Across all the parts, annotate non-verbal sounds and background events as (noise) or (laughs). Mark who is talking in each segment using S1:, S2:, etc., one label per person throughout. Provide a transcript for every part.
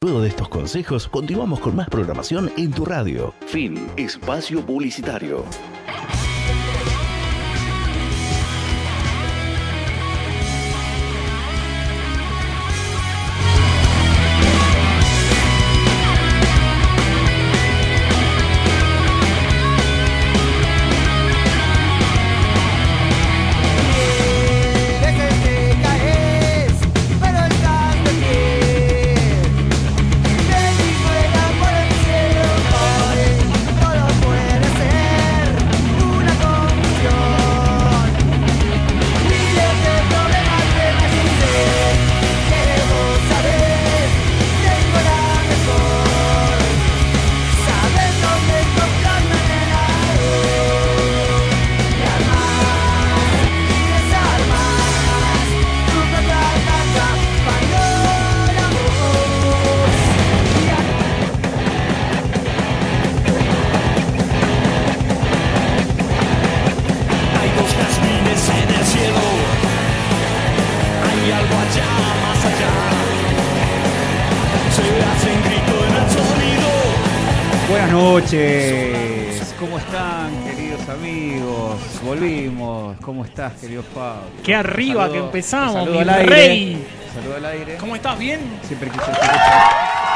S1: de estos consejos, continuamos con más programación en tu radio. Fin. Espacio Publicitario.
S2: Buenas noches, ¿cómo están queridos amigos? Volvimos, ¿cómo estás querido Pablo?
S3: Qué arriba que empezamos,
S2: saludo
S3: mi
S2: al aire.
S3: rey.
S2: Saludo al aire.
S3: ¿Cómo estás? ¿Bien?
S2: Siempre quise hacer esto.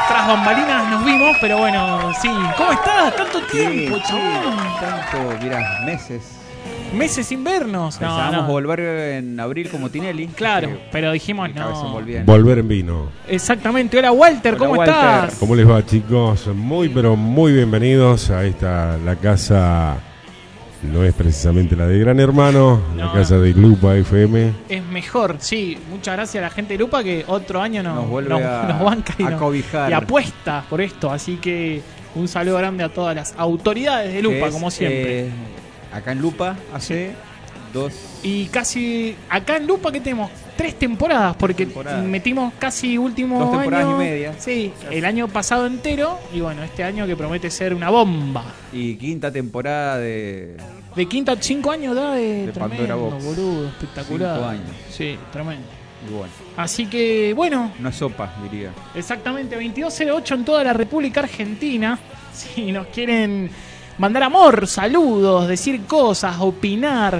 S3: Tras bambalinas nos vimos, pero bueno, sí. ¿Cómo estás? Tanto tiempo,
S2: Sí,
S3: chabón.
S2: Tanto, mirá, meses.
S3: Meses sin vernos. No,
S2: Pensábamos
S3: no.
S2: volver en abril como Tinelli.
S3: Claro,
S2: que
S3: pero dijimos
S2: cada vez se
S3: no.
S2: envolvía en-
S4: Volver en vino.
S3: Exactamente. Hola, Walter,
S2: Hola,
S3: ¿cómo
S2: Walter.
S3: estás?
S4: ¿Cómo les va, chicos? Muy, pero muy bienvenidos. Ahí está la casa. No es precisamente la de Gran Hermano, la
S3: No.
S4: casa de Lupa FM.
S3: Es mejor, sí. Muchas gracias a la gente de Lupa que otro año no-
S2: Nos vuelve a-
S3: nos banca y,
S2: a
S3: nos-
S2: cobijar.
S3: y apuesta por esto. Así que un saludo grande a todas las autoridades de Lupa,
S2: que es,
S3: como siempre.
S2: eh, acá en Lupa, hace dos.
S3: Y casi acá en Lupa que tenemos tres temporadas porque
S2: Temporadas.
S3: metimos casi último
S2: Dos temporadas
S3: año-
S2: y media.
S3: Sí, el año pasado entero y bueno, este año que promete ser una bomba.
S2: Y quinta temporada de.
S3: De quinta a cinco años da de,
S2: De
S3: tremendo,
S2: Pandora Box.
S3: boludo, espectacular.
S2: Cinco años.
S3: Sí, tremendo.
S2: y bueno,
S3: Así que bueno,
S2: no es sopa, diría.
S3: Exactamente, 2208 en toda la República Argentina. Si nos quieren mandar amor, saludos, decir cosas, opinar.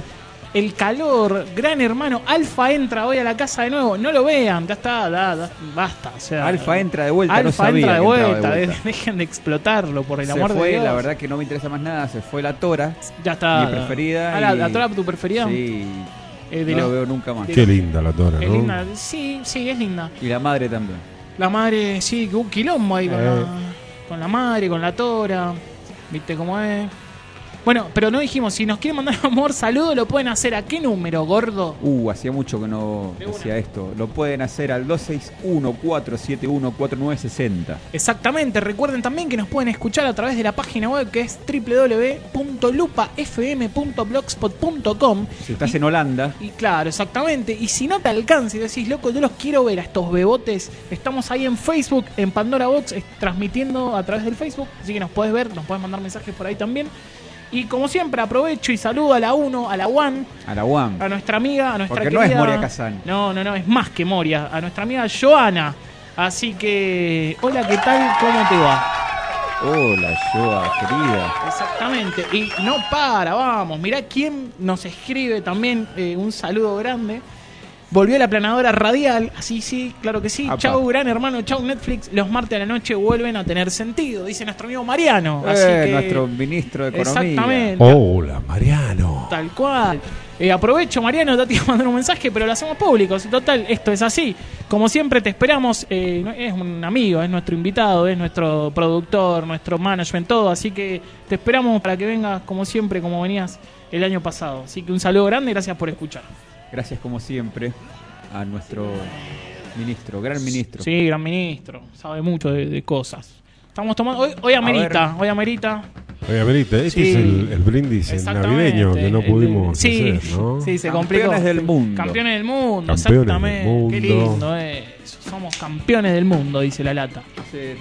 S3: El calor, gran hermano, Alfa entra hoy a la casa de nuevo. No lo vean, ya está, da, da- basta. o sea,
S2: Alfa entra de vuelta, no
S3: Alfa
S2: sabía
S3: entra de
S2: que entraba de
S3: vuelta,
S2: vuelta.
S3: de- dejen de explotarlo, por el
S2: Se
S3: amor de
S2: fue,
S3: Dios.
S2: la verdad que no me interesa más nada, se fue la Tora.
S3: ya está.
S2: mi preferida
S3: Ah, la,
S2: y-
S3: la Tora, tu preferida.
S2: Sí,
S3: Eh, de
S2: no
S3: los-
S2: lo veo nunca más.
S3: de-
S4: Qué linda la tora,
S3: es linda.
S4: ¿no?
S3: Sí, sí, es linda.
S2: Y la madre también.
S3: La madre, sí, que un quilombo ahí con,
S4: Eh.
S3: la, con la madre, con la tora. ¿Viste cómo es? Bueno, pero no dijimos, si nos quieren mandar (laughs) amor, saludo, lo pueden hacer. ¿A qué número, gordo?
S2: Uh, hacía mucho que no
S3: De una.
S2: decía esto. Lo pueden hacer al 261-471-4960.
S3: Exactamente, recuerden también que nos pueden escuchar a través de la página web que es www.lupafm.blogspot.com.
S2: Si estás en Holanda,
S3: Y claro, exactamente. Y si no te alcanza y decís, loco, yo los quiero ver a estos bebotes, estamos ahí en Facebook, en Pandora Box, eh, transmitiendo a través del Facebook. Así que nos podés ver, nos podés mandar mensajes por ahí también. Y como siempre, aprovecho y saludo a la 1, a la 1,
S2: a la UAM.
S3: a nuestra amiga, a nuestra
S2: Porque no es
S3: querida-
S2: Moria Kazan.
S3: No, no, no, es más que Moria. A nuestra amiga Joana. Así que, hola, ¿qué tal? ¿Cómo te va?
S2: Hola, Joa, querida.
S3: Exactamente. Y no para, vamos. Mirá quién nos escribe también. eh, un saludo grande. Volvió la planadora radial. Así, sí, claro que sí.
S2: Apa.
S3: Chau, gran hermano. Chau, Netflix. Los martes a la noche vuelven a tener sentido, dice nuestro amigo Mariano. Así
S2: Eh,
S3: que,
S2: Nuestro ministro de Economía.
S3: Exactamente.
S4: Hola, Mariano.
S3: Tal cual. Eh, aprovecho, Mariano, ya te iba a mandar un mensaje, pero lo hacemos público. Si Total, esto es así. Como siempre, te esperamos. eh, no- es un amigo, es nuestro invitado, es nuestro productor, nuestro management, todo. Así que te esperamos para que vengas, como siempre, como venías el año pasado. Así que un saludo grande y gracias por escuchar.
S2: Gracias, como siempre, a nuestro ministro, gran ministro.
S3: Sí, gran ministro, sabe mucho de, de cosas. Estamos tomando. Hoy, hoy amerita, hoy amerita.
S4: Oye, Verita, este
S3: Sí.
S4: es el, el brindis
S3: Exactamente.
S4: navideño que no pudimos
S3: sí,
S4: hacer, ¿no?
S3: Sí, se
S2: Campeones
S3: complicó.
S2: del mundo.
S3: Campeones del mundo,
S4: Campeones
S3: exactamente.
S4: del mundo.
S3: Qué lindo eso. Somos campeones del mundo, dice la lata.
S2: Hace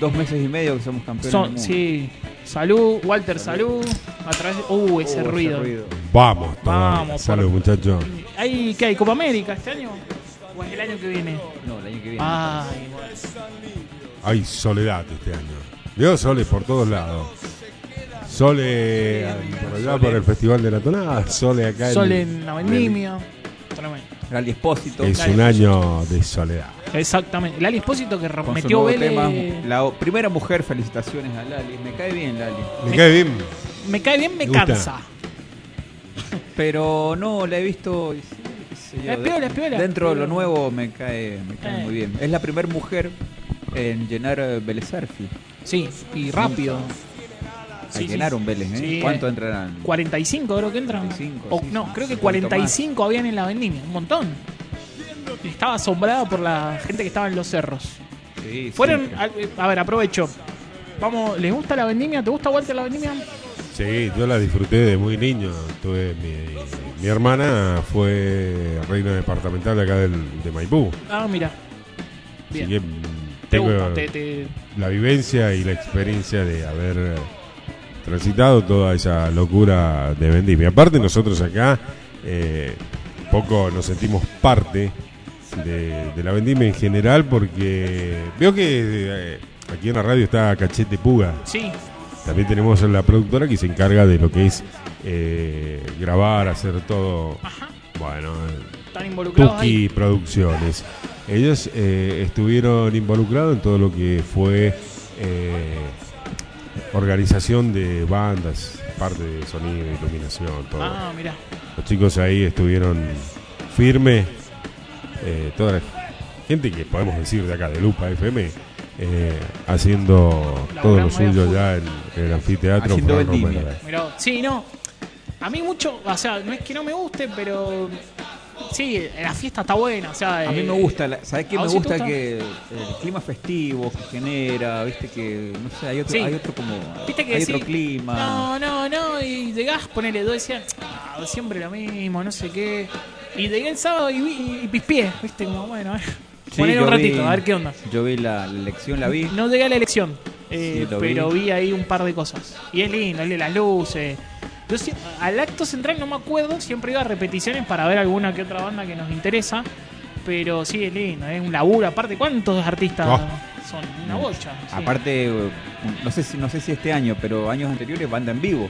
S2: dos meses y medio que somos campeones. del
S3: Son,
S2: mundo.
S3: sí. Salud, Walter, salud. A través de- Uh,
S2: Oh,
S3: ese ruido.
S4: Vamos, todavía.
S3: Vamos, por-
S4: Salud, muchachos.
S3: ¿Hay, ¿Qué hay? ¿Copa América este año? ¿O es el año que viene?
S2: No, el año que viene.
S3: Ay, bueno.
S4: Hay soledad este año. Veo Sole por todos lados. Sole eh, por allá, por el Festival de la Tonada. Sole acá en-
S3: Sol en la vendimia. Tremendo.
S2: Al Espósito.
S4: Es un año de soledad.
S3: Exactamente. Lali Espósito que
S2: con su
S3: metió
S2: nuevo
S3: Vélez.
S2: tema. La o- primera mujer, felicitaciones a Lali. Me cae bien Lali.
S4: Me cae bien.
S3: Me cae bien, me
S4: Me gusta.
S3: cansa.
S2: Pero no, la he visto. y sí, qué sé yo,
S3: Es piola, es piola.
S2: Dentro de lo nuevo me cae, me cae
S3: Eh.
S2: muy bien. Es la primera mujer en llenar eh, Vélez Arfi.
S3: Sí, y rápido. Sí,
S2: Ahí
S3: sí.
S2: llenaron Vélez, ¿eh?
S3: Sí.
S2: ¿Cuánto entrarán?
S3: 45 creo que entran.
S2: 45,
S3: O-
S2: sí,
S3: no,
S2: sí,
S3: creo que
S2: sí, un poquito
S3: 45 habían en la vendimia. Un montón. Y Estaba asombrada por la gente que estaba en los cerros.
S2: Sí,
S3: Fueron.
S2: sí.
S3: A, a ver, aprovecho. Vamos, ¿les gusta la vendimia? ¿Te gusta Walter la vendimia?
S4: Sí, yo la disfruté de muy niño. Tuve mi, mi hermana fue reina departamental de acá del- de Maipú.
S3: Ah, mira.
S4: Así
S3: Bien.
S4: que mm,
S3: ¿Te
S4: tengo
S3: gusta? Te, te-
S4: la vivencia y la experiencia de haber eh, transitado toda esa locura de Vendimia. Aparte nosotros acá eh, un poco nos sentimos parte de, de la Vendimia en general porque veo que eh, aquí en la radio está Cachete Puga.
S3: Sí,
S4: También tenemos a la productora que se encarga de lo que es eh, grabar, hacer todo. Bueno, eh,
S3: están involucrados ahí.
S4: Tuki Producciones. Ellos eh, estuvieron involucrados en todo lo que fue eh, organización de bandas, parte de sonido, iluminación, todo.
S3: Ah, mira.
S4: Los chicos ahí estuvieron firme. eh, toda la gente que podemos decir de acá, de Lupa FM, eh, haciendo
S3: La
S4: todo
S3: gran
S4: lo
S3: mayoría
S4: suyo ya en, en el anfiteatro.
S2: Haciendo
S4: Fran Romero.
S2: vendimia.
S3: Mirá, sí, no. A mí mucho, o sea, no es que no me guste, pero sí, la fiesta está buena, o sea,
S2: A mí
S3: eh,
S2: me gusta, la- ¿sabes qué
S3: ¿a
S2: me
S3: vos sí te
S2: gusta?
S3: gusta?
S2: Que el clima festivo que genera, viste que, no sé, hay otro,
S3: Sí.
S2: hay otro como,
S3: Viste que
S2: hay
S3: decís,
S2: otro clima.
S3: No, no, no, y llegás, ponele, dos decían, "Ah, siempre lo mismo, no sé qué. Y llegué el sábado y, vi- y pispié, viste, como bueno, eh.
S2: Sí,
S3: ponele un
S2: yo vi-
S3: ratito, a ver qué onda.
S2: Yo vi la, la elección, la vi.
S3: No llegué a la elección, eh,
S2: Sí, lo
S3: pero
S2: vi.
S3: vi. ahí un par de cosas. Y es lindo, el de las luces. Yo sie- al acto central no me acuerdo, siempre iba a repeticiones para ver alguna que otra banda que nos interesa. Pero sí, es lindo, es un laburo. Aparte, ¿cuántos artistas
S4: Oh.
S3: son? Una bocha. sí.
S2: Aparte, eh, no sé si no sé si este año, pero años anteriores banda en vivo.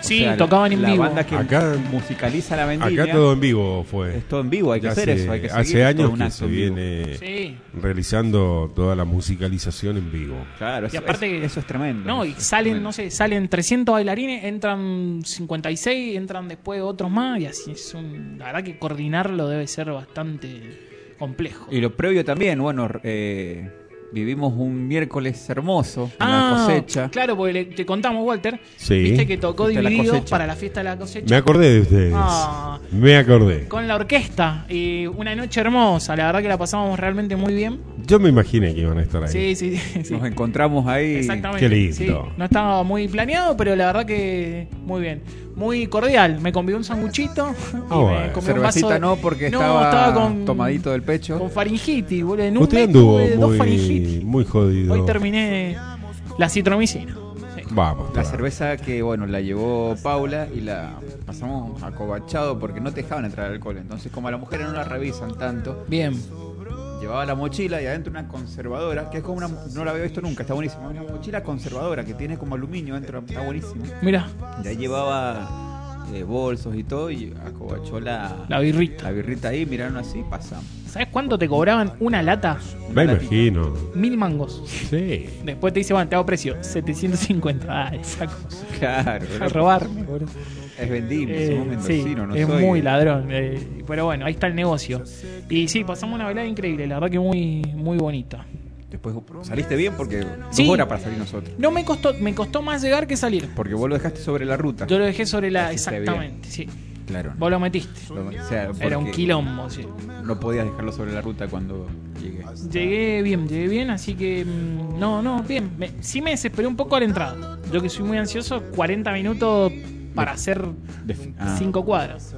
S2: O
S3: Sí,
S2: sea, la-
S3: tocaban en
S2: la
S3: vivo.
S2: banda que
S4: Acá-
S2: musicaliza la vendimia.
S4: Acá todo en vivo fue.
S2: es todo en vivo, hay que
S4: Ya
S2: hacer
S4: hace-
S2: eso, hay que seguir
S4: Hace
S2: todo
S4: años
S2: un
S4: que
S2: acto
S4: se
S2: en vivo.
S4: viene
S3: Sí.
S4: realizando toda la musicalización en vivo.
S2: Claro, eso,
S3: Y aparte
S2: eso,
S3: que-
S2: eso es tremendo.
S3: No, y
S2: Eso es
S3: salen,
S2: tremendo.
S3: no sé, salen 300 bailarines, entran 56, entran después otros más y así es un... La verdad que coordinarlo debe ser bastante complejo.
S2: Y lo previo también, bueno, eh, vivimos un miércoles hermoso,
S3: Ah,
S2: una cosecha.
S3: Claro, porque le- te contamos, Walter.
S4: Sí.
S3: Viste que tocó
S2: Fiesta de la
S3: dividido
S2: cosecha.
S3: para la fiesta de la cosecha.
S4: Me acordé de ustedes.
S3: Ah.
S4: Me acordé.
S3: Con la orquesta. Y una noche hermosa. La verdad que la pasábamos realmente muy bien.
S4: Yo me imaginé que iban a estar ahí.
S3: Sí, sí, sí. sí.
S2: Nos encontramos ahí.
S3: Exactamente.
S4: Qué lindo.
S3: sí. No estaba muy planeado, pero la verdad que muy bien. Muy cordial. Me convidó un sanguchito. y
S4: Ah, bueno.
S3: me comí un vaso
S2: Cervecita
S3: de-
S2: no, porque
S3: No,
S2: estaba,
S3: con,
S2: tomadito del pecho.
S3: Con faringitis, boludo. En un
S4: Usted
S3: mes
S4: anduvo
S3: tuve dos
S4: muy,
S3: faringitis.
S4: muy jodido.
S3: Hoy terminé la citromicina. Sí.
S4: Vamos.
S2: La
S4: claro.
S2: cerveza que, bueno, la llevó Paula y la pasamos acobachado porque no te dejaban entrar alcohol. Entonces, como a las mujeres no la revisan tanto,
S3: Bien.
S2: llevaba la mochila y adentro una conservadora, que es como una... No la había visto nunca, está buenísima. Una mochila conservadora que tiene como aluminio adentro, está buenísimo.
S3: Mira,
S2: Ya llevaba eh, bolsos y todo y acobachó la,
S3: la birrita.
S2: la birrita ahí, miraron así, pasamos.
S3: ¿Sabes cuánto te cobraban una lata?
S4: Me imagino.
S3: Mil mangos.
S4: Sí.
S3: Después te dice, bueno, te hago precio. 750. (laughs) Ah, saco.
S2: Claro,
S3: A robarme, boludo.
S2: es vendible,
S3: Eh,
S2: somos mendocinos, no
S3: es
S2: soy-
S3: muy ladrón. eh, pero bueno, ahí está el negocio. Y sí, pasamos una velada increíble, la verdad que muy, muy bonita.
S2: Después saliste bien porque
S3: Sí.
S2: dos horas para salir nosotros.
S3: No me costó, me costó más llegar que salir.
S2: Porque vos lo dejaste sobre la ruta.
S3: Yo lo dejé sobre la.
S2: Así se ve
S3: Exactamente, sí.
S2: Claro.
S3: Vos lo metiste.
S2: Lo- o sea, porque
S3: Era un quilombo, sí.
S2: No podías dejarlo sobre la ruta cuando llegué.
S3: Llegué bien, llegué bien, así que. mm, No, no, bien. Me- sí me desesperé un poco a la entrada. Yo que soy muy ansioso, 40 minutos para hacer
S2: Ah.
S3: cinco cuadras.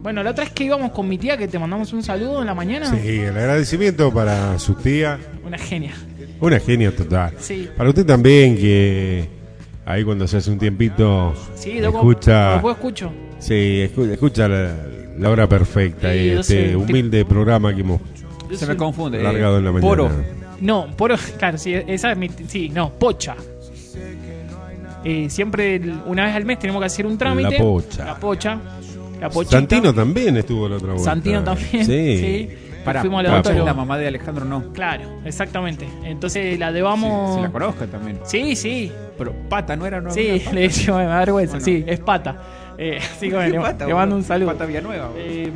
S3: Bueno, la otra es que íbamos con mi tía, que te mandamos un saludo en la mañana.
S4: Sí, el agradecimiento para su tía.
S3: Una genia.
S4: Una genia total.
S3: Sí.
S4: Para usted también, que ahí cuando se hace un tiempito.
S3: Sí, loco,
S4: escucha.
S3: Después escucho.
S4: Sí, escu- escucha la, la hora perfecta.
S3: Sí,
S4: y
S3: yo
S4: este
S3: soy un
S4: humilde programa que hemos
S3: Yo
S2: Se
S3: soy-
S2: me confunde. eh,
S4: Largado en la mañana.
S2: Poro.
S3: No, por, (laughs) claro, sí, esa es mi- sí, no, pocha. Eh, siempre, el- una vez al mes, tenemos que hacer un
S4: La
S3: trámite.
S4: pocha.
S3: La pocha. La pochita.
S4: Santino también estuvo la otra vuelta.
S3: Santino
S4: Sí.
S3: también.
S4: Ah,
S3: Sí.
S2: Para,
S3: Fuimos a la
S4: Papo.
S3: doctora.
S2: la mamá de Alejandro no.
S3: Claro, exactamente. Entonces la
S2: Si
S3: debamos.
S2: la conozca también.
S3: Sí, sí.
S2: Pero pata no era, no
S3: Sí,
S2: había pata.
S3: le decimos, me da vergüenza.
S2: Bueno.
S3: Sí, es pata. Eh, (laughs) así que
S2: (laughs)
S3: bueno, le-
S2: Pata,
S3: le mando
S2: boludo.
S3: un saludo.
S2: Pata Villanueva. boludo.
S3: Eh,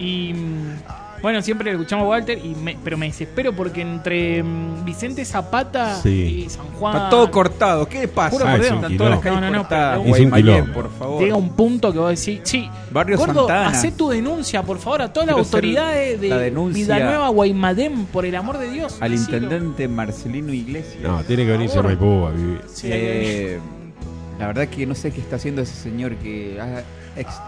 S3: y mm, bueno, siempre le escuchamos a Walter, y me- pero me desespero porque entre mm, Vicente Zapata
S4: Sí.
S3: y San Juan.
S2: Está todo cortado. ¿Qué pasa?
S4: Juro por Ah, Dios. es un
S2: Están todas las
S4: quilombo.
S2: calles
S3: No, no, no,
S2: cortadas.
S3: pero-
S4: Es un
S2: Guaymallén,
S4: quilombo.
S2: por favor.
S3: Llega un punto que vos decís, sí,
S2: Barrio
S3: gordo,
S2: Santana.
S3: hacé tu denuncia, por favor, a todas las
S2: Quiero hacer
S3: autoridades de
S2: la denuncia
S3: Villanueva, Guaymadén, por el amor de Dios.
S2: Al
S3: Hacelo.
S2: intendente Marcelino Iglesias.
S4: No, tiene que venirse a Maipú a vivir.
S3: Sí,
S2: Eh, la verdad que no sé qué está haciendo ese señor que ha ex-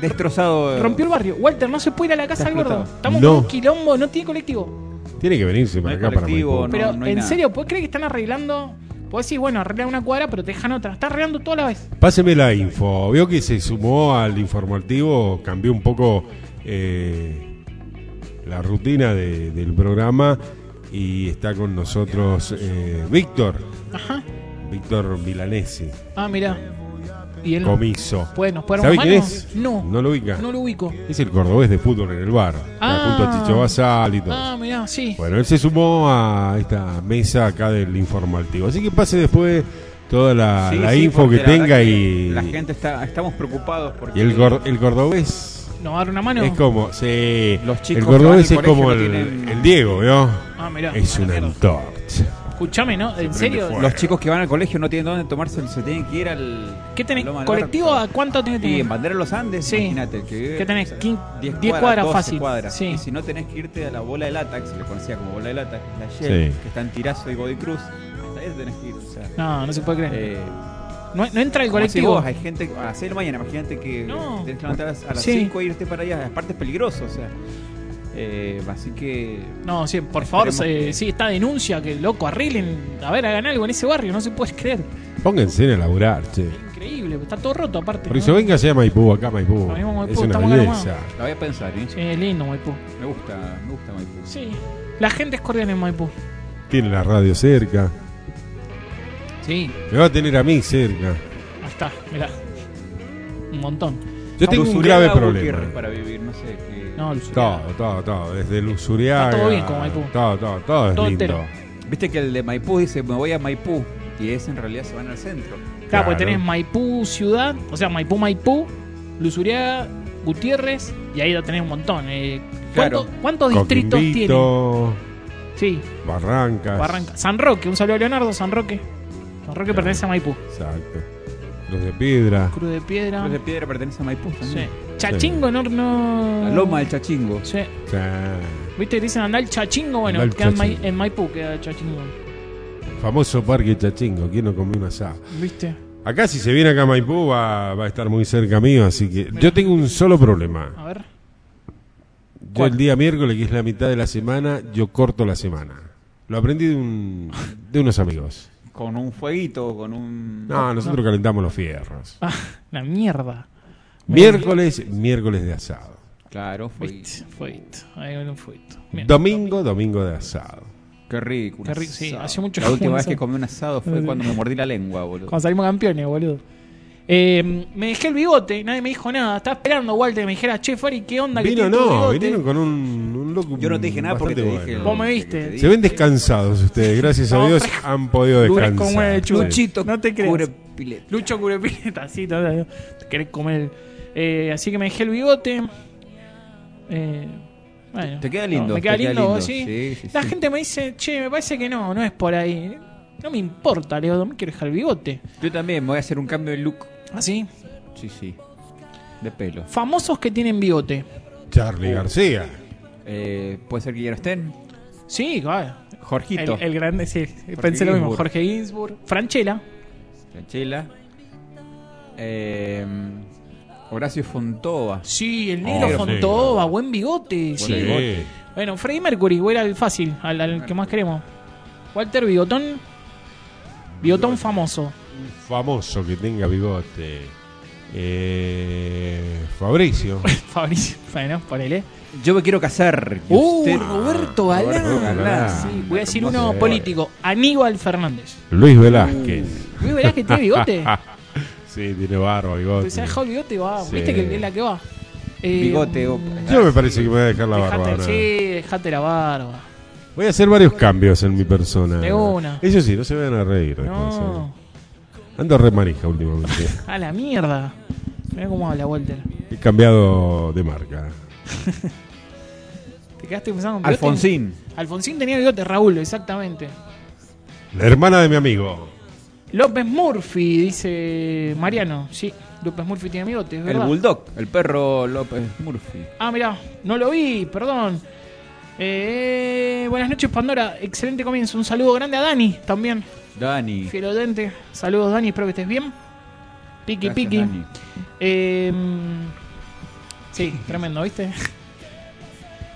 S2: destrozado.
S3: Rompió el barrio. Walter, no se puede ir a la casa
S2: Está
S3: del gordo.
S2: explotado.
S3: Estamos
S4: No.
S3: con un quilombo, no tiene colectivo.
S4: Tiene que venirse para
S2: No hay
S4: acá, para
S2: colectivo,
S4: Maipú.
S2: No,
S3: Pero,
S2: no hay
S3: en
S2: nada.
S3: serio, ¿vos crees que están arreglando? Vos decís, bueno, arreglan una cuadra, pero te dejan otra. Está arreglando toda la vez.
S4: Páseme la info. Vio que se sumó al informativo, cambió un poco eh, la rutina de- del programa y está con nosotros eh, Víctor.
S3: Ajá.
S4: Víctor Milanesi,
S3: Ah, mirá. Y él.
S4: comiso.
S3: ¿Puede- nos puede dar
S4: ¿Sabe
S3: una
S4: quién
S3: mano?
S4: es?
S3: No.
S4: No lo ubica.
S3: No lo ubico.
S4: Es el cordobés de fútbol en el bar.
S3: Ah.
S4: Junto a Chicho Basal y todo.
S3: Ah, mirá, sí.
S4: Bueno, él se sumó a esta mesa acá del informativo. Así que pase después toda la,
S2: Sí,
S4: la
S2: sí,
S4: info
S2: porque
S4: que
S2: la verdad
S4: tenga
S2: que
S4: y,
S2: La gente está. Estamos preocupados porque.
S4: y el, gor- el cordobés.
S3: ¿Nos va a dar una mano?
S4: Es como. sí,
S2: Los chicos
S4: el cordobés
S2: que
S4: es
S2: van al
S4: como el,
S2: colegio no tienen-
S4: el Diego, ¿vio?
S3: Ah, mirá.
S4: es
S3: a la
S4: una
S3: mierda.
S4: antorcha.
S3: Escuchame, ¿no? ¿En serio?
S4: fuego.
S2: Los chicos que van al colegio no tienen dónde tomarse, se tienen que ir al.
S3: ¿Qué tenés?
S2: Loma del
S3: ¿Colectivo
S2: Barco.
S3: a cuánto tenés?
S2: Y en Bandera de los Andes,
S3: Sí.
S2: imagínate. el Que vive,
S3: ¿Qué tenés?
S2: o sea,
S3: 10
S2: 10
S3: cuadras, fácil.
S2: cuadras.
S3: Sí.
S2: Y si no tenés que irte a la bola de lata, que se le conocía como bola de lata, que es la
S4: Sí.
S2: Shell, que está en Tirazo y Godoy Cruz, hasta ahí tenés que ir. O sea,
S3: No, no se puede creer.
S2: eh,
S3: no, no entra el
S2: Como decís
S3: colectivo.
S2: vos, hay gente a las 6 de la mañana, imagínate que
S3: No.
S2: tenés que levantar a las
S3: Sí.
S2: 5 e irte para allá, aparte es peligroso, o sea. Eh, así que
S3: No, sí, por favor,
S2: Esperemos
S3: eh,
S2: que-
S3: sí, está denuncia, que loco, arreglen. A ver, hagan algo en ese barrio, no se puede creer.
S4: Pónganse a laburar,
S2: Este,
S4: che.
S3: Increíble, está todo roto aparte.
S4: Por
S3: ¿no?
S4: eso venga a Maipú, acá Maipú.
S3: Nos vemos en Maipú,
S4: es una
S3: estamos acá
S4: belleza.
S2: la voy a pensar, ¿eh?
S3: Sí, es lindo Maipú.
S2: Me gusta, me gusta Maipú.
S3: Sí, la gente es cordial en Maipú.
S4: Tiene la radio cerca.
S3: Sí,
S4: Me va a tener a mí cerca.
S3: ahí está, mirá. Un montón.
S4: Yo tengo un
S2: Usurera
S4: grave
S2: o
S4: problema.
S2: Gutiérrez Para vivir, no sé qué.
S3: No, Luz.
S4: Todo, todo, todo. Desde Lusuriaga.
S3: Está todo bien con Maipú.
S4: Todo, todo, todo es
S3: Todo
S4: lindo.
S3: entero.
S2: Viste que el de Maipú dice, me voy a Maipú, y es en realidad se van al centro.
S3: Claro,
S4: Claro.
S3: porque tenés Maipú ciudad, o sea, Maipú, Maipú, Luzuriaga, Gutiérrez, y ahí la tenés un montón. Eh, ¿cuánto-
S2: Claro.
S3: ¿Cuántos distritos tiene?
S4: Coquimbito,
S3: Sí,
S4: Barrancas.
S3: Barranca. San Roque, un saludo a Leonardo, San Roque. San Roque
S4: Claro.
S3: pertenece a Maipú.
S4: Exacto. Los de Piedra.
S3: Cruz de Piedra.
S2: Cruz de Piedra pertenece a Maipú
S3: Sí.
S2: también.
S3: Chachingo, no, no.
S2: La Loma del Chachingo.
S3: Sí.
S4: O sea,
S3: ¿Viste que dicen andar el chachingo? Bueno,
S4: Andá al
S3: queda en,
S4: Chachingo.
S3: Mai- en Maipú queda el chachingo.
S4: famoso Parque Chachingo. ¿Quién no comió un asado?
S3: ¿Viste?
S4: Acá, si se viene acá a Maipú, va, va a estar muy cerca mío. Así que yo tengo un solo problema.
S3: A ver.
S4: Yo el día miércoles, que es la mitad de la semana, yo corto la semana. Lo aprendí de, un- de unos amigos.
S2: Con un fueguito, con un...
S4: No, nosotros calentamos los fierros.
S3: Ah, la mierda.
S4: Miércoles, miércoles de asado.
S2: Claro, fueguito.
S3: Viste, fueguito. Ahí hay un fueguito. Bien.
S4: Domingo, domingo de asado.
S2: Qué rico. un
S3: Qué rico, sí,
S2: asado.
S3: hace mucho
S2: La
S3: que
S2: última
S3: no
S2: vez que
S3: como-
S2: comí un asado fue cuando me mordí la lengua, boludo.
S3: Cuando salimos campeones, boludo. Eh, me dejé el bigote, nadie me dijo nada. Estaba esperando, Walter, que me dijera, che, Fari, ¿qué onda? que
S4: Vino
S3: tiene tu
S4: no,
S3: bigote?"
S4: vinieron con un, un loco.
S2: Yo no te dije nada porque te
S4: bastante
S2: dije.
S4: bueno.
S3: Vos me
S2: que
S3: viste.
S2: te dije.
S4: Se ven descansados ustedes, gracias a
S3: No,
S4: Dios
S3: fresco.
S4: han podido
S3: Dures
S4: descansar.
S3: como el chulo.
S4: Sí.
S2: Luchito,
S3: No te creas.
S2: cubre pileta.
S3: Lucho Curepileta, sí, todavía. Te querés comer. el- Eh, así que me dejé el bigote. Eh, bueno.
S2: Te queda
S3: No,
S2: lindo,
S3: me queda
S2: te queda
S3: lindo,
S2: lindo,
S3: ¿sí?
S2: sí, sí,
S3: La
S2: sí.
S3: gente me dice, che, me parece que no, no es por ahí. No me importa, Leo, no me quiero dejar el bigote. ¿Ah,
S2: Yo también me voy a hacer un cambio de look.
S3: Así.
S2: Sí, sí. De pelo. Oh.
S3: Famosos que tienen bigote.
S4: Charlie García.
S2: Eh, Puede ser que ya no estén.
S3: Sí, claro. El,
S2: Jorgito.
S3: el grande, sí. Pensé lo mismo.
S2: Ginsburg.
S3: Jorge Ginsburg. Franchella.
S2: Chanchela. Eh, Horacio Fontova.
S3: Sí, el negro
S4: Oh,
S3: Fontova, buen bigote. sí.
S4: Sí.
S3: Bueno, Freddy Mercury, güey, era el fácil, al, al que más queremos. Walter Bigotón. Bigotón famoso.
S4: Famoso que tenga bigote. Eh, Fabricio.
S3: Fabricio, (laughs) bueno, ponele.
S2: (laughs) Yo me quiero casar. y
S3: Uh,
S2: usted-
S3: Roberto Galán.
S4: Roberto Galán.
S3: Sí, voy a decir
S4: Hermoso.
S3: uno político. Aníbal Fernández.
S4: Luis Velázquez.
S3: Uh, Luis Velázquez tiene bigote.
S4: (laughs) sí, tiene barba, bigote.
S3: Pues se ha dejado el bigote, va.
S4: Sí.
S3: Viste que es la que va. Eh,
S2: Bigote, o-
S4: Yo me parece que me voy a dejar la barba
S3: dejate-
S4: ahora.
S3: Sí, dejate la barba.
S4: Voy a hacer varios cambios en mi persona.
S3: De una.
S4: Eso sí, no se vayan a reír.
S3: No,
S4: después, eh. Ando re manija últimamente.
S3: a la mierda. Mira cómo habla Walter.
S4: He cambiado de marca.
S3: Te quedaste pensando en bigote.
S2: Alfonsín.
S3: Alfonsín tenía bigote, Raúl, exactamente.
S4: La hermana de mi amigo.
S3: López Murphy, dice Mariano. Sí, López Murphy tiene bigote, es
S2: El
S3: verdad.
S2: Bulldog, el perro López Murphy.
S3: Ah, mirá, no lo vi, perdón. Eh, buenas noches, Pandora. Excelente comienzo. Un saludo grande a Dani también.
S2: Dani.
S3: Fiel oyente. Saludos, Dani. Espero que estés bien. Piqui,
S2: Gracias,
S3: piqui.
S2: Dani.
S3: Eh, sí, tremendo, ¿viste? (laughs)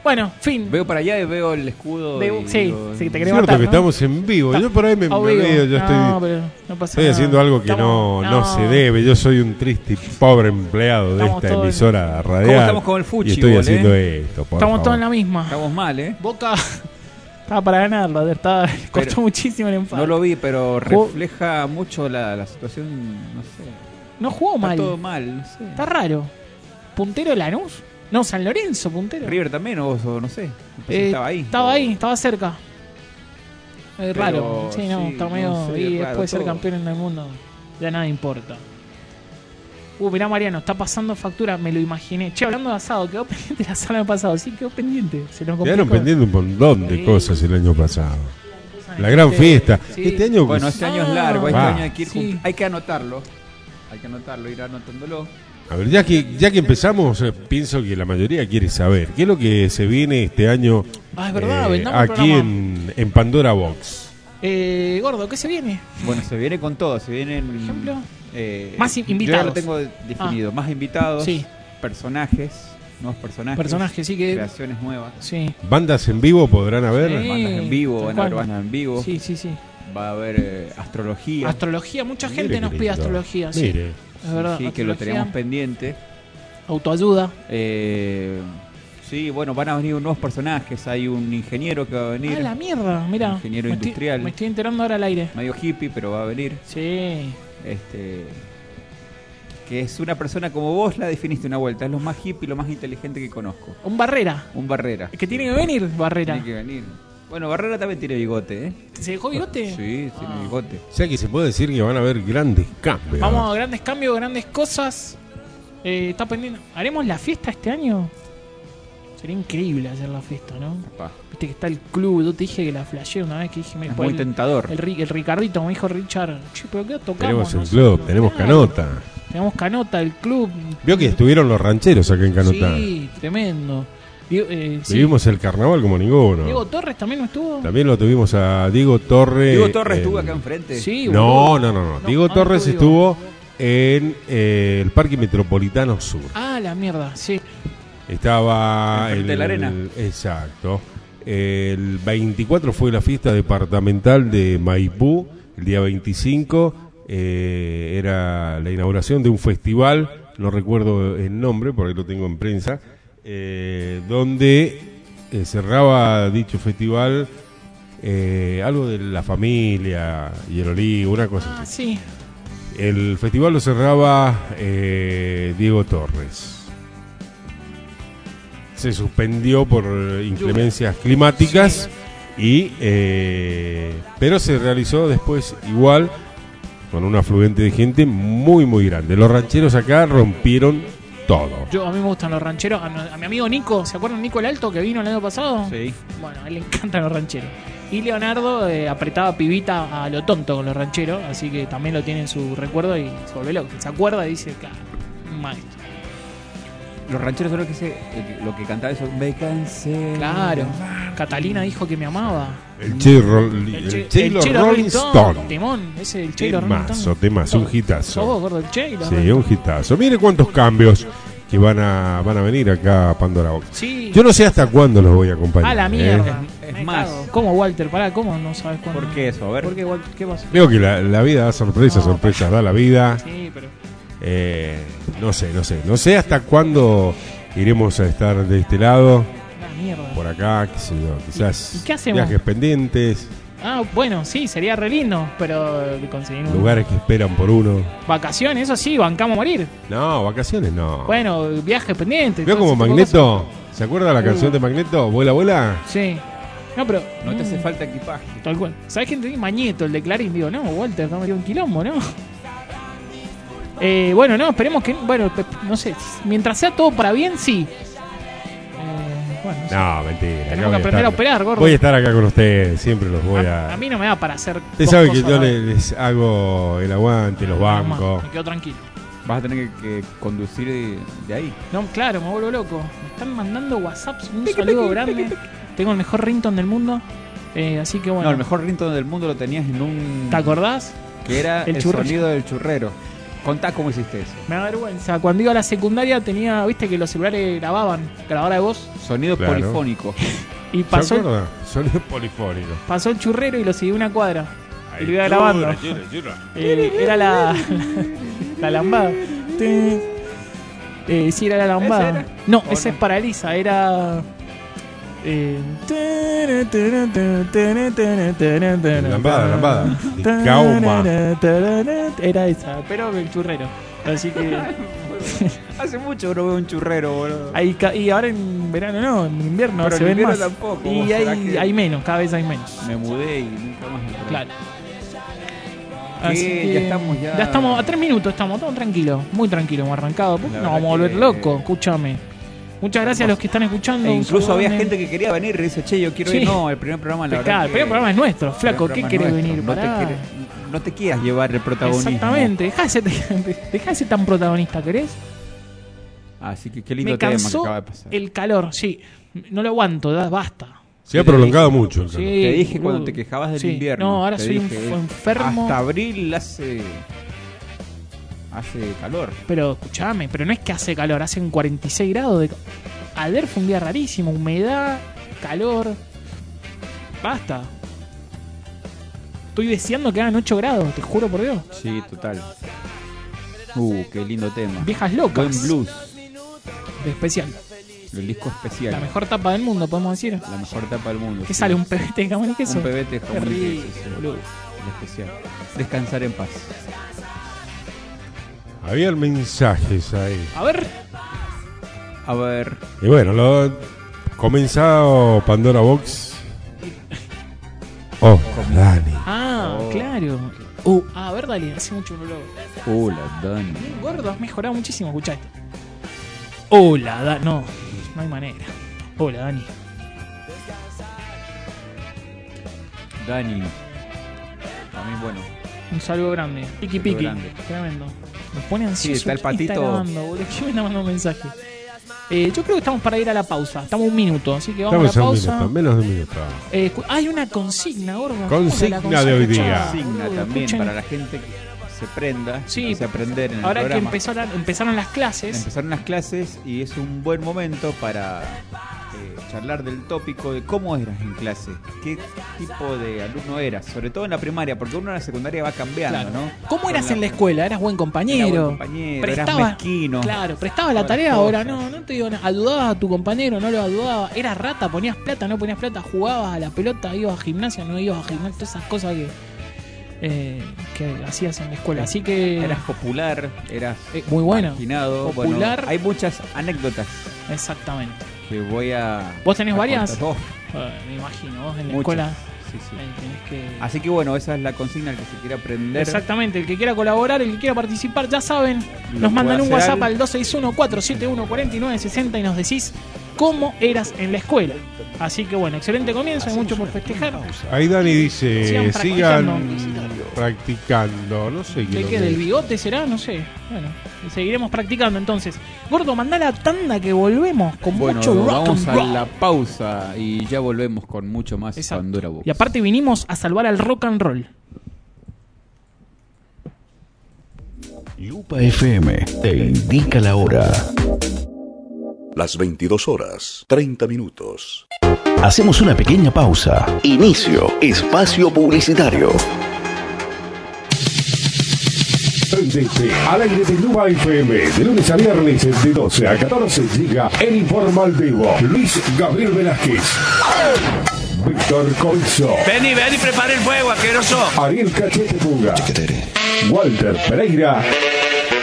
S3: Bueno, fin.
S2: Veo para allá y veo el escudo.
S3: De-
S2: y
S3: sí,
S2: digo,
S3: sí, te
S4: Es
S3: queremos
S4: cierto
S3: matar,
S4: que
S3: ¿no?
S4: estamos en vivo. Yo por ahí me, me
S3: Ah, obvio.
S4: olvido, Yo estoy,
S3: no, pero no pasa
S4: estoy
S3: nada.
S4: haciendo algo que
S3: Estamos-
S4: no, no se debe. Yo soy un triste y pobre empleado de
S3: Estamos
S4: esta
S3: todos en-
S4: emisora radial.
S2: estamos con el fuchi,
S4: Y estoy
S2: bol,
S4: haciendo esto. por
S3: eh? Estamos todos
S4: favor.
S3: en la misma.
S2: Estamos mal, ¿eh?
S3: Boca (laughs) estaba para ganarlo, estaba, (laughs) costó muchísimo el empate.
S2: No
S3: No,
S2: lo vi, pero
S3: Jugó-
S2: refleja mucho la, la situación. No sé.
S3: jugó
S2: Está
S3: mal.
S2: todo mal. No sé.
S3: Está raro. ¿Puntero Lanús? No, San Lorenzo, puntero.
S2: River también, o, o no sé. Me parece que
S3: Eh,
S2: estaba ahí.
S3: Estaba ahí, estaba cerca. Es
S2: Pero,
S3: raro. Sí, no,
S2: sí,
S3: está
S2: no
S3: medio.
S2: sé,
S3: y
S2: raro
S3: después de ser
S2: todo.
S3: campeón en el mundo, ya nada importa. Uh, mirá Mariano, está pasando factura, me lo imaginé. Che, hablando de asado, quedó (laughs) pendiente la sala del pasado. Sí, quedó pendiente. Se nos complicó.
S4: Quedaron pendiendo un montón de
S3: Sí.
S4: cosas el año pasado. La gran fiesta.
S3: Sí.
S4: Este año.
S2: Bueno, este año es
S3: Ah.
S2: largo. Este
S4: Va.
S2: año hay que, ir
S3: Sí.
S2: junt- hay que anotarlo. Hay que anotarlo, ir anotándolo.
S4: A ver, ya que, ya que empezamos, eh, pienso que la mayoría quiere saber. ¿Qué es lo que se viene este año eh,
S3: Ah, es verdad, vendamos el
S4: aquí
S3: programa.
S4: en, en Pandora Box?
S3: Eh, gordo, ¿qué se viene?
S2: Bueno, se viene con todo, se vienen. Por
S3: ejemplo, más in- invitados. Ah.
S2: Yo lo tengo definido. Más invitados,
S3: Sí.
S2: personajes, nuevos personajes.
S3: Personajes, sí que.
S2: Creaciones nuevas.
S3: Sí.
S4: Bandas en vivo podrán haber.
S3: Sí.
S2: Bandas en vivo,
S3: tal
S2: van a haber
S3: cual.
S2: bandas en vivo.
S3: Sí, sí, sí.
S2: Va a haber eh, astrología.
S3: Astrología, mucha
S4: Mire
S3: gente
S4: qué
S3: nos pide
S4: lindo.
S3: astrología, sí.
S4: Mire,
S3: Es verdad.
S2: sí, que lo
S3: astrología,
S2: tenemos pendiente.
S3: Autoayuda.
S2: Eh, sí, bueno, van a venir nuevos personajes. Hay un ingeniero que va a venir.
S3: Ah, la mierda, mira.
S2: Ingeniero
S3: me estoy-
S2: industrial.
S3: me estoy enterando ahora al aire.
S2: Medio hippie, pero va a venir.
S3: Sí.
S2: Este. Que es una persona como vos la definiste una vuelta. Es lo más hippie, lo más inteligente que conozco.
S3: Un barrera.
S2: Un Barrera.
S3: Que tiene que venir barrera.
S2: Tiene que venir. Bueno, Barrera también tiene bigote, ¿eh?
S3: ¿Se dejó bigote?
S2: Sí,
S3: Ah.
S2: tiene bigote.
S4: o sea que se puede decir que van a haber grandes cambios.
S3: Vamos a grandes cambios, grandes cosas. Eh, está pendiente. ¿Haremos la fiesta este año? Sería increíble hacer la fiesta, ¿no? Viste que está el club. Yo te dije que la flasheé una vez que dije. Me
S2: Es
S3: pues,
S2: muy
S3: el,
S2: tentador.
S3: el, Ri- el Ricardito, me dijo Richard. Che, pero ¿qué tocamos?
S4: Tenemos el
S3: No sé,
S4: club,
S3: pero-
S4: tenemos
S3: Claro,
S4: Canota.
S3: Tenemos Canota, el club.
S4: Vio que estuvieron los rancheros acá en Canota.
S3: Sí, tremendo. Diego, eh, sí.
S4: Vivimos el carnaval como ninguno.
S3: Diego Torres también no estuvo.
S4: También lo tuvimos a Diego eh, Torres.
S2: Diego Torres estuvo
S4: en-
S2: acá enfrente.
S3: Sí,
S4: No, no,
S3: boludo.
S4: no, no.
S3: No,
S4: Diego
S3: ¿dónde
S4: Torres
S3: estuvo
S4: estuvo en eh, el Parque Metropolitano Sur.
S3: Ah, la mierda, sí.
S4: Estaba
S2: Enfrente de la arena.
S4: Exacto. El 24 fue la fiesta departamental de Maipú. El día 25 eh, era la inauguración de un festival, no recuerdo el nombre porque lo tengo en prensa, eh, donde eh, cerraba dicho festival eh, algo de la familia y el olivo, una cosa
S3: Ah,
S4: así.
S3: sí.
S4: El festival lo cerraba eh, Diego Torres. Se suspendió por eh, inclemencias climáticas y eh, pero se realizó después igual con un afluente de gente muy muy grande. Los rancheros acá rompieron todo.
S3: Yo, a mí me gustan los rancheros. A, no- a mi amigo Nico, ¿se acuerdan Nico el Alto que vino el año pasado?
S2: Sí.
S3: Bueno, a él le encantan los rancheros. Y Leonardo eh, apretaba pibita a lo tonto con los rancheros, así que también lo tiene en su recuerdo y se vuelve loco. Se acuerda y dice, claro, un maestro.
S2: Los rancheros son los que, se, lo que cantaba eso. Me cansé.
S3: Claro. Catalina dijo que me amaba.
S4: El Chelo el Chelo
S3: Chelo
S4: Rolling Stone.
S3: Timón, ese es el Chelo Rolling
S4: Temazo,
S3: Stone.
S4: temazo, un
S3: ¿Sos
S4: hitazo.
S3: vos, gordo, el Chelo?
S4: Sí, un hitazo. Mire cuántos cambios que van a van a venir acá a Pandora Box.
S3: Sí.
S4: Yo no sé hasta cuándo los voy a acompañar.
S3: A la
S4: ¿eh?
S3: mierda.
S2: Es- es
S3: Me
S2: más.
S3: cago. ¿Cómo, Walter? Pará, ¿cómo no sabes cuándo?
S2: ¿Por qué eso? A ver.
S3: ¿Por qué, Walter? ¿Qué pasó?
S4: Creo que la, la vida da sorpresas,
S3: No.
S4: sorpresas da la vida.
S3: Sí, pero.
S4: Eh, no sé, no sé. No sé hasta cuándo iremos a estar de este lado,
S3: Una mierda.
S4: por acá, qué sé yo, quizás
S3: y qué hacemos?
S4: viajes pendientes,
S3: Ah, bueno, sí, sería re lindo, pero conseguir un-
S4: lugares que esperan por uno.
S3: vacaciones, eso sí, bancamos a morir.
S4: No, vacaciones no.
S3: Bueno, viaje pendiente.
S4: Veo
S3: todo
S4: como
S3: ese tipo de
S4: Magneto, ¿se acuerda la canción
S3: Uh.
S4: de Magneto? Vuela, vuela.
S3: cosas. Sí. No, pero.
S2: No te hace
S3: Mm,
S2: falta equipaje.
S3: Tal cual. ¿Sabes quién tenía Mañeto, el de Clarín? Digo, no, Walter, no me dio un quilombo, ¿no? Eh, bueno, no, esperemos que. Bueno, pe- no sé. Mientras sea todo para bien, sí. Eh, bueno, no sé.
S4: No, mentira. acá
S3: Tenemos
S4: voy
S3: que
S4: a
S3: aprender a
S4: estar.
S3: operar, gordo.
S4: Voy a estar acá con ustedes, siempre los voy a...
S3: a, a mí no me da para hacer.
S4: Usted
S3: dos
S4: sabe que
S3: cosas
S4: yo
S3: a la
S4: le-
S3: vez.
S4: les hago el aguante, los
S3: Nada más,
S4: bancos.
S3: Me quedo tranquilo.
S2: Vas a tener que, que conducir de, de ahí.
S3: No, claro, me vuelvo loco. Me están mandando WhatsApps, un saludo grande. Tengo el mejor rington del mundo. Eh, así que bueno.
S2: No, el mejor ringtone del mundo lo tenías en un...
S3: ¿Te acordás?
S2: Que era
S3: El
S2: el,
S3: churro.
S2: sonido del churrero. Contá cómo hiciste eso.
S3: Me da vergüenza. Cuando iba a la secundaria tenía, viste que los celulares grababan, grabadora de voz,
S2: Sonido
S4: Claro. (laughs)
S2: polifónico.
S3: y
S4: ¿Se
S3: pasó, el-
S4: acuerda? Sonido polifónico.
S3: pasó el churrero y lo siguió una cuadra. Y lo iba
S4: Ay,
S3: grabando.
S4: churra, churra, churra.
S3: Eh, era la, (laughs) la lambada. Tin. Eh, sí, era la lambada.
S2: era?
S3: No,
S2: ¿O
S3: ese
S2: no?
S3: es para Elisa, era. eh, (laughs) tana, tana, tana, tana, tana, tana, tana,
S4: Lambada,
S3: tana.
S4: lambada. De
S3: Tana,
S4: Cauma.
S3: tana, tana, Era esa, pero el churrero. Así
S2: (laughs)
S3: que. (laughs)
S2: Hace mucho que no veo un churrero, boludo.
S3: ahí ca- y ahora en verano no, en invierno
S2: Pero
S3: se
S2: en
S3: ven más.
S2: invierno tampoco,
S3: y
S2: ¿será
S3: hay,
S2: que-
S3: hay menos, cada vez hay menos.
S2: Me mudé y nunca más. entré.
S3: Claro.
S2: ¿Qué? Ya estamos ya-
S3: estamos a tres minutos, estamos todos tranquilos, muy tranquilos, hemos arrancado. Nos
S2: La
S3: vamos a
S2: verdad
S3: volver
S2: que-
S3: locos, escúchame. Muchas gracias a los que están escuchando.
S2: E
S3: un
S2: incluso
S3: saludo
S2: había
S3: grande.
S2: gente que quería venir y dice, che, yo quiero
S3: Sí.
S2: ir. No, el primer programa, la
S3: Claro,
S2: verdad.
S3: el primer programa es nuestro, flaco,
S2: el
S3: ¿qué
S2: programa
S3: querés
S2: es
S3: venir?
S2: nuestro.
S3: Pará.
S2: No te, quieres- no te quieras llevar el protagonismo.
S3: Exactamente, dejá de, ser, dejá de ser tan (laughs) protagonista, ¿querés?
S2: Así que qué lindo
S3: Me
S2: tema que
S3: cansó
S2: acaba de pasar.
S3: el calor, sí. No lo aguanto, da- basta.
S4: Se ha prolongado mucho. el
S3: Sí,
S4: calor.
S2: Te dije
S3: boludo.
S2: cuando te quejabas del
S3: Sí.
S2: invierno.
S3: No, ahora
S2: te
S3: soy un
S2: dije, "Eh,
S3: f- enfermo.
S2: Hasta abril hace. Hace calor.
S3: Pero escuchame, pero no es que hace calor, hacen 46 grados de. ca- Ayer fue un día rarísimo, humedad, calor. Basta. Estoy deseando que hagan 8 grados, te juro por Dios.
S2: Sí, total. Uh, qué lindo tema.
S3: Viejas locas.
S2: Buen blues.
S3: De especial.
S2: El disco especial.
S3: La mejor tapa del mundo, podemos decir.
S2: La mejor tapa del mundo.
S3: ¿Qué
S2: sí.
S3: sale? ¿Un pebete de jamón y queso?
S2: Un pebete de
S3: Qué
S2: jamón y
S3: rico,
S2: queso, sí.
S3: boludo.
S2: El especial. Descansar en paz.
S4: Había mensajes ahí.
S3: A ver,
S2: A ver.
S4: Y bueno, lo comenzado Pandora
S3: (laughs)
S4: Box. Oh, Dani.
S3: ah,
S2: Oh.
S3: claro. Uh, ah, a ver, dale, hace mucho no lo hago.
S2: Hola, Dani.
S3: Bien, Gordo, has mejorado muchísimo, escuchá esto. Hola, Dani. No, no hay manera. Hola, Dani.
S2: Dani. También bueno.
S3: Un saludo grande. Piqui
S2: Saludo
S3: piqui.
S2: grande.
S3: Tremendo. Nos pone ansioso.
S2: está el
S3: ¿Quién
S2: patito.
S3: grabando, boludo? ¿Quién me está mandando mensaje? Eh, yo creo que estamos para ir a la pausa. Estamos un minuto, así que vamos
S4: Estamos
S3: a
S4: a
S3: la
S4: un
S3: pausa.
S4: minuto, menos de un minuto.
S3: Eh, escu- hay una consigna, gordo. ¿Cómo
S4: Consigna
S3: era la consigna?
S4: de hoy
S3: Escuchá,
S4: día.
S2: Signa
S3: boludo,
S2: también
S3: escuchen.
S2: para la gente que se prenda.
S3: Sí.
S2: Se aprender en el
S3: Ahora que
S2: programa.
S3: empezó la- empezaron las clases.
S2: Empezaron las clases y es un buen momento para eh, charlar del tópico de cómo eras en clase, qué tipo de alumno eras, sobre todo en la primaria, porque uno en la secundaria va cambiando,
S3: Claro.
S2: ¿no?
S3: ¿Cómo
S2: Con
S3: eras en la escuela? ¿Eras buen compañero?
S2: Era buen compañero,
S3: Prestaba-
S2: eras mezquino.
S3: Claro, prestaba la
S2: Todas
S3: tarea
S2: las
S3: ahora,
S2: cosas.
S3: no, no te digo nada. Ayudabas a tu compañero, no lo ayudabas. Eras rata, ponías plata, no ponías plata, jugabas a la pelota, ibas a gimnasia, no ibas a gimnasia, todas esas cosas que, eh, que hacías en la escuela. Así que
S2: Eras popular, eras
S3: eh, muy bueno.
S2: marginado, bueno,
S3: Popular.
S2: hay muchas anécdotas
S3: Exactamente.
S2: que voy a.
S3: ¿Vos tenés
S2: a
S3: varias?
S2: contar. Oh,
S3: Eh, me imagino, vos en la
S2: muchas.
S3: escuela
S2: Sí, sí.
S3: eh, tenés que...
S2: Así que bueno, esa es la consigna el que se quiere aprender.
S3: Exactamente, el que quiera colaborar, el que quiera participar, ya saben,
S2: Lo
S3: nos mandan
S2: puede
S3: un
S2: hacer
S3: WhatsApp
S2: al-
S3: al 261-471-4960 y nos decís cómo eras en la escuela. Así que bueno, excelente comienzo, hay mucho por festejar.
S4: Ahí Dani dice,
S3: Sigan
S4: Eh, sigan
S3: practicando.
S4: practicando. No sé
S3: ¿De
S4: lo
S3: qué?
S4: que
S3: ¿Del
S4: es.
S3: bigote será? No sé. Bueno, seguiremos practicando entonces. Gordo, mandá la tanda que volvemos con
S2: Bueno,
S3: mucho rock
S2: vamos
S3: and
S2: a
S3: roll.
S2: la pausa y ya volvemos con mucho más
S3: Exacto.
S2: Pandora Box.
S3: Y aparte vinimos a salvar al rock and roll.
S1: Lupa FM te indica la hora.
S5: Las 22 horas, 30 minutos.
S1: Hacemos una pequeña pausa. Inicio espacio publicitario.
S6: Sentense al aire de Nuba FM de lunes a viernes de 12 a 14 llega el informal vivo Luis Gabriel Velázquez. Víctor Covizo.
S7: Vení, vení, prepara el fuego, asqueroso.
S6: Ariel Cachete Puga, Walter Pereira,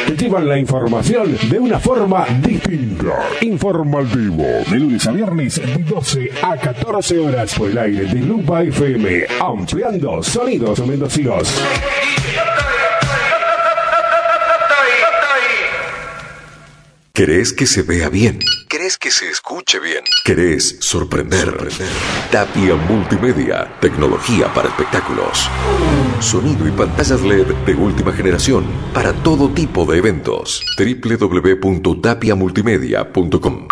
S6: te llevan la información de una forma distinta. Informativo, de lunes a viernes, de 12 a 14 horas, por el aire de Lupa FM, ampliando sonidos mendocinos.
S5: ¿Querés que se vea bien? ¿Querés que se escuche bien? ¿Querés sorprender? Tapia Multimedia, tecnología para espectáculos. Sonido y pantallas LED de última generación para todo tipo de eventos. www.tapiamultimedia.com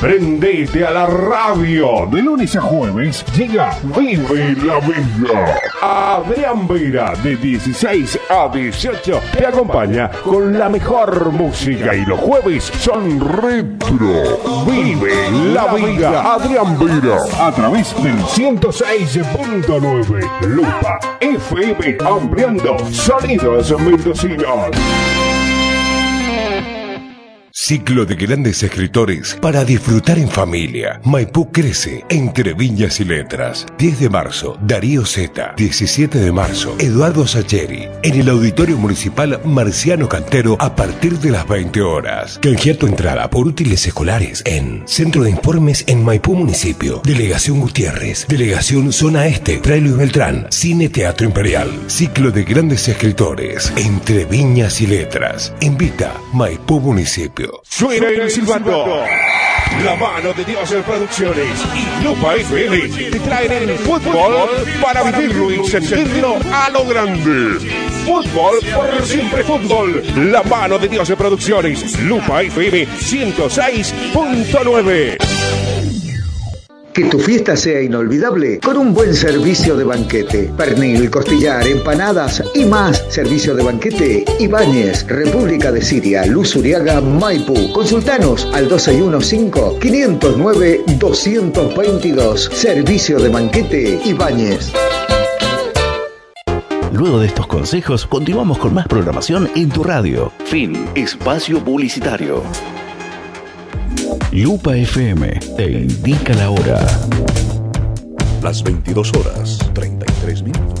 S6: Prendete a la radio. De lunes a jueves llega Vive la Vida. Adrián Vera, de 16 a 18, te acompaña con la mejor música y los jueves son retro. Vive la Vida. Adrián Vera. A través del 106.9. Lupa FM, ampliando sonidos mendocinos.
S8: Ciclo de grandes escritores para disfrutar en familia. Maipú crece entre viñas y letras. 10 de marzo, Darío Zeta. 17 de marzo, Eduardo Sacheri. En el Auditorio Municipal Marciano Cantero a partir de las 20 horas. Canjea tu entrada por útiles escolares en Centro de Informes en Maipú Municipio. Delegación Gutiérrez. Delegación Zona Este. Trae Luis Beltrán. Cine Teatro Imperial. Ciclo de grandes escritores entre viñas y letras. Invita Maipú Municipio.
S6: Suena el silbato. La mano de Dios en Producciones y Lupa FM te traen el fútbol para vivirlo y sentirlo a lo grande. Fútbol por siempre fútbol. La mano de Dios en Producciones. Lupa FM 106.9.
S9: Que tu fiesta sea inolvidable con un buen servicio de banquete. Pernil, costillar, empanadas y más. Servicio de banquete Ibáñez, República de Siria, Luz Uriaga, Maipú. Consultanos al 209-509-222. Servicio de banquete Ibáñez.
S1: Luego de estos consejos, continuamos con más programación en tu radio. Fin. Espacio publicitario. Lupa FM te indica la hora.
S5: Las 22 horas 33 minutos.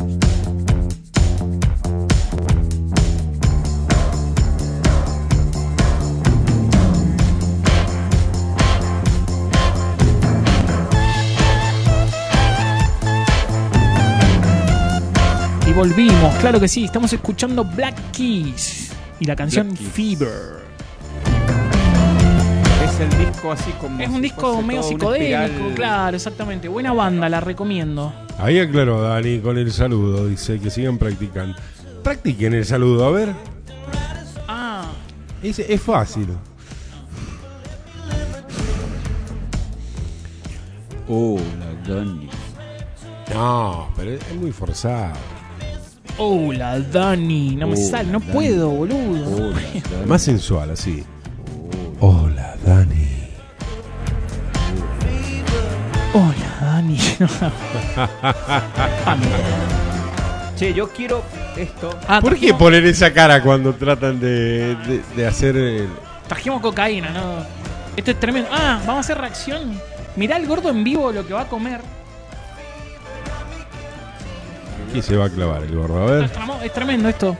S3: Y volvimos, claro que sí, estamos escuchando Black Keys y la canción
S2: Black Keys.
S3: Fever.
S2: pues, Es el disco (laughs) así como.
S3: Es un
S2: si
S3: disco
S2: fuese
S3: medio
S2: todo una
S3: psicodélico,
S2: espiral.
S3: claro, exactamente. Buena banda, la recomiendo.
S4: Ahí aclaró Dani con el saludo, dice que sigan practicando. Practiquen el saludo, a ver.
S3: Ah,
S4: Es, es fácil.
S2: Oh, la Dani.
S4: No, pero es muy forzado.
S3: hola Dani, no me
S2: Hola,
S3: sale, no
S2: Dani.
S3: puedo, boludo.
S2: Oh,
S3: no (laughs)
S2: la
S3: puedo.
S2: Dani.
S4: Más sensual, así. Hola, Dani.
S3: Hola Dani. No.
S2: Che, yo quiero esto.
S3: Ah,
S4: ¿Por qué
S3: trajimos-
S4: poner esa cara cuando tratan de, de- de hacer el...
S3: Trajimos cocaína, ¿no? Esto es tremendo. Ah, vamos a hacer reacción. Mirá el gordo en vivo lo que va a comer.
S4: ¿Qué se va a clavar el gordo? A ver.
S3: Es tramo- Es tremendo esto.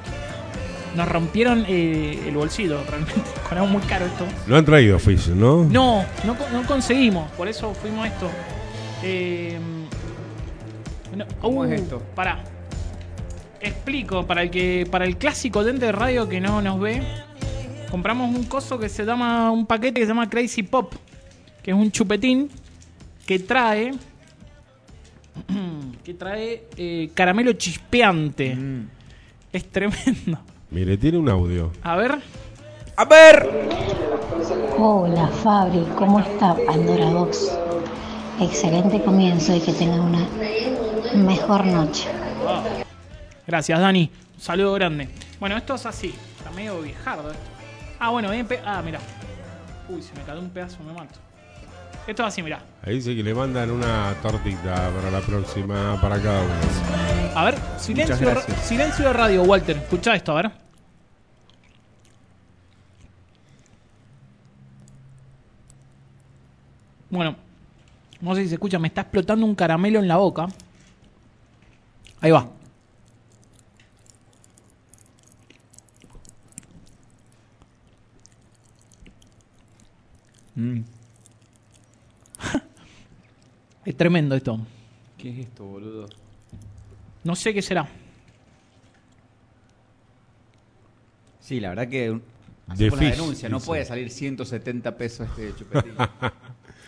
S3: Nos rompieron eh, el bolsillo, realmente. (laughs) Con algo muy caro esto.
S4: Lo han traído Fish, ¿no?
S3: No, no, co- no conseguimos. Por eso fuimos a esto. Eh, no- uh,
S2: ¿Cómo es esto?
S3: Pará. Explico, para el, que, para el clásico dente de radio que no nos ve, compramos un coso que se llama, un paquete que se llama Crazy Pop, que es un chupetín que trae, (clears throat) que trae eh, caramelo chispeante. Es tremendo.
S4: Mire, tiene un audio.
S3: A ver.
S2: A ver.
S10: Hola Fabri, ¿cómo está Pandora Box? Excelente comienzo y que tengan una mejor noche.
S3: Gracias, Dani. Un saludo grande. Bueno, esto es así. Está medio ¿eh? viejardo esto. Ah, bueno, bien. pe- Ah, mira. Uy, se me cayó un pedazo, me mato. Esto es así, mirá.
S4: Ahí dice que le mandan una tortita para la próxima, para cada uno.
S3: A ver, silencio,
S4: gracias.
S3: ra- silencio de radio, Walter. Escucha esto, a ver. Bueno, no sé si se escucha, me está explotando un caramelo en la boca. Ahí va. (laughs) Es tremendo esto.
S2: ¿Qué es esto, boludo?
S3: No sé qué será.
S2: Sí, la verdad que. un-
S4: The
S2: Hacemos la
S4: Fish,
S2: denuncia, no
S4: dice.
S2: puede salir 170 pesos este chupetín.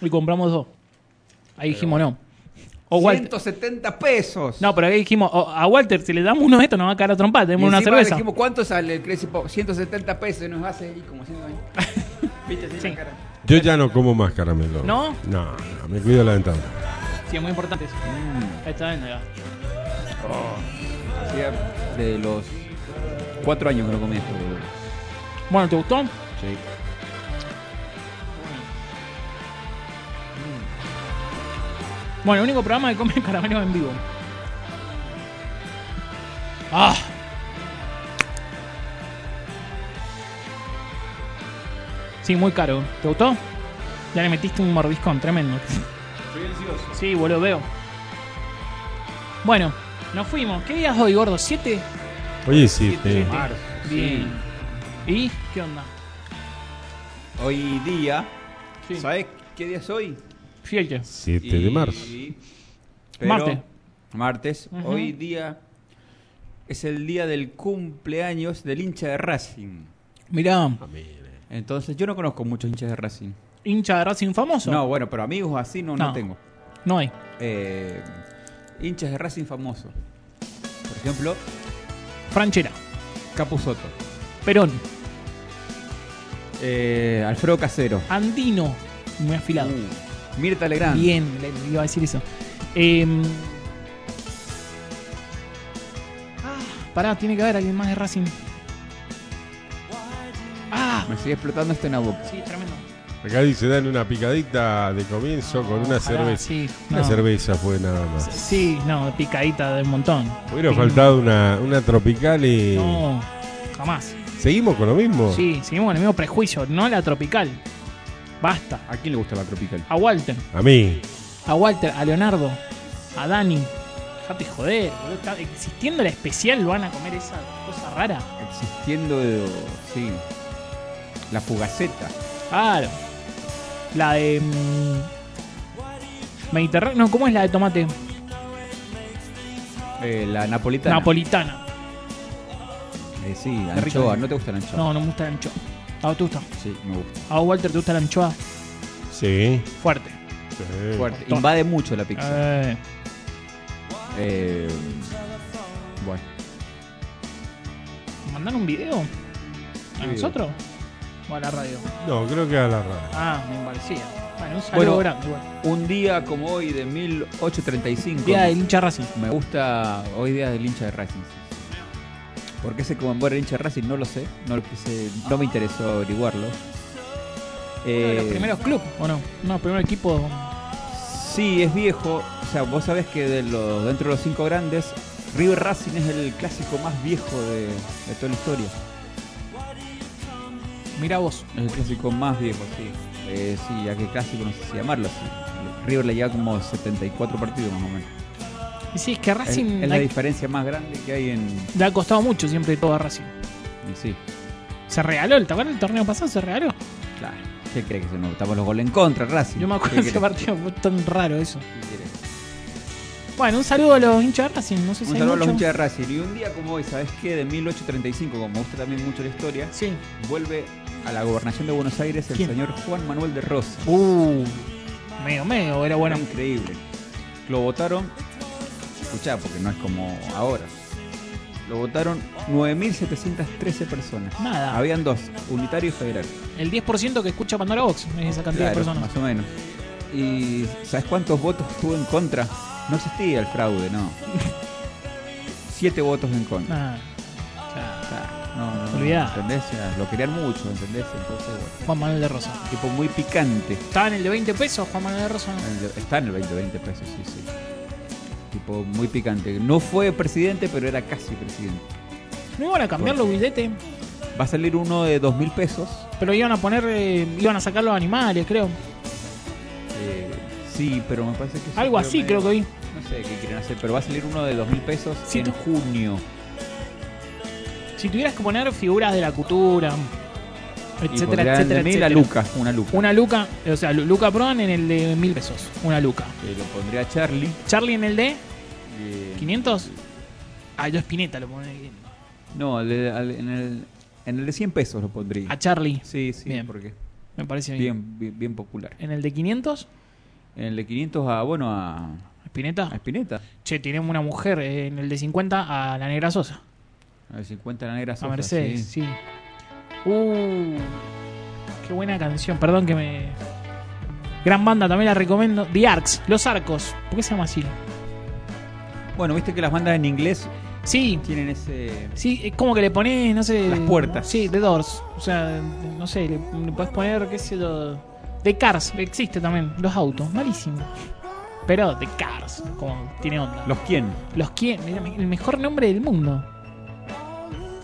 S3: Y compramos dos. Ahí dijimos no. (laughs) O Walter.
S2: 170 pesos.
S3: No, pero ahí dijimos, o- a Walter, si le damos uno de estos, nos va a caer a trompar.
S2: Y
S3: Tenemos una
S2: encima
S3: cerveza.
S2: dijimos, ¿cuánto sale el Crazy Pop? 170 pesos y nos hace ahí
S3: (laughs)
S2: como 120. ¿Viste? así la cara.
S4: Yo ya no como más caramelo.
S3: ¿No?
S4: No, no, me cuido la ventana.
S3: Sí, es muy importante eso.
S2: Mm.
S3: Ahí está, ven, ahí va.
S2: Oh, Hacía de los 4 años que no comí esto, boludo.
S3: Bueno, ¿te gustó?
S2: Sí.
S3: Bueno, el único programa que come (laughs) caramelos en vivo. ¡Ah! Sí, muy caro. ¿Te gustó? Ya le metiste un mordiscón tremendo. (laughs)
S2: Soy ansioso.
S3: Sí, boludo, veo. Bueno, nos fuimos. ¿Qué día es hoy, gordo? ¿Siete?
S4: Oye, sí, te-
S2: Marzo.
S3: Bien. ¿Y qué onda?
S2: Sí. Hoy día.
S3: Sí.
S2: ¿Sabes qué día es hoy?
S3: Fíjate.
S4: 7 de marzo.
S2: Pero-
S3: Martes.
S2: Martes.
S3: Ujú.
S2: Hoy día es el día del cumpleaños del hincha de Racing.
S3: Mirá,
S2: eh. Entonces, yo no conozco muchos hinchas de Racing.
S3: hincha de Racing famoso.
S2: No, bueno, pero amigos así no, no
S3: No.
S2: tengo.
S3: No hay.
S2: Eh, hinchas de Racing famosos. Por ejemplo,
S3: Franchera.
S2: Capuzoto.
S3: Perón.
S2: Eh, Alfredo Casero.
S3: Andino. Muy afilado.
S2: Mm. Mirta Legrand.
S3: Bien, le, le iba a decir eso. Em, ah, pará, tiene que haber alguien más de Racing. Ah,
S2: Me sigue explotando este esto en la boca.
S3: sí, tremendo.
S4: Acá dice, dan una picadita de comienzo con una
S3: Pará,
S4: cerveza.
S3: Sí,
S4: Una
S3: no.
S4: cerveza fue nada más.
S3: Sí, no, picadita de un montón.
S4: Hubiera faltado una, una tropical y...
S3: No, jamás.
S4: ¿Seguimos con lo mismo?
S3: Sí, seguimos con el mismo prejuicio, no la tropical. Basta.
S2: ¿A quién le gusta la tropical?
S3: A Walter,
S4: A mí.
S3: a Walter, a Leonardo, a Dani. Dejate joder, boludo, está- existiendo la especial van a comer esa cosa rara.
S2: Existiendo, sí. La fugaceta.
S3: Claro. La de. mm, Mediterráneo. No, ¿cómo es la de tomate?
S2: Eh, la napolitana.
S3: Ah. Napolitana.
S2: Eh, sí, la
S3: Qué rico.
S2: anchoa. ¿No te gusta la anchoa?
S3: No, no me gusta la anchoa. A vos te gusta.
S2: Sí, me gusta.
S3: A vos, Walter, te gusta la anchoa.
S4: Sí.
S3: Fuerte.
S4: Sí.
S2: Fuerte. Invade mucho la pizza.
S3: Eh,
S2: Eh, bueno.
S3: ¿Mandan un video? ¿A
S2: Sí.
S3: nosotros? ¿O a la radio?
S4: No, creo que a la radio.
S3: Ah, me parecía. Bueno, un saludo
S2: Bueno,
S3: grande. igual.
S2: Un día como hoy de 1835.
S3: Día del hincha Racing.
S2: Me gusta hoy día del hincha de Racing. ¿Por qué se conmemora el hincha de Racing? No lo sé. No, lo quise- no me interesó averiguarlo.
S3: Uno de los
S2: Eh,
S3: primeros clubes, ¿o no? No, primer equipo.
S2: Sí, es viejo. O sea, vos sabés que de los, dentro de los cinco grandes, River Racing es el clásico más viejo de, de toda la historia.
S3: Mira vos.
S2: Es el clásico más viejo, sí. Eh, sí, ya que clásico no sé si llamarlo así. River le lleva como 74 partidos más o menos.
S3: Y sí, es que
S2: Es,
S3: Racing
S2: es la
S3: hay-
S2: diferencia más grande que hay en...
S3: le ha costado mucho siempre todo a Racing.
S2: y sí,
S3: Se regaló, ¿te acuerdas del torneo pasado? Se regaló.
S2: claro. ¿Qué crees que se nos estamos los goles en contra, Racing?
S3: Yo me
S2: ¿Qué
S3: acuerdo de ese
S2: crees?
S3: partido, fue tan raro eso.
S2: ¿Qué crees?
S3: Bueno, un saludo a los hinchas de Racing, no sé si
S2: Un
S3: hay
S2: saludo a los
S3: mucho.
S2: hinchas de Racing. Y un día como hoy, ¿sabes qué? De 1835, como me gusta también mucho la historia,
S3: Sí.
S2: vuelve a la gobernación de Buenos Aires el
S3: ¿Quién?
S2: señor Juan Manuel de Rosas.
S3: Uh, medio, medio, era bueno.
S2: Era increíble. Lo votaron, escuchá, porque no es como ahora. Lo votaron 9.713 personas.
S3: Nada.
S2: Habían dos, unitario y federal.
S3: El 10% que escucha Pandora Box es esa cantidad de
S2: Claro,
S3: personas.
S2: Más o menos. ¿Y sabes cuántos votos tuvo en contra? No existía
S3: (laughs)
S2: el fraude, no. Siete votos en contra.
S3: Ah, Nah. O sea,
S2: O sea, no, no, no.
S3: Olvidá.
S2: ¿Entendés? O sea, Lo querían mucho, ¿entendés? Entonces, bueno,
S3: Juan Manuel de Rosa.
S2: tipo muy picante.
S3: ¿Estaba en el de 20 pesos Juan Manuel de Rosa?
S2: El de- Está en el 20, 20 pesos, sí, sí. Tipo muy picante. No fue presidente, pero era casi presidente.
S3: No iban a
S2: Pues
S3: cambiar los billetes,
S2: Va a salir uno de dos mil pesos.
S3: pero iban a poner, eh, iban a sacar los animales, creo.
S2: Eh, sí, pero me parece que... eso
S3: Algo así creo que
S2: medio-
S3: vi.
S2: No sé qué quieren hacer, pero va a salir uno de dos mil pesos
S3: Sí,
S2: en
S3: tú-
S2: junio.
S3: Si tuvieras que poner figuras de la cultura,
S2: y
S3: etcétera,
S2: pondrían
S3: etcétera,
S2: de mil
S3: etcétera.
S2: a Luca, una Luca.
S3: Una Luca, o sea, Lu- Luca Prodan en el de mil pesos. Una Luca.
S2: Eh, lo pondría a Charlie.
S3: Charlie en el de
S2: eh,
S3: 500. Ah, yo Spinetta lo pone ahí.
S2: No, al de- al- en, el, en el de 100 pesos lo pondría.
S3: A Charlie,
S2: Sí, sí,
S3: Bien.
S2: porque
S3: me parece bien.
S2: bien, bien, bien popular.
S3: En el de 500,
S2: En el de 500 a, bueno, a, a
S3: Spinetta.
S2: Spinetta.
S3: Che, tenemos una mujer eh, en el de 50 a la Negra Sosa.
S2: En el 50 la negra
S3: A
S2: Sosa,
S3: Mercedes,
S2: sí.
S3: sí. Uh, qué buena canción. Perdón que me. Gran banda, también la recomiendo. The Arcs, Los Arcos. ¿Por qué se llama así?
S2: Bueno, viste que las bandas en inglés
S3: Sí,
S2: tienen ese...
S3: sí, es como que le pones, no sé.
S2: Las puertas.
S3: Sí, The Doors. O sea, no sé, le, le podés poner, qué sé yo. The Cars, existe también. Los autos, malísimo. Pero The Cars, como tiene onda.
S2: ¿Los quién?
S3: Los quién, era el mejor nombre del mundo.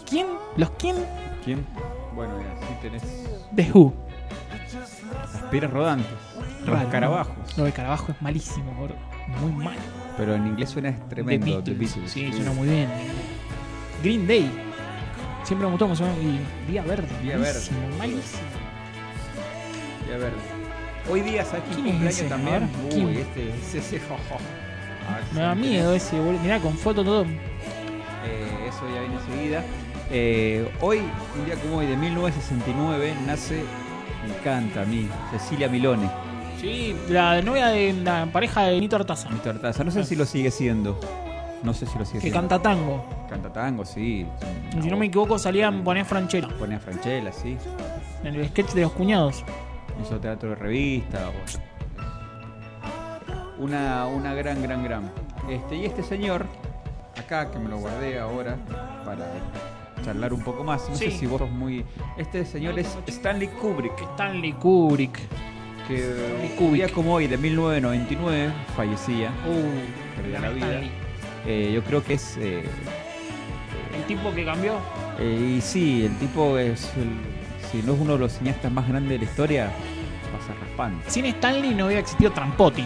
S3: ¿Quién? ¿Los quién?
S2: ¿Quién? Bueno, mira, sí tenés
S3: The Who.
S2: las piedras rodantes, los
S3: Raro.
S2: escarabajos.
S3: Lo de Carabajo es malísimo, gordo. Muy mal.
S2: Pero en inglés suena tremendo.
S3: The
S2: The Beatles.
S3: Sí, suena muy bien. Green Day. Siempre me gustó cómo suena. Y Día Verde.
S2: Día
S3: malísimo,
S2: Verde.
S3: malísimo.
S2: Y a ver, hoy día ¿sabes quién
S3: ¿Quién es
S2: cumpleaños
S3: ese? A
S2: también?
S3: ver,
S2: Uy,
S3: ¿quién?
S2: este, ese, ese, (laughs) jo, jo. Ah, A ver si
S3: Me da
S2: lo
S3: miedo ese, boludo. Mirá, con foto todo.
S2: tenés. Eh, eso ya viene enseguida. Eh, hoy, un día como hoy, de 1969, nace, me encanta a mí, Cecilia Milone,
S3: Sí, la novia de la pareja de Nito Artaza. Ah.
S2: Mr. Artaza. No sé si lo sigue siendo. No sé si lo sigue
S3: Que
S2: siendo.
S3: canta tango.
S2: Canta tango, sí.
S3: Y si no me equivoco, salían Boné Franchella.
S2: Pone a Franchella, sí.
S3: En el sketch de los cuñados.
S2: Hizo teatro de revista. bueno. Una, una gran, gran, gran. Este, y este señor, acá que me lo guardé ahora para charlar un poco más. No sé
S3: Sí.
S2: si vos sos muy. Este señor es Stanley Kubrick,
S3: Stanley Kubrick.
S2: que un día como hoy, de 1999, fallecía.
S3: Uh,
S2: Perdió
S3: gran
S2: la vida.
S3: Stanley.
S2: Eh, yo creo que es. eh,
S3: El tipo que cambió.
S2: eh, y sí, el tipo es. el- si no es uno de los cineastas más grandes de la historia, pasa raspando.
S3: Sin Stanley no hubiera existido Trampotti.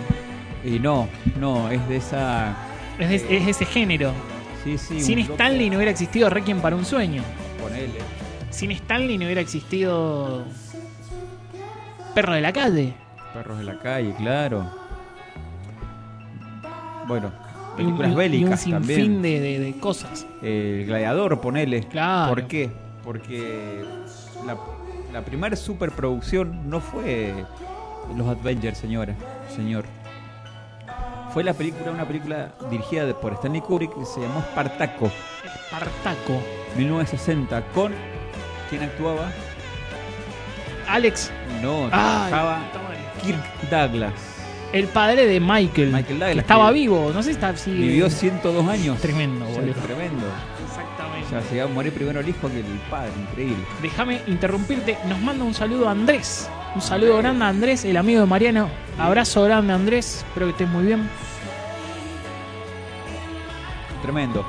S2: Y no, no, es de esa. eh,
S3: Es, de- es ese género.
S2: Sí, sí.
S3: Sin
S2: un loco,
S3: Stanley no hubiera existido Requiem para un sueño.
S2: Ponele.
S3: Sin Stanley no hubiera existido Perro de la calle.
S2: Perros de la calle, claro. Bueno,
S3: Y un-
S2: películas
S3: y un,
S2: bélicas
S3: sinfín
S2: también.
S3: de, de- de cosas.
S2: El gladiador, ponele.
S3: Claro.
S2: ¿Por qué? Porque la, la primera superproducción no fue Los Avengers, señora, señor. Fue la película, una película dirigida de- por Stanley Kubrick que se llamó Espartaco,
S3: Espartaco.
S2: 1960, con quien actuaba,
S3: Alex.
S2: no,
S3: Ay,
S2: trabajaba
S3: puta madre.
S2: Kirk Douglas.
S3: El padre de Michael.
S2: Michael Douglas,
S3: que estaba
S2: que-
S3: vivo. No sé si está si- eh,
S2: Vivió 102 años.
S3: Tremendo,
S2: O sea,
S3: boludo.
S2: Tremendo. O
S3: Exactamente.
S2: sea, se iba a morir primero el hijo que el padre, increíble.
S3: Déjame interrumpirte. Nos manda un saludo a Andrés. Un saludo grande a Andrés, el amigo de Mariano. Abrazo grande, Andrés. Espero que estés muy bien.
S2: Tremendo.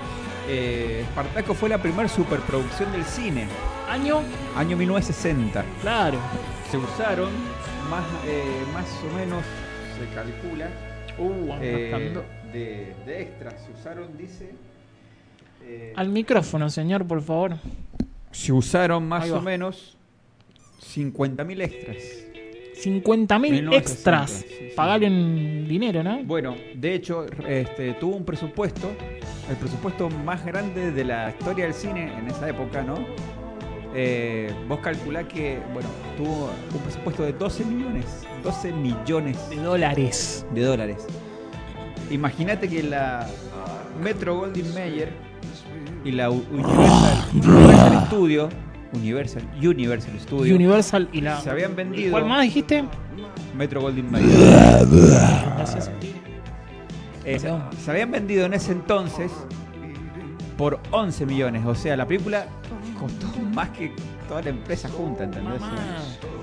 S2: Eh, Espartaco fue la primera superproducción del cine,
S3: Año,
S2: año 1960.
S3: claro.
S2: Se usaron más, eh, más o menos, se calcula,
S3: Uh,
S2: eh,
S3: arrastrando.
S2: de, de extras. Se usaron, dice. eh,
S3: Al micrófono, señor, por favor.
S2: se usaron más
S3: Ahí
S2: o
S3: va.
S2: menos 50.000 extras.
S3: 50 mil
S2: 1960,
S3: extras.
S2: sí, sí.
S3: Pagar en dinero, ¿no?
S2: Bueno, de hecho, este, tuvo un presupuesto, el presupuesto más grande de la historia del cine en esa época, ¿no? Eh, vos calculá que, bueno, tuvo un presupuesto de 12 millones, 12 millones
S3: De dólares.
S2: de dólares. Imagínate que la Metro Goldwyn Mayer y la U-
S3: Ah.
S2: Universal, Universal Studio, Universal, Universal Studio,
S3: Universal y la.
S2: se habían vendido
S3: ¿Cuál más dijiste?
S2: Metro Goldwyn Mayer.
S3: Gracias.
S2: Eh, se habían vendido en ese entonces por 11 millones. O sea, la película costó más que toda la empresa junta, ¿entendés?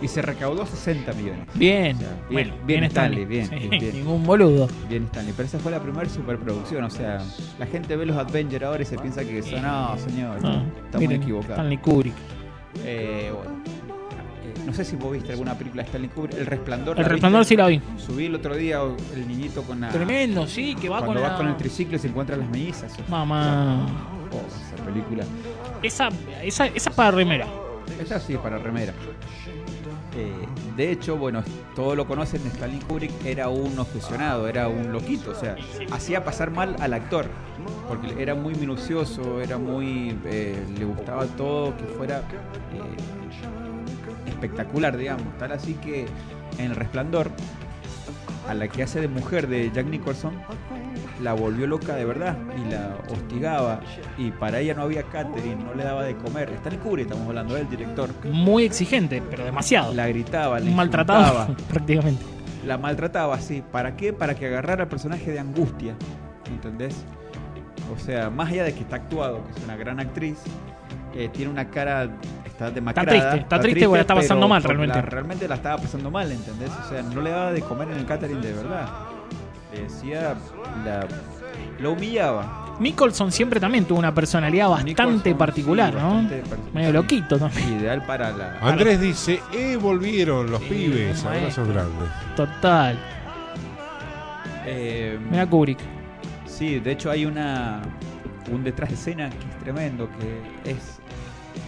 S2: Y se recaudó 60 millones.
S3: Bien.
S2: O sea, bien,
S3: Bueno,
S2: bien,
S3: bien
S2: Stanley,
S3: Stanley.
S2: bien,
S3: Sí,
S2: bien, bien.
S3: Ningún boludo.
S2: Bien Stanley, pero esa fue la primera superproducción, o sea, la gente ve los Avengers ahora y se piensa que son, no, señor,
S3: Ah,
S2: está muy
S3: miren,
S2: equivocado.
S3: Stanley Kubrick.
S2: Eh, bueno, eh, no sé si vos viste alguna película de Stanley Kubrick, El Resplandor.
S3: El Resplandor sí la vi.
S2: Subí el otro día o- el niñito con la...
S3: Tremendo, sí, que va
S2: cuando
S3: con,
S2: vas
S3: la-
S2: con el triciclo y se encuentran las mellizas.
S3: Mamá.
S2: Oh, esa película.
S3: Esa, esa, esa es para remera.
S2: Esa sí es para remera. Eh, de hecho, bueno, todos lo conocen, Stanley Kubrick era un obsesionado, era un loquito, o sea, hacía pasar mal al actor, porque era muy minucioso, era muy, eh, le gustaba todo que fuera eh, espectacular, digamos, tal así que en El Resplandor, a la que hace de mujer de Jack Nicholson, la volvió loca de verdad y la hostigaba y para ella no había catering, no le daba de comer. Stanley Kubrick, estamos hablando del director.
S3: Muy exigente, pero demasiado.
S2: La gritaba, le
S3: Un
S2: (laughs)
S3: maltratado,
S2: insultaba,
S3: prácticamente.
S2: la maltrataba, sí. ¿Para qué? Para que agarrara al personaje de angustia. ¿Entendés? O sea, más allá de que está actuado, que es una gran actriz, eh, tiene una cara. Está demacrada.
S3: triste, está triste porque la está pasando
S2: pero
S3: mal, realmente.
S2: La, realmente la estaba pasando mal, ¿entendés? O sea, no le daba de comer en el catering de verdad. Le decía. La, lo humillaba.
S3: Nicholson siempre también tuvo una personalidad bastante
S2: Nicholson,
S3: particular,
S2: sí,
S3: ¿no?
S2: bastante particular.
S3: Medio loquito también.
S2: Ideal para la.
S4: Andrés dice, eh, volvieron los pibes,
S3: maestro.
S4: abrazos grandes.
S3: Total.
S2: eh,
S3: Mira Kubrick.
S2: Sí, de hecho hay una un detrás de escena que es tremendo, que es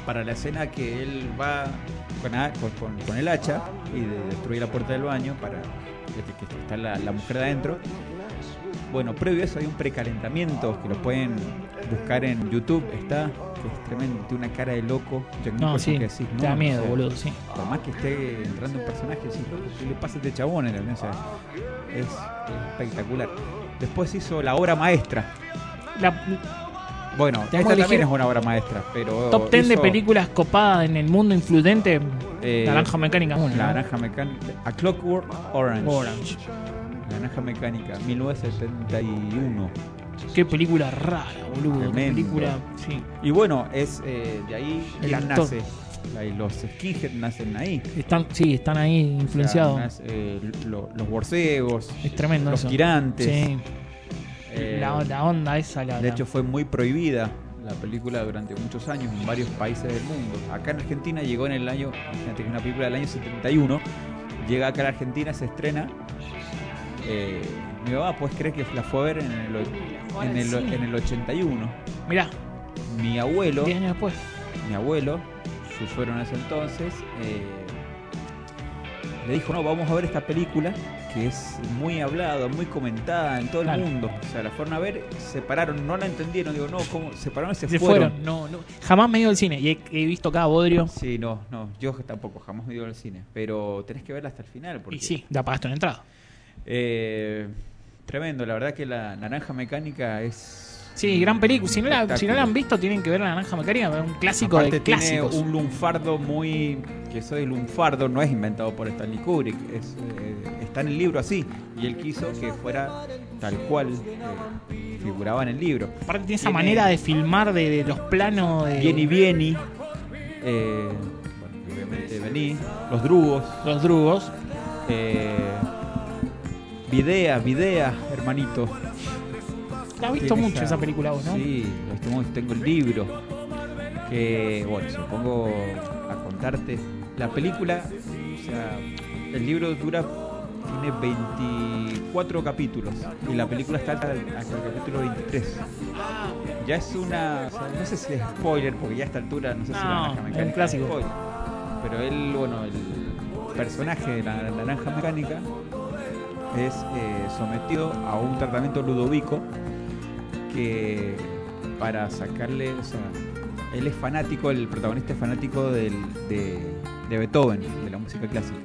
S2: para la escena que él va con, a- con- con- con el hacha y de- destruye la puerta del baño para que, que está la, la mujer de adentro. Bueno, previo a eso hay un precalentamiento que lo pueden buscar en YouTube, está, que es tremendo, tiene una cara de loco. Jack
S3: No,
S2: Nicholson
S3: sí.
S2: que decís,
S3: te da
S2: no,
S3: miedo,
S2: o sea,
S3: boludo, sí.
S2: por más que esté entrando un personaje, sí, ¿qué le pasa a este chabón? ¿entendés? O sea, es, es espectacular. Después hizo la obra maestra.
S3: La
S2: Bueno,
S3: Te
S2: esta
S3: vamos a
S2: también
S3: elegir
S2: es una obra maestra, pero.
S3: top 10 de
S2: Oh, hizo,
S3: películas copadas en el mundo influyente.
S2: eh,
S3: Naranja Mecánica. es una,
S2: La
S3: ¿no?
S2: naranja mecánica. A Clockwork Orange.
S3: Orange.
S2: La naranja mecánica, 1971.
S3: Qué película rara, boludo. Qué
S2: Tremendo.
S3: película. Sí.
S2: Y bueno, es eh, de ahí
S3: El
S2: quien
S3: actor.
S2: nace. Ahí los Skinhead nacen ahí.
S3: Están, sí, están ahí
S2: O sea,
S3: influenciados.
S2: nace, eh, lo- los borcegos,
S3: es tremendo
S2: los
S3: eso.
S2: tirantes.
S3: Sí.
S2: eh,
S3: la, la onda esa, la.
S2: De
S3: la-
S2: hecho, fue muy prohibida la película durante muchos años en varios países del mundo. Acá en Argentina llegó en el año, imagínate que una película del año 71, llega acá a la Argentina, se estrena. Eh, mi papá, pues crees que la fue a ver en el, o- en el, o- en el 81.
S3: mirá,
S2: Mi abuelo,
S3: 10 años después.
S2: mi abuelo, que fueron en ese entonces, eh, le dijo, no, vamos a ver esta película que es muy hablada, muy comentada en todo el
S3: Claro.
S2: mundo. O sea, la fueron a ver, se pararon, no la entendieron, digo, no, ¿cómo? Se pararon y se,
S3: Se
S2: fueron.
S3: fueron. No, no. Jamás me he ido al cine. Y he, he visto acá Bodrio.
S2: Sí, no, no, yo tampoco, jamás me dio al cine, pero tenés que verla hasta el final. Porque,
S3: Y sí, la pagaste una entrada.
S2: eh, tremendo, la verdad que la naranja mecánica es...
S3: Sí, gran película. Si no, la, si no la han visto, tienen que ver La Naranja Mecánica. Un clásico
S2: Aparte
S3: de
S2: tiene
S3: clásicos.
S2: un lunfardo muy... que eso de lunfardo no es inventado por Stanley Kubrick, es, eh, está en el libro así, y él quiso que fuera tal cual eh, figuraba en el libro.
S3: Aparte tiene esa
S2: tiene-
S3: manera de filmar de, de los planos de
S2: Vieni Vieni, eh, bueno, y obviamente Vení, Los Drugos,
S3: los drugos.
S2: eh, Videa, Videa, hermanito.
S3: La has visto
S2: Tiene
S3: mucho esa película vos, ¿no?
S2: Sí, lo tengo, tengo el libro. Que, bueno, si me pongo a contarte. La película, o sea, el libro dura, tiene 24 capítulos. Y la película está hasta el, hasta el capítulo 23. Ya es una. o sea, no sé si es spoiler, porque ya a esta altura no sé si
S3: No,
S2: la naranja
S3: es
S2: mecánica.
S3: un clásico.
S2: es spoiler. Pero él, bueno, el personaje de la, la naranja mecánica es eh, sometido a un tratamiento ludovico que para sacarle, o sea, él es fanático, el protagonista es fanático del- de, de Beethoven, de la música clásica.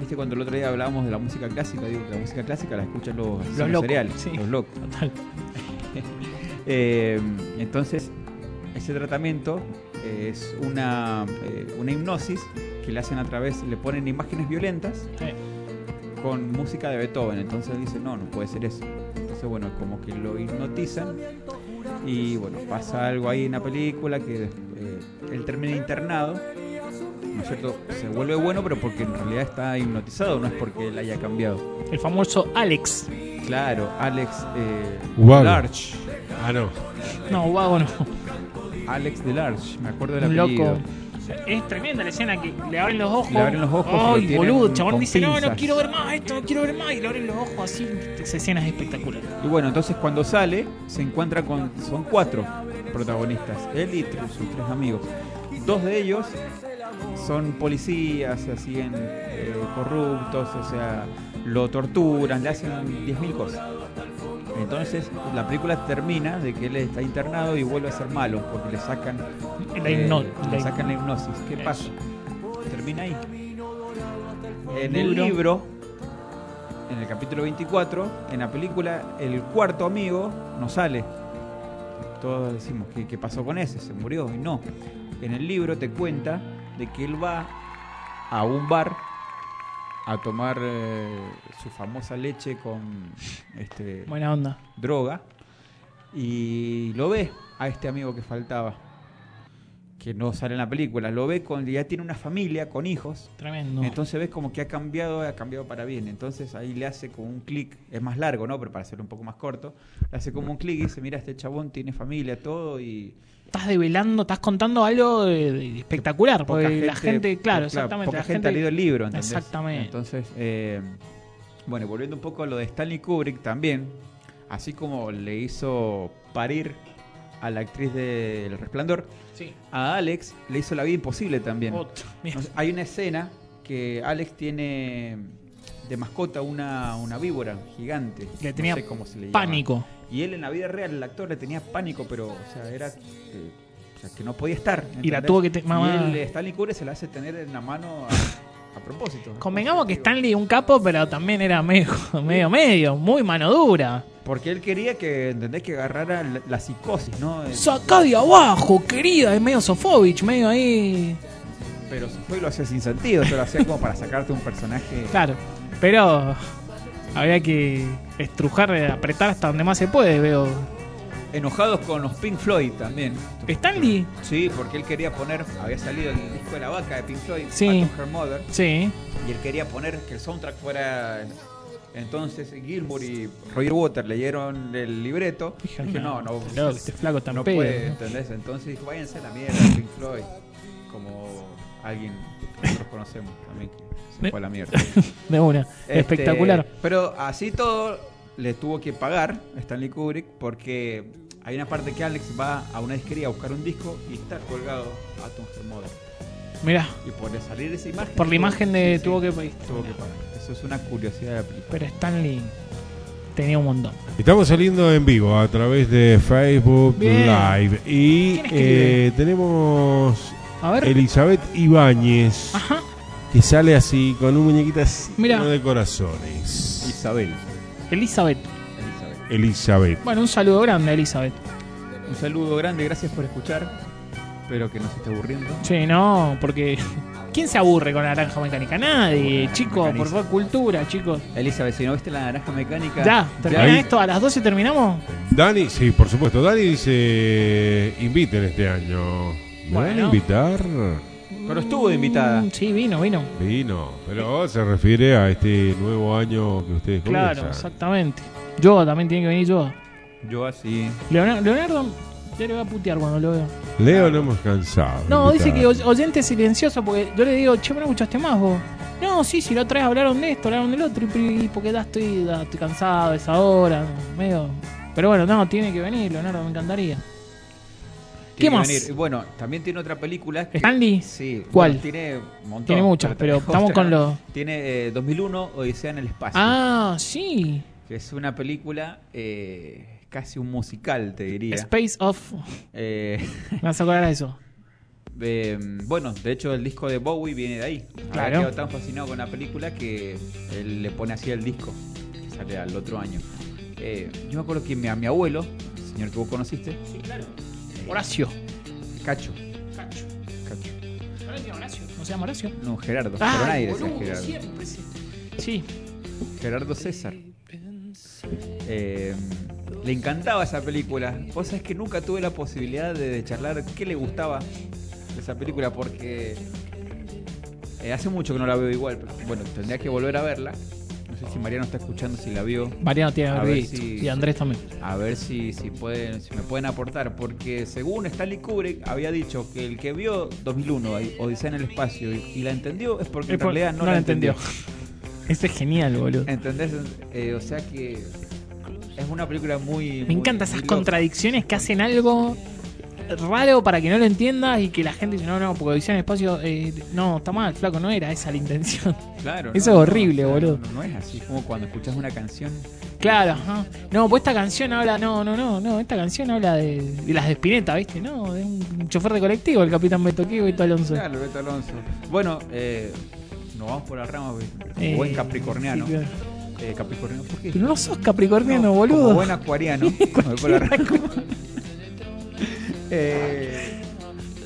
S2: Viste cuando el otro día hablábamos de la música clásica, digo que la música clásica la escuchan los, asesinos
S3: locos,
S2: seriales,
S3: sí.
S2: los locos.
S3: Total.
S2: (laughs) Eh, entonces, ese tratamiento eh, es una, eh, una hipnosis que le hacen a través, le ponen imágenes violentas
S3: Sí.
S2: con música de Beethoven. Entonces dice, no, no puede ser eso. Entonces, bueno, como que lo hipnotizan. Y bueno, pasa algo ahí en la película que eh, él termina internado, ¿no es cierto? Se vuelve bueno, pero porque en realidad está hipnotizado, no es porque él haya cambiado.
S3: El famoso Alex.
S2: Claro, Alex eh,
S4: Guago.
S2: Large.
S4: Ah, no.
S3: No, vago no.
S2: Alex de Large, me acuerdo del
S3: Un
S2: apellido.
S3: loco. Es tremenda la escena que le abren los ojos.
S2: Le abren los ojos, lo
S3: Ay,
S2: tienen
S3: boludo, el chabón
S2: con
S3: dice, no, no
S2: pinzas".
S3: quiero ver más esto, no quiero ver más. Y le abren los ojos así. Esa escena es espectacular.
S2: Y bueno, entonces cuando sale, se encuentra con. Son cuatro protagonistas. Él y tres- sus tres amigos. Dos de ellos son policías, así en eh, corruptos, o sea, lo torturan, le hacen 10.000 cosas. Entonces la película termina de que él está internado y vuelve a ser malo porque le sacan eh,
S3: La hipno-
S2: le
S3: la
S2: sacan la hipnosis. ¿Qué pasa? Termina ahí. En el
S3: Libro.
S2: libro, en el capítulo 24, en la película, el cuarto amigo no sale. Todos decimos, ¿qué, qué pasó con ese? ¿Se murió? Y no. En el libro te cuenta de que él va a un bar a tomar eh, su famosa leche con este,
S3: Buena onda.
S2: droga y lo ve a este amigo que faltaba, que no sale en la película, lo ve con ya tiene una familia con hijos,
S3: Tremendo.
S2: entonces ves como que ha cambiado, ha cambiado para bien, entonces ahí le hace como un clic, es más largo, ¿no? Pero para hacerlo un poco más corto, le hace como un clic y dice, mira, este chabón tiene familia, todo y...
S3: estás develando, estás contando algo de- de espectacular.
S2: poca
S3: Porque la gente, claro, exactamente.
S2: Poca
S3: la
S2: gente ha leído el libro, ¿entendés?
S3: Exactamente.
S2: Entonces, eh, bueno, volviendo un poco a lo de Stanley Kubrick también, así como le hizo parir a la actriz de El Resplandor,
S3: Sí.
S2: a Alex le hizo la vida imposible también.
S3: Otro. Mira,
S2: No sé, Hay una escena que Alex tiene de mascota una, una víbora gigante.
S3: Le tenía
S2: sé cómo se le llama.
S3: pánico.
S2: Y él en la vida real, el actor le tenía pánico, pero, o sea, era. eh, o sea, que no podía estar.
S3: Y la
S2: ¿entendés?
S3: tuvo que te-
S2: Y
S3: mamá.
S2: él, eh, Stanley Kubrick se la hace tener en la mano a, a propósito.
S3: Convengamos que Stanley un capo, pero también era medio, (laughs) medio, medio, muy mano dura.
S2: Porque él quería que, ¿entendés? Que agarrara la, la psicosis, ¿no? Eh,
S3: Sacá de abajo, querida, es medio Sofovich, medio ahí.
S2: Pero se fue y lo hacía sin sentido, se lo hacía como para sacarte un personaje.
S3: Claro, pero había que estrujar, apretar hasta donde más se puede, veo.
S2: Enojados con los Pink Floyd también.
S3: ¿Stanley?
S2: Sí, porque él quería poner, había salido el disco de la vaca de Pink Floyd,
S3: Sí.
S2: Back of Her Mother,
S3: Sí.
S2: y él quería poner que el soundtrack fuera. Entonces Gilmour y Roger Water leyeron el libreto. y
S3: Dije,
S2: dije,
S3: no,
S2: no, no,
S3: loco, este flaco tan
S2: no
S3: pedo".
S2: puede, ¿entendés? Entonces dijo, váyanse a la mierda, Pink Floyd, como alguien que nosotros conocemos también que se fue a la mierda.
S3: (laughs) De una.
S2: Este,
S3: Espectacular.
S2: Pero así todo le tuvo que pagar a Stanley Kubrick porque hay una parte que Alex va a una disquería a buscar un disco y está colgado a Tom Mother.
S3: Mirá,
S2: Y por salir esa imagen.
S3: por la imagen de
S2: Sí, sí,
S3: tuvo que.
S2: tuvo que pagar. Eso es una curiosidad de la película.
S3: Pero Stanley tenía un montón.
S4: Estamos saliendo en vivo a través de Facebook
S3: Bien.
S4: Live y
S3: ¿Quién escribe?
S4: eh, tenemos
S3: A ver.
S4: Elizabeth Ibáñez
S3: Ajá.
S4: que sale así con un muñequito así
S3: Mirá.
S4: lleno de corazones.
S2: Isabel.
S3: Elizabeth.
S2: Elizabeth.
S4: Elizabeth.
S3: Bueno, un saludo grande, Elizabeth.
S2: Un saludo grande, gracias por escuchar. Espero que no se esté aburriendo.
S3: Sí, no, porque. (laughs) ¿Quién se aburre con la naranja mecánica? Nadie, chicos. Por
S2: mecánica.
S3: favor, cultura, chicos.
S2: Elizabeth, si no viste la naranja mecánica.
S3: Ya, termina
S4: Ahí.
S3: esto. A las 12 terminamos.
S4: Dani, sí, por supuesto. Dani dice, inviten este año. ¿Me van a
S3: Bueno.
S4: invitar?
S2: Pero estuvo de invitada.
S3: Mm, Sí, vino, vino.
S4: Vino, pero se refiere a este nuevo año que ustedes
S3: Claro,
S4: comienzan.
S3: exactamente. Yo también tiene que venir yo.
S2: Yo así.
S3: Leonardo, Leonardo ya le va a putear cuando lo veo.
S4: Leo no hemos cansado.
S3: No, dice que
S4: Invitar.
S3: oy- oyente silencioso, porque yo le digo, che, ¿por qué no escuchaste más vos? No, sí, si la otra vez hablaron de esto, hablaron del otro, y pri- y porque ya estoy, ya estoy cansado, es ahora, medio... Pero bueno, no, tiene que venir, Leonardo, me encantaría. ¿Qué
S2: Tiene que
S3: más?
S2: venir. Y Bueno, también tiene otra película. que-
S3: ¿Stanley?
S2: Sí.
S3: ¿Cuál?
S2: bueno, tiene un montón.
S3: Tiene muchas, pero estamos con los-
S2: Tiene eh, 2001, Odisea en el Espacio.
S3: Ah, sí.
S2: Que es una película eh, casi un musical, te diría.
S3: Space Off.
S2: Eh, (laughs)
S3: Me vas a acordar de eso.
S2: eh, bueno, de hecho el disco de Bowie viene de ahí. Había
S3: Claro.
S2: quedado tan fascinado con la película que él le pone así el disco. Sale al otro año. Eh, yo me acuerdo que mi, a mi abuelo, el señor que vos conociste, eh,
S3: Sí, claro. Horacio.
S2: Cacho.
S3: Cacho.
S2: Cacho.
S3: ¿No se llama Horacio?
S2: No, Gerardo.
S3: Ah,
S2: pero nadie decía
S3: boludo,
S2: Gerardo.
S3: siempre sí. Sí,
S2: Gerardo César. Eh, Le encantaba esa película. Vos sabés que nunca tuve la posibilidad de, de charlar qué le gustaba de esa película porque eh, hace mucho que no la veo igual. Pero, bueno, tendría que volver a verla. No sé si Mariano está escuchando, si la vio.
S3: Mariano tiene que
S2: A
S3: haber
S2: ver
S3: visto,
S2: si-
S3: y Andrés también.
S2: A ver si, si, pueden, si me pueden aportar, porque según Stanley Kubrick había dicho que el que vio 2001, ahí, Odisea en el espacio, y, y la entendió es porque
S3: Es
S2: en
S3: por-
S2: realidad no,
S3: no la entendió. Ese es genial, boludo.
S2: ¿Entendés? Eh, o sea que es una película muy...
S3: Me encantan esas contradicciones que hacen algo raro para que no lo entiendas y que la gente dice, no, no, porque Odisea en el espacio, eh, no, está mal, flaco, no era esa la intención.
S2: (laughs) Claro.
S3: Eso
S2: no,
S3: es horrible,
S2: no, o sea,
S3: boludo.
S2: No, no es así, es como cuando escuchas una canción.
S3: Claro, ajá. no, pues esta canción habla, no, no, no, no, esta canción habla de, de las de Spinetta, ¿viste? No, de un chofer de colectivo, el capitán Beto Quivo y Beto Alonso.
S2: Claro, Beto Alonso. Bueno, eh, nos vamos por las ramas, güey.
S3: Eh,
S2: buen capricorniano.
S3: sí, claro.
S2: Eh, capricorniano, ¿por qué?
S3: Pero no sos capricorniano,
S2: Como
S3: boludo. (laughs)
S2: buen acuariano. me voy por las ramas. (laughs) Eh,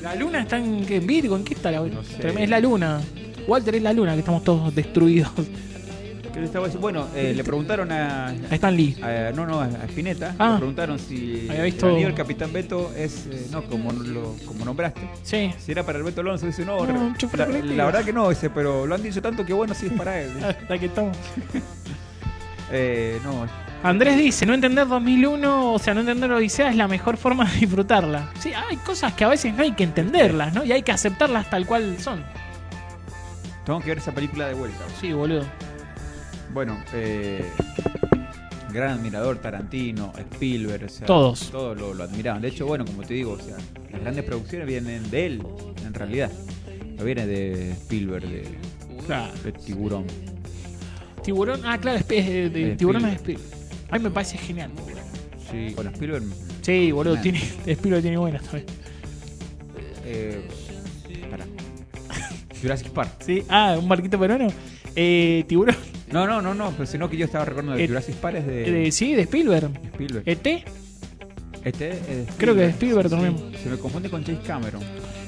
S3: La luna está en, ¿qué? en Virgo, ¿en qué está la
S2: No sé.
S3: Es la luna. Walter es la luna, que estamos todos destruidos.
S2: ¿qué le estaba diciendo? bueno, eh, le preguntaron a,
S3: Ahí están Lee.
S2: Eh, no, no, a Spinetta.
S3: Ah.
S2: Le preguntaron si
S3: Había visto-
S2: el amigo del Capitán Beto es, eh, no, como, lo, como nombraste.
S3: Sí.
S2: Si era para el Beto Alonso, dice, no,
S3: No,
S2: re-
S3: un chofer
S2: la,
S3: colectivo.
S2: la verdad que no, dice, pero lo han dicho tanto que
S3: (laughs)
S2: bueno, sí es para él.
S3: Hasta que estamos.
S2: (laughs) Eh, no,
S3: Andrés dice, no entender 2001, o sea, no entender Odisea es la mejor forma de disfrutarla. Sí, hay cosas que a veces no hay que entenderlas, ¿no? Y hay que aceptarlas tal cual son.
S2: tengo que ver esa película de vuelta.
S3: Sí, boludo.
S2: Bueno, eh, gran admirador Tarantino, Spielberg, o sea,
S3: Todos.
S2: Todos lo, lo admiraban. De hecho, bueno, como te digo, o sea, las grandes producciones vienen de él, en realidad. No viene de Spielberg, de,
S3: Claro.
S2: de Tiburón.
S3: Tiburón, ah, claro, es pe- es de- de
S2: Es
S3: tiburón es de Ay, me parece genial.
S2: Sí, bueno, Spielberg
S3: Sí, boludo,
S2: Nah.
S3: tiene, Spiro tiene buenas también.
S2: Eh, pará. (laughs) Jurassic Park.
S3: Sí, ah, un barquito peruano. Eh, tiburón,
S2: No, no, no, no, pero sino que yo estaba recordando de
S3: Eh,
S2: Jurassic Park es de,
S3: eh, sí, de Spielberg.
S2: Spielberg.
S3: ET,
S2: este es de Spielberg.
S3: ¿E creo que de Spielberg también.
S2: Se me confunde con Chase Cameron.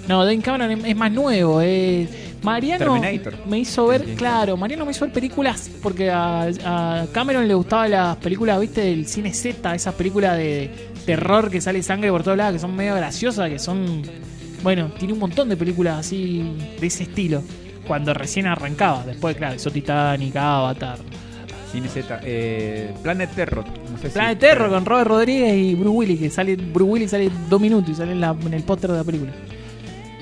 S3: No, Dane Cameron es- es más nuevo. eh. Mariano
S2: Terminator.
S3: me hizo ver,
S2: Terminator.
S3: claro, Mariano me hizo ver películas porque a, a Cameron le gustaban las películas, viste, del cine Z, esas películas de terror que sale sangre por todos lados, que son medio graciosas, que son... Bueno, tiene un montón de películas así de ese estilo. Cuando recién arrancaba, después, claro, hizo Titanic, Avatar.
S2: Cine Z. Eh, Planet Terror. No sé si-
S3: Planet Terror con Robert Rodríguez y Bruce Willis, que sale, Bruce Willis sale dos minutos y sale en, la- en el póster de la película.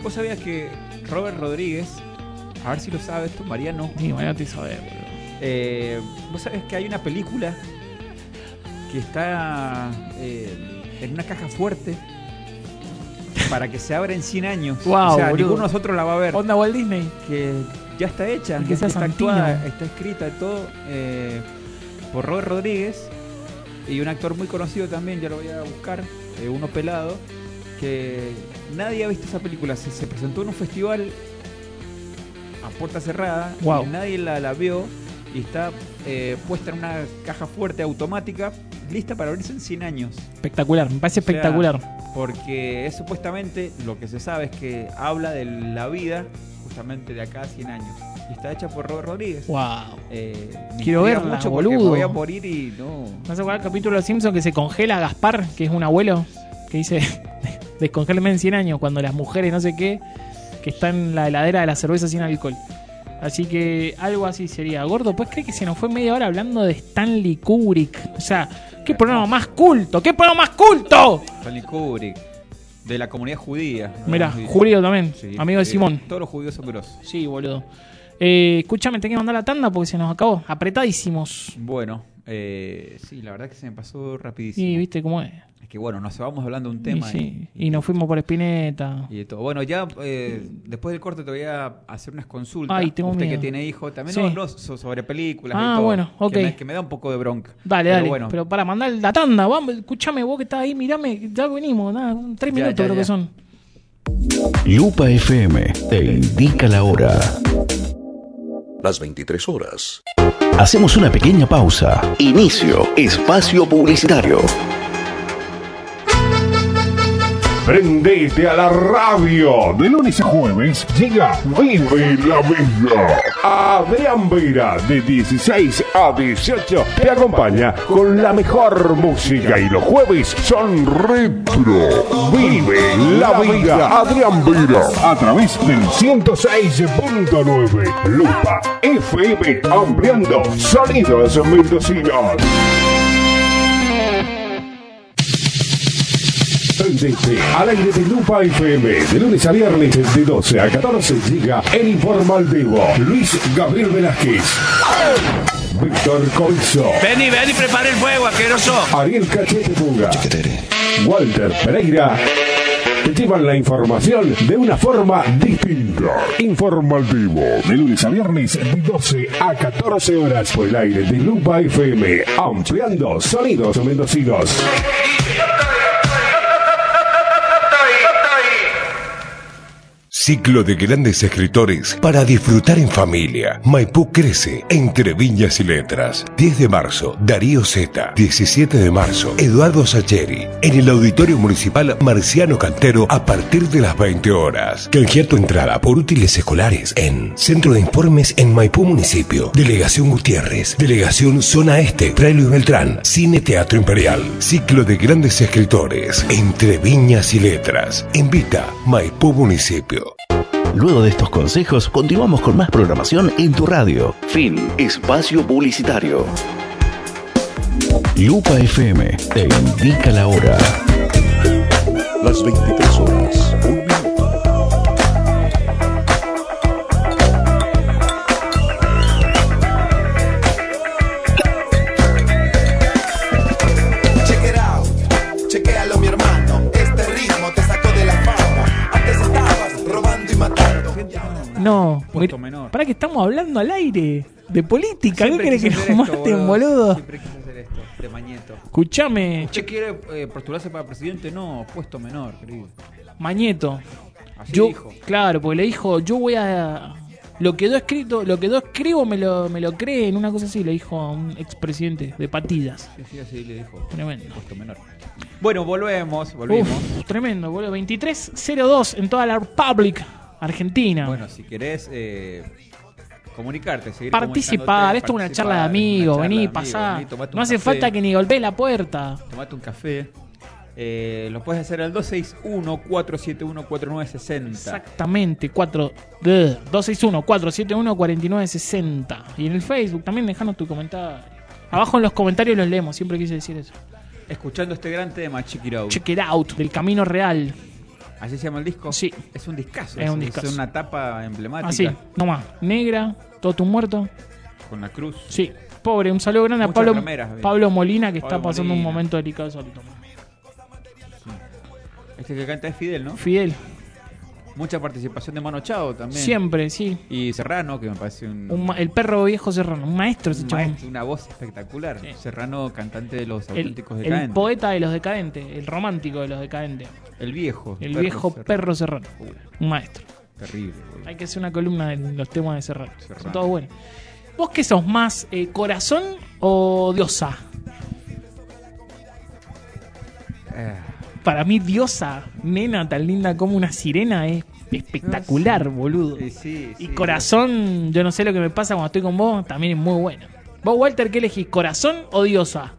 S2: Vos sabías que Robert Rodríguez, a ver si lo sabes tú, Mariano.
S3: Sí, Mariano te hizo ver, boludo.
S2: Eh, Vos sabés que hay una película que está eh, en una caja fuerte para que se abra en 100 años.
S3: Guau,
S2: o sea,
S3: boludo.
S2: ninguno de nosotros la va a ver.
S3: Onda Walt Disney.
S2: que ya está hecha,
S3: Y que
S2: que
S3: sea
S2: está
S3: Santino.
S2: actuada, está escrita y todo eh, por Robert Rodríguez y un actor muy conocido también, ya lo voy a buscar, eh, uno pelado, que nadie ha visto esa película, se, se presentó en un festival a puerta cerrada,
S3: Guau.
S2: y nadie la, la vio y está eh, puesta en una caja fuerte automática, lista para abrirse en 100 años.
S3: Espectacular, me parece
S2: O sea,
S3: espectacular.
S2: Porque es supuestamente, lo que se sabe es que habla de la vida justamente de acá a 100 años. Y está hecha por Robert Rodríguez.
S3: Wow.
S2: Eh, me
S3: Quiero
S2: intriga
S3: verla,
S2: porque
S3: boludo.
S2: me voy a morir y no.
S3: ¿No se acuerdan el capítulo de Los Simpsons que se congela a Gaspar, que es un abuelo, que dice, (laughs) descongéleme en 100 años, cuando las mujeres no sé qué, que están en la heladera de la cerveza sin alcohol? Así que algo así sería. Gordo, pues cree que se nos fue media hora hablando de Stanley Kubrick. O sea, qué programa más culto, qué programa más culto.
S2: Stanley Kubrick, de la comunidad judía. ¿no?
S3: Mira,
S2: Sí.
S3: Julio también,
S2: Sí,
S3: amigo de
S2: eh,
S3: Simón.
S2: Todos los judíos son grosos.
S3: Sí, boludo. Eh, escúchame, tengo que mandar la tanda porque se nos acabó. Apretadísimos.
S2: Bueno, eh, sí, la verdad que se me pasó rapidísimo.
S3: Y viste cómo es.
S2: Es que bueno, nos vamos hablando de un
S3: Y,
S2: tema.
S3: sí, y nos fuimos por Espineta.
S2: Y de todo. Bueno, ya eh, después del corte te voy a hacer unas consultas.
S3: Ay, tengo
S2: Usted
S3: miedo.
S2: que tiene hijos, también
S3: Sí.
S2: no, no, so- sobre películas.
S3: Ah,
S2: y todo,
S3: bueno, ok.
S2: Que me, que me da un poco de bronca.
S3: Dale,
S2: Pero
S3: dale.
S2: bueno,
S3: Pero para mandar la tanda, vamos, escuchame vos que estás ahí, mirame, ya venimos, nada, un tres
S2: Ya,
S3: minutos
S2: ya,
S3: creo que
S2: ya.
S3: son.
S1: Lupa FM te indica la hora.
S5: Las 23 horas.
S1: Hacemos una pequeña pausa. Inicio espacio publicitario.
S6: Prendete a la radio. De lunes a jueves llega Vive la Vida. Adrián Vera, de 16 a 18, te acompaña con la mejor música. Y los jueves son retro. Vive la Vida. Adrián Vera. A través del 106.9. Lupa FM. Ampliando sonidos mendocinos. Prendete al aire de Lupa FM de lunes a viernes de 12 a 14 llega el informativo Luis Gabriel Velázquez Víctor Covizo
S7: Vení, vení, prepara el fuego, asqueroso.
S6: Ariel Cachete Puga Walter Pereira te llevan la información de una forma distinta. Informativo. De lunes a viernes, de 12 a 14 horas, por el aire de Lupa FM, ampliando sonidos mendocinos.
S8: Ciclo de grandes escritores para disfrutar en familia. Maipú crece entre viñas y letras. 10 de marzo, Darío Zeta. 17 de marzo, Eduardo Sacheri. En el Auditorio Municipal Marciano Cantero a partir de las 20 horas. Canjea tu entrada por útiles escolares en Centro de Informes en Maipú Municipio. Delegación Gutiérrez. Delegación Zona Este. Fray Luis Beltrán. Cine Teatro Imperial. Ciclo de grandes escritores entre viñas y letras. Invita Maipú Municipio.
S1: Luego de estos consejos, continuamos con más programación en tu radio. Fin. Espacio publicitario. Lupa FM te indica la hora. Las 23 horas.
S11: Check it out, chequealo mi hermano. Este ritmo te sacó de la fama. Antes estabas robando y matando.
S3: No, para que estamos hablando al aire de política. ¿Qué
S2: Siempre
S3: crees que
S2: quise
S3: nos
S2: hacer esto,
S3: maten,
S2: boludo.
S3: boludo?
S2: Siempre quise hacer esto, de mañeto.
S3: Escuchame,
S2: ¿Usted quiere eh, postularse para presidente? No, puesto menor, querido.
S3: Mañeto.
S2: Así
S3: yo,
S2: dijo.
S3: claro, porque le dijo, yo voy a lo que yo escrito, lo que yo escribo me lo me lo creen, una cosa así, le dijo a un expresidente de Patidas.
S2: Así, así le dijo.
S3: Tremendo.
S2: Puesto menor. Bueno, volvemos, volvimos.
S3: Uf, tremendo, boludo. 2302 en toda la Republic Argentina.
S2: Bueno, si querés eh, comunicarte, seguir
S3: participar,
S2: comunicándote,
S3: esto es una
S2: participar,
S3: charla de
S2: una
S3: amigos,
S2: charla de
S3: vení,
S2: amigos,
S3: pasá.
S2: vení, tomate un
S3: no hace
S2: café.
S3: falta que ni golpees la puerta.
S2: Tomate un café. Eh, lo puedes hacer al 261-471-4960.
S3: Exactamente, 4 de 261 471 4960. Y en el Facebook también dejanos tu comentario. Abajo en los comentarios los leemos, siempre quise decir eso.
S2: Escuchando este gran tema, Check It Out.
S3: Check it out del camino real.
S2: ¿Así se llama el disco?
S3: Sí.
S2: Es un discazo.
S3: Es un discazo. Ah,
S2: Es una tapa emblemática.
S3: Así, nomás. Negra, todo tu muerto.
S2: Con la cruz.
S3: Sí. Pobre, un saludo grande a
S2: Muchas
S3: Pablo,
S2: remeras, bien.
S3: Pablo Molina que está
S2: Pablo
S3: pasando
S2: Molina.
S3: un momento delicado solito.
S2: Este que canta es Fidel, ¿no?
S3: Fidel,
S2: Mucha participación de Mano Chao también.
S3: siempre, sí.
S2: Y Serrano, que me parece un,
S3: Un ma- el perro viejo serrano, un maestro ese
S2: un
S3: chabón.
S2: maestro, una voz espectacular. Serrano, cantante de los
S3: El,
S2: auténticos
S3: el
S2: decadentes.
S3: poeta de los decadentes, el romántico de los decadentes.
S2: El viejo.
S3: El viejo perro serrano.
S2: Uy,
S3: Un maestro.
S2: terrible. boludo.
S3: Hay que hacer una columna de los temas de Serrano. Son
S2: Serrano.
S3: todos buenos. ¿Vos qué sos más, eh, corazón o diosa?
S2: Eh,
S3: Para mí, diosa, nena tan linda como una sirena, es espectacular, boludo.
S2: sí, sí,
S3: Y
S2: sí.
S3: corazón, yo no sé lo que me pasa cuando estoy con vos, también es muy bueno. ¿Vos, Walter, qué elegís, corazón o diosa?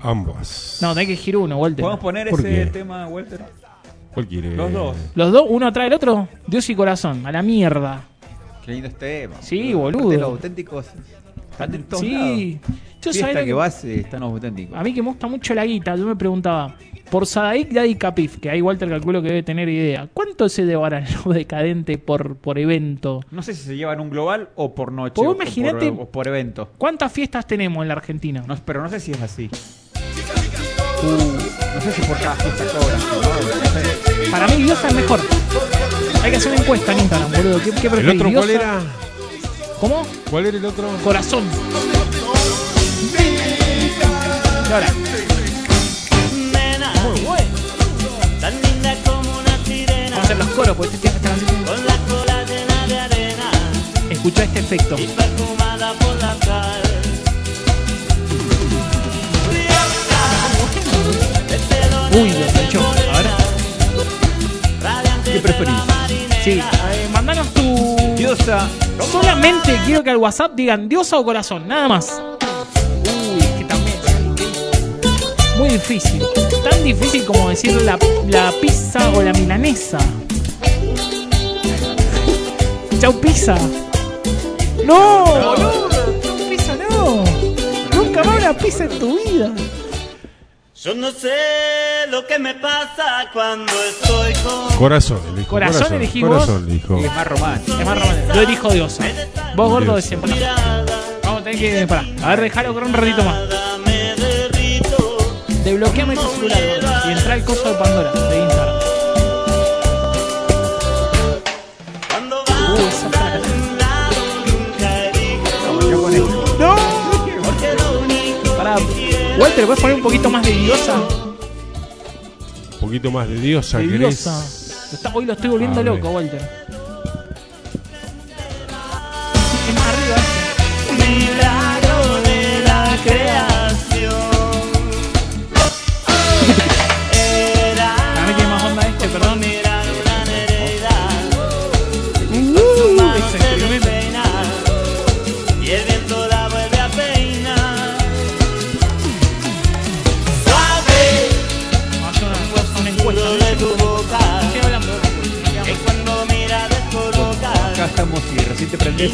S4: Ambas.
S3: No, tenés que elegir uno, Walter.
S2: ¿Podemos poner
S4: ¿Por
S2: ese
S4: qué?
S2: tema, Walter?
S4: ¿Cuál quiere?
S2: Los dos.
S3: Los dos, uno atrás del otro, Dios y corazón, a la mierda.
S2: Qué lindo este tema.
S3: Sí, boludo.
S2: Aparte, Los auténticos. Están en todos
S3: Sí,
S2: lados.
S3: yo
S2: Fiesta
S3: sabés lo
S2: que,
S3: que-
S2: vas, eh, están los auténticos.
S3: A mí que me gusta mucho la guita, yo me preguntaba, por Sadaik Daddy Capif, que ahí Walter calculo que debe tener idea, ¿cuánto se devoran (laughs) los decadentes por, por evento?
S2: No sé si se llevan un global o por noche.
S3: Vos
S2: o por-
S3: Pues imaginate-
S2: O, por evento.
S3: ¿Cuántas fiestas tenemos en la Argentina?
S2: No, pero no sé si es así. Uh, no sé si por cada fiesta cobran. ¿no?
S3: Para mí Diosa es mejor. Hay que hacer una encuesta en Instagram, boludo. ¿Qué, qué
S4: ¿El
S3: preferís,
S4: otro cuál
S3: Diosa?
S4: era?
S3: ¿Cómo?
S4: ¿Cuál era el otro?
S3: Corazón. Y ahora,
S12: Nena, tan linda como una sirena,
S3: vamos a hacer los coros, porque este tema está
S12: con la cola llena de arena
S3: Escuchá este efecto.
S12: y perfumada por la cal. Diosa, de pelo
S3: Uy, Dios, el
S2: preferís?
S3: Sí, eh, mandanos tu. Diosa. Solamente quiero que al WhatsApp digan diosa o corazón, nada más. Uy, es que también. Muy difícil. Tan difícil como decir la, la pizza o la milanesa. Chau pizza. No, boludo. Chau pizza, no. Nunca más una pizza en tu vida.
S12: Yo no sé lo que me pasa cuando estoy con.
S4: Corazón, elijo.
S3: Corazón elegí vos.
S4: Corazón, elijo.
S3: Y es más romántico. Es más romántico. Yo elijo diosa. Vos gordo decís, pará. Vamos a tener que. Pará. A ver, dejalo correr un ratito más. Desbloqueame tu celular gordo, y entra el coso de Pandora de Instagram. Uy, esa placa. ¡No! Pará. Walter, ¿puedes poner un poquito más de diosa?
S4: Un poquito más de diosa,
S3: De
S4: ¿querés?
S3: diosa. Lo está- hoy lo estoy volviendo
S4: A ver.
S3: loco, Walter.
S12: Milagro de la creación.
S3: A ver qué más onda este, perdón.
S12: Se
S3: Este,
S12: peina, y el viento la vuelve a peinar. Suave,
S3: un
S12: susurro de tu boca. Que cuando mira descoloca.
S2: Acá estamos y recién te prendés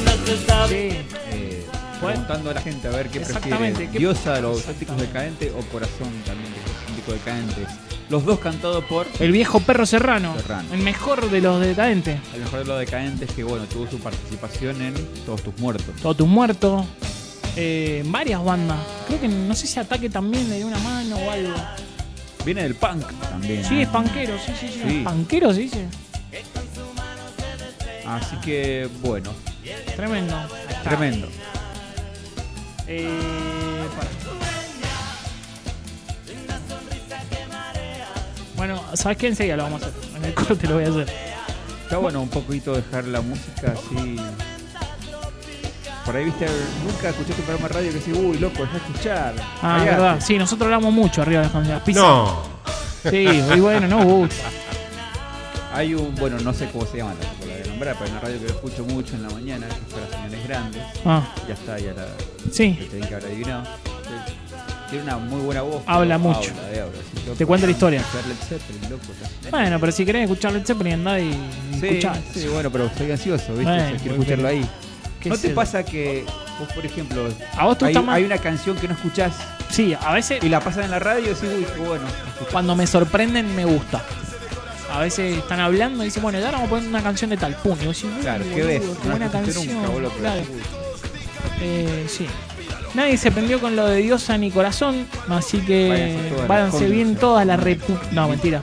S12: Sí.
S2: eh, preguntando a la gente a ver qué prefiere.
S3: Exactamente, ¿qué-
S2: Diosa, los auténticos decadentes o corazón también de los auténticos decadentes. Los dos cantados por
S3: El viejo perro serrano.
S2: Serrano.
S3: El mejor de los decadentes.
S2: el mejor de los decadentes que bueno tuvo su participación en Todos tus muertos.
S3: Todo tu muerto. Eh, varias bandas. Creo que no sé si Ataque también le dio una mano o algo.
S2: Viene del punk también.
S3: Sí,
S2: ¿eh?
S3: es panquero, sí, sí, sí.
S2: Sí.
S3: Panquero, sí, sí.
S2: Así que bueno,
S3: Tremendo. Ahí está.
S2: tremendo.
S3: Eh, pará. Bueno, ¿sabes qué? Enseguida lo vamos a hacer. En el corte lo voy a hacer.
S2: Está bueno un poquito dejar la música así. Por ahí viste, nunca escuchaste un programa de radio que decís, uy loco, dejá de escuchar.
S3: Ah,
S2: Callate".
S3: verdad. Sí, nosotros hablamos mucho arriba de las canciones. Pizza.
S4: No.
S3: Sí, y bueno, no, uh,
S2: Hay un, bueno, no sé cómo se llama, tampoco la voy a nombrar, pero hay una radio que yo escucho mucho en la mañana, que es para señores grandes.
S3: Ah.
S2: Ya está, ya la.
S3: Sí.
S2: la tienen que haber adivinado. Tiene una muy buena voz.
S3: Habla
S2: pero
S3: mucho.
S2: habla, de habla, así, loco,
S3: Te cuento la historia.
S2: escuchar Led Zeppelin, loco, ya.
S3: Bueno, pero si querés escuchar Led Zeppelin, andá y
S2: Sí,
S3: escuchá.
S2: sí, bueno, pero estoy ansioso, ¿viste?
S3: Bueno,
S2: O sea, quiero
S3: muy
S2: escucharlo
S3: bien.
S2: ahí.
S3: ¿Qué
S2: ¿No
S3: sé
S2: te
S3: yo?
S2: pasa que vos, por ejemplo,
S3: ¿A vos te
S2: hay,
S3: gusta más?
S2: hay una canción que no escuchás
S3: Sí, a veces
S2: y la pasan en la radio y decís, uy, qué bueno.
S3: cuando me sorprenden me gusta. A veces están hablando y dicen, bueno, ya ahora vamos a poner una canción de tal puño.
S2: Claro, ¿qué ves?
S3: Qué
S2: No
S3: buena
S2: la escuchaste
S3: canción.
S2: nunca, boludo, pero
S3: Claro.
S2: decís, "Uy".
S3: Eh, sí. Nadie se prendió con lo de Diosa ni corazón, así
S2: Váyanse
S3: que
S2: todas las
S3: Eh, váyanse
S2: conchas.
S3: bien todas las repu... No, mentira.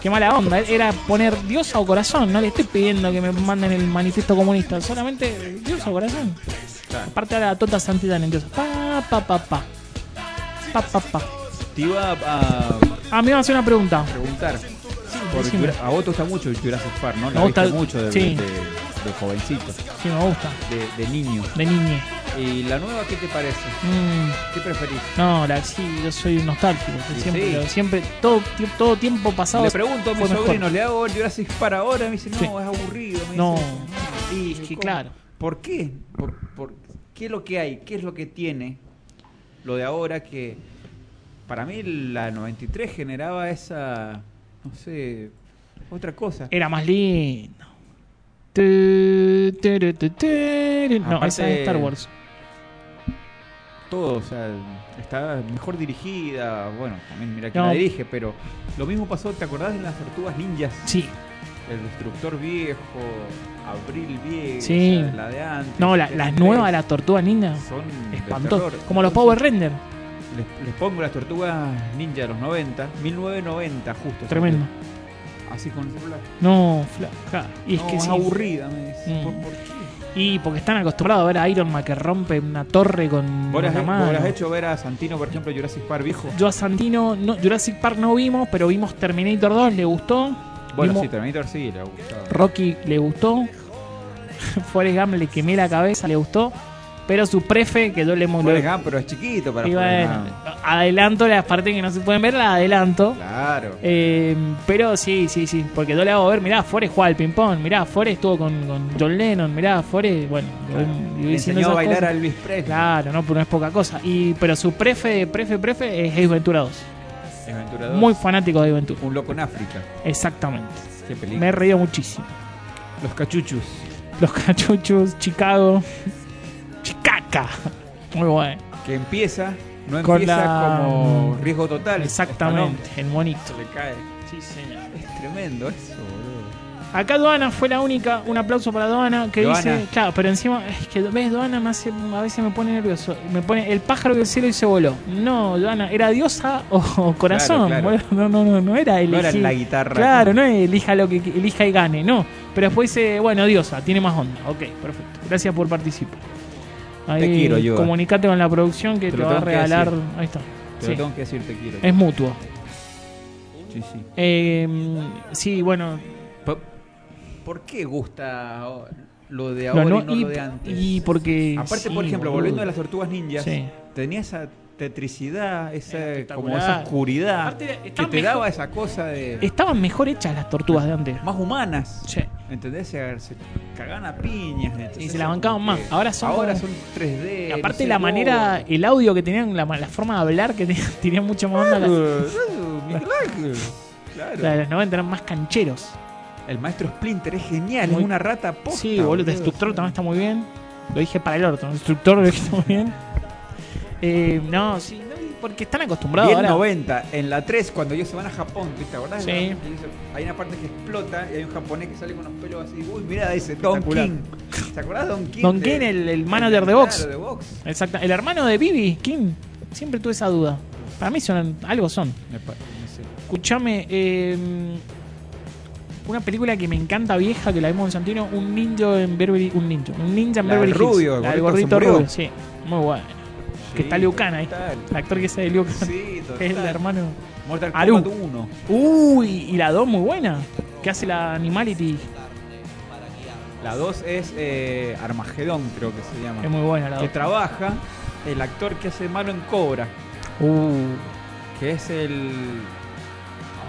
S3: Qué mala onda, eh, era poner Diosa o corazón, no le estoy pidiendo que me manden el manifiesto comunista, solamente Diosa o corazón. Aparte ahora la Tota Santita en Diosa. Pa, pa, pa, pa. Pa, pa, pa.
S2: Te iba a, a
S3: Ah, me iban a hacer una pregunta.
S2: preguntar. Porque
S3: decime.
S2: Jura- a vos te gusta mucho Jurassic Park, ¿no? La
S3: Me gusta-
S2: viste mucho de,
S3: sí.
S2: de, de jovencito,
S3: Sí, me gusta.
S2: de, de niño.
S3: De niñe.
S2: ¿Y la nueva qué te parece?
S3: Mm,
S2: ¿Qué preferís?
S3: no, la, sí, yo soy un nostálgico.
S2: Y
S3: Siempre,
S2: sí.
S3: lo- siempre todo, tie- todo tiempo pasado.
S2: Le pregunto
S3: fue
S2: a mis
S3: mejor.
S2: sobrinos, le hago Jurassic Park ahora, me dicen, no,
S3: Sí.
S2: es aburrido. me
S3: No.
S2: dicen.
S3: Sí, es que
S2: ¿Cómo?
S3: claro.
S2: ¿Por qué? ¿Por, por, ¿Qué es lo que hay? ¿Qué es lo que tiene lo de ahora que para mí la 93 generaba esa, no sé, otra cosa?
S3: Era más lindo. Eh, Tu, tu, tu, tu, tu. No,
S2: Aparte-
S3: esa de Star Wars.
S2: Todo, o sea, estaba mejor dirigida, bueno, también mira que
S3: No.
S2: la dirige, pero lo mismo pasó, ¿te acordás de las tortugas ninjas?
S3: Sí.
S2: El destructor viejo, Abril viejo,
S3: Sí.
S2: o sea, la de antes.
S3: No, la- las nuevas, las tortugas ninja.
S2: son de
S3: Espantoso.
S2: terror.
S3: Como los Power Render.
S2: Les, les pongo las tortugas ninja de los 90, 1990 justo.
S3: Tremendo.
S2: salió. Así con el celular.
S3: No, fla- claro. Y es
S2: No,
S3: que sí.
S2: aburrida, me dicen.
S3: Mm.
S2: ¿Por, por qué?
S3: Y porque están acostumbrados a ver a Iron Man que rompe una torre con.
S2: ¿Vos
S3: con
S2: las,
S3: la
S2: vos
S3: mano.
S2: las has hecho ver a Santino, por ejemplo, Jurassic Park viejo?
S3: Yo a Santino, no, Jurassic Park no vimos, pero vimos Terminator 2, le gustó.
S2: Bueno,
S3: Vimos
S2: sí, Terminator sí, le ha gustado.
S3: (laughs) Rocky, le gustó. Forrest Gump, le quemé la cabeza, le gustó. Pero su prefe que duele muy
S2: Forrest Gump, pero es chiquito para
S3: y
S2: Forrest
S3: bueno,
S2: Gump.
S3: adelanto las partes que no se pueden ver, las adelanto.
S2: Claro.
S3: Eh, pero sí, sí, sí. Porque yo le hago ver, mirá, Forrest jugaba al ping-pong, mirá, Forrest estuvo con, con John Lennon, mirá, Forrest, bueno, le voy
S2: Le
S3: diciendo
S2: enseñó a
S3: esas
S2: bailar
S3: cosas.
S2: a Elvis Presley.
S3: Claro, no, pero no es poca cosa. Y, pero su prefe, prefe, prefe es Ace Ventura 2.
S2: Es Ventura 2.
S3: Muy fanático de Ace Ventura.
S2: Un loco en África.
S3: Exactamente.
S2: Qué película.
S3: Me he reído muchísimo.
S2: Los cachuchus.
S3: Los cachuchos, Chicago. Chicaca. Muy bueno.
S2: Que empieza, no
S3: Con
S2: empieza
S3: la-
S2: como riesgo total.
S3: Exactamente, el monito.
S2: Se le cae.
S3: Sí, señor.
S2: Es tremendo eso, boludo.
S3: Acá Doana fue la única, un aplauso para Doana que
S2: Doana.
S3: dice, claro, pero encima, es que ves, Doana me hace, a veces me pone nervioso, me pone el pájaro del cielo y se voló. No, Doana, ¿era diosa o, o corazón?
S2: claro.
S3: boludo. No, no, no, no era
S2: No era
S3: elegir.
S2: la guitarra.
S3: Claro, no es elija lo que elija y gane, no. Pero después dice, bueno, diosa, tiene más onda. Ok, perfecto. Gracias por participar. Ahí,
S2: Te quiero, Yoda.
S3: Comunicate con la producción que
S2: Te
S3: te,
S2: lo
S3: va a
S2: tengo que
S3: regalar.
S2: decir.
S3: Ahí está.
S2: Te
S3: Sí.
S2: lo tengo que decir, te quiero.
S3: Es mutuo.
S2: Sí, sí.
S3: Eh, sí, bueno,
S2: Po- ¿Por qué gusta oh, lo de
S3: Lo
S2: ahora
S3: no-
S2: y no
S3: y-
S2: lo de antes?
S3: y porque-
S2: Aparte,
S3: sí,
S2: por ejemplo,
S3: boludo.
S2: volviendo a las tortugas ninjas,
S3: Sí.
S2: tenía esa tetricidad, esa, como
S3: espectacular.
S2: esa oscuridad
S3: Aparte,
S2: que te
S3: está mejor-
S2: daba esa cosa de
S3: estaban mejor hechas las tortugas de antes.
S2: más humanas.
S3: Sí.
S2: ¿Entendés? Se, se cagaban a piñas.
S3: Y
S2: ¿entendés?
S3: se la bancaban más. Ahora son
S2: Ahora
S3: como-
S2: son 3D. Eh, no
S3: Aparte
S2: sé,
S3: la
S2: boba.
S3: manera, el audio que tenían, la, ma- la forma de hablar (laughs) que tenían, tenían mucho
S2: Ah,
S3: más onda.
S2: Claro,
S3: Las-
S2: claro,
S3: (laughs)
S2: Michelangelo. Claro.
S3: La de los 90 eran más cancheros.
S2: El maestro Splinter es genial,
S3: Muy-
S2: es una rata posta.
S3: sí, boludo, el instructor también está muy bien. Lo dije para el orto, el instructor lo dije (laughs) muy bien. Eh, no, sí, no, y porque están acostumbrados
S2: Bien
S3: ahora.
S2: 90, en la 3, cuando ellos se van a Japón, ¿viste? ¿Te acordás?
S3: Sí.
S2: Hay una parte que explota y hay un japonés que sale con unos pelos así. Uy, mira, dice Don
S3: Espectacular.
S2: King. ¿Te acordás de Don King?
S3: Don
S2: De-
S3: King, el, el
S2: de-
S3: manager de
S2: claro,
S3: box.
S2: de box.
S3: Exacto. El hermano de Bibi, King. Siempre tuve esa duda. Para mí son algo son.
S2: Me pa- no sé.
S3: Escuchame, eh, una película que me encanta vieja, que la vimos en Santino, un ninja en Beverly, un ninja, un ninja en
S2: La
S3: Beverly
S2: del
S3: Hills.
S2: rubio, el
S3: La del gordito
S2: gordito se murió.
S3: rubio, sí, muy bueno. que está Liucan ahí,
S2: total.
S3: el actor que se de Liucan,
S2: Sí,
S3: (laughs)
S2: total.
S3: es el hermano.
S2: Mortal
S3: Aru.
S2: Kombat 1.
S3: Uy, y la 2 muy buena, que hace la Animality,
S2: La 2 es eh, Armagedón, creo que se llama.
S3: es muy buena la
S2: que
S3: 2.
S2: trabaja el actor que hace malo en Cobra,
S3: Uh,
S2: que es el.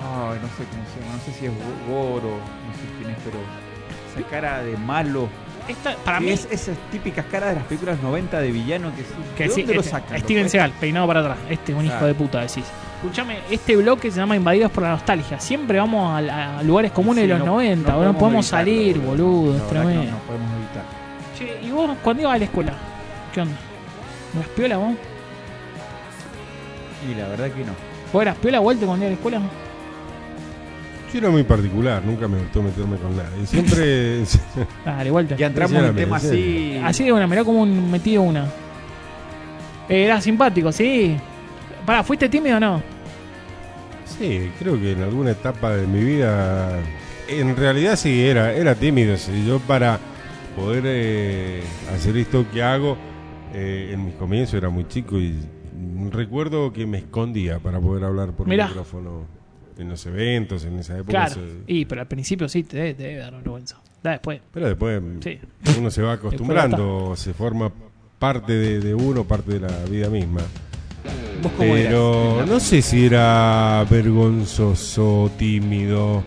S2: Ay, no sé cómo se llama, no sé si es Go- Goro, no sé quién es, pero. Esa cara de malo.
S3: esta, para
S2: que
S3: mí,
S2: es esas típicas caras de las películas 90 de villano que, sí,
S3: que
S2: ¿de
S3: sí,
S2: dónde lo
S3: este,
S2: sacan?
S3: Steven
S2: loco?
S3: Seagal, peinado para atrás, este es un hijo
S2: Claro.
S3: de puta, decís. Escuchame, este bloque se llama Invadidos por la Nostalgia. Siempre vamos a, a lugares comunes
S2: Sí,
S3: de los
S2: no-
S3: 90,
S2: no
S3: boludo, no podemos
S2: evitarlo,
S3: salir, boludo,
S2: La
S3: es
S2: verdad que
S3: tremendo.
S2: No, no podemos evitar.
S3: Che, ¿y vos cuándo ibas a la escuela? ¿Qué onda? ¿Eras piola vos?
S2: Y la verdad que no.
S3: ¿Vos eras piola vuelta cuando ibas a la escuela?
S4: Yo era muy particular, nunca me gustó meterme con nadie.
S3: (laughs)
S4: Siempre.
S3: Dale, vuelta.
S2: Ya entramos en un
S4: Sinceramente,
S2: tema así.
S3: Así de una, mirá como un metido una. Eh, eras simpático, sí. Pará, ¿fuiste tímido o no?
S4: sí, creo que en alguna etapa de mi vida. En realidad sí, era, era tímido. sí. Yo para poder eh, hacer esto que hago, eh, en mis comienzos era muy chico y recuerdo que me escondía para poder hablar por
S3: Mirá.
S4: micrófono en los eventos, en esa época.
S3: Claro.
S4: se-
S3: Y, pero al principio sí, te debe, te debe dar vergüenza. Da después.
S4: Pero después
S3: Sí.
S4: uno se va acostumbrando, se forma parte de, de uno, parte de la vida misma.
S2: ¿Vos cómo
S4: Pero
S2: eras?
S4: no sé si era vergonzoso, tímido,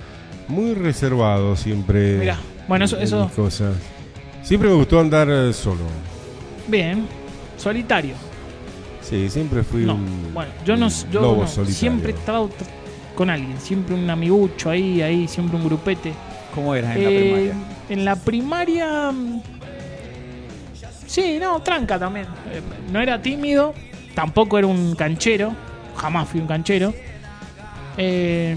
S4: muy reservado siempre.
S3: Mirá, bueno, eso-
S4: en- en
S3: eso-
S4: mis cosas. Siempre me gustó andar eh, solo.
S3: Bien. Solitario.
S4: Sí, siempre fui
S3: No.
S4: un
S3: Bueno, yo no.
S4: un
S3: Yo
S4: lobo
S3: no.
S4: solitario.
S3: siempre estaba tr- con alguien. Siempre un amigucho ahí, ahí, siempre un grupete.
S2: ¿Cómo eras en
S3: Eh,
S2: la primaria?
S3: En la primaria. mm, Sí, no, tranca también. Eh, No era tímido, tampoco era un canchero. Jamás fui un canchero. Eh,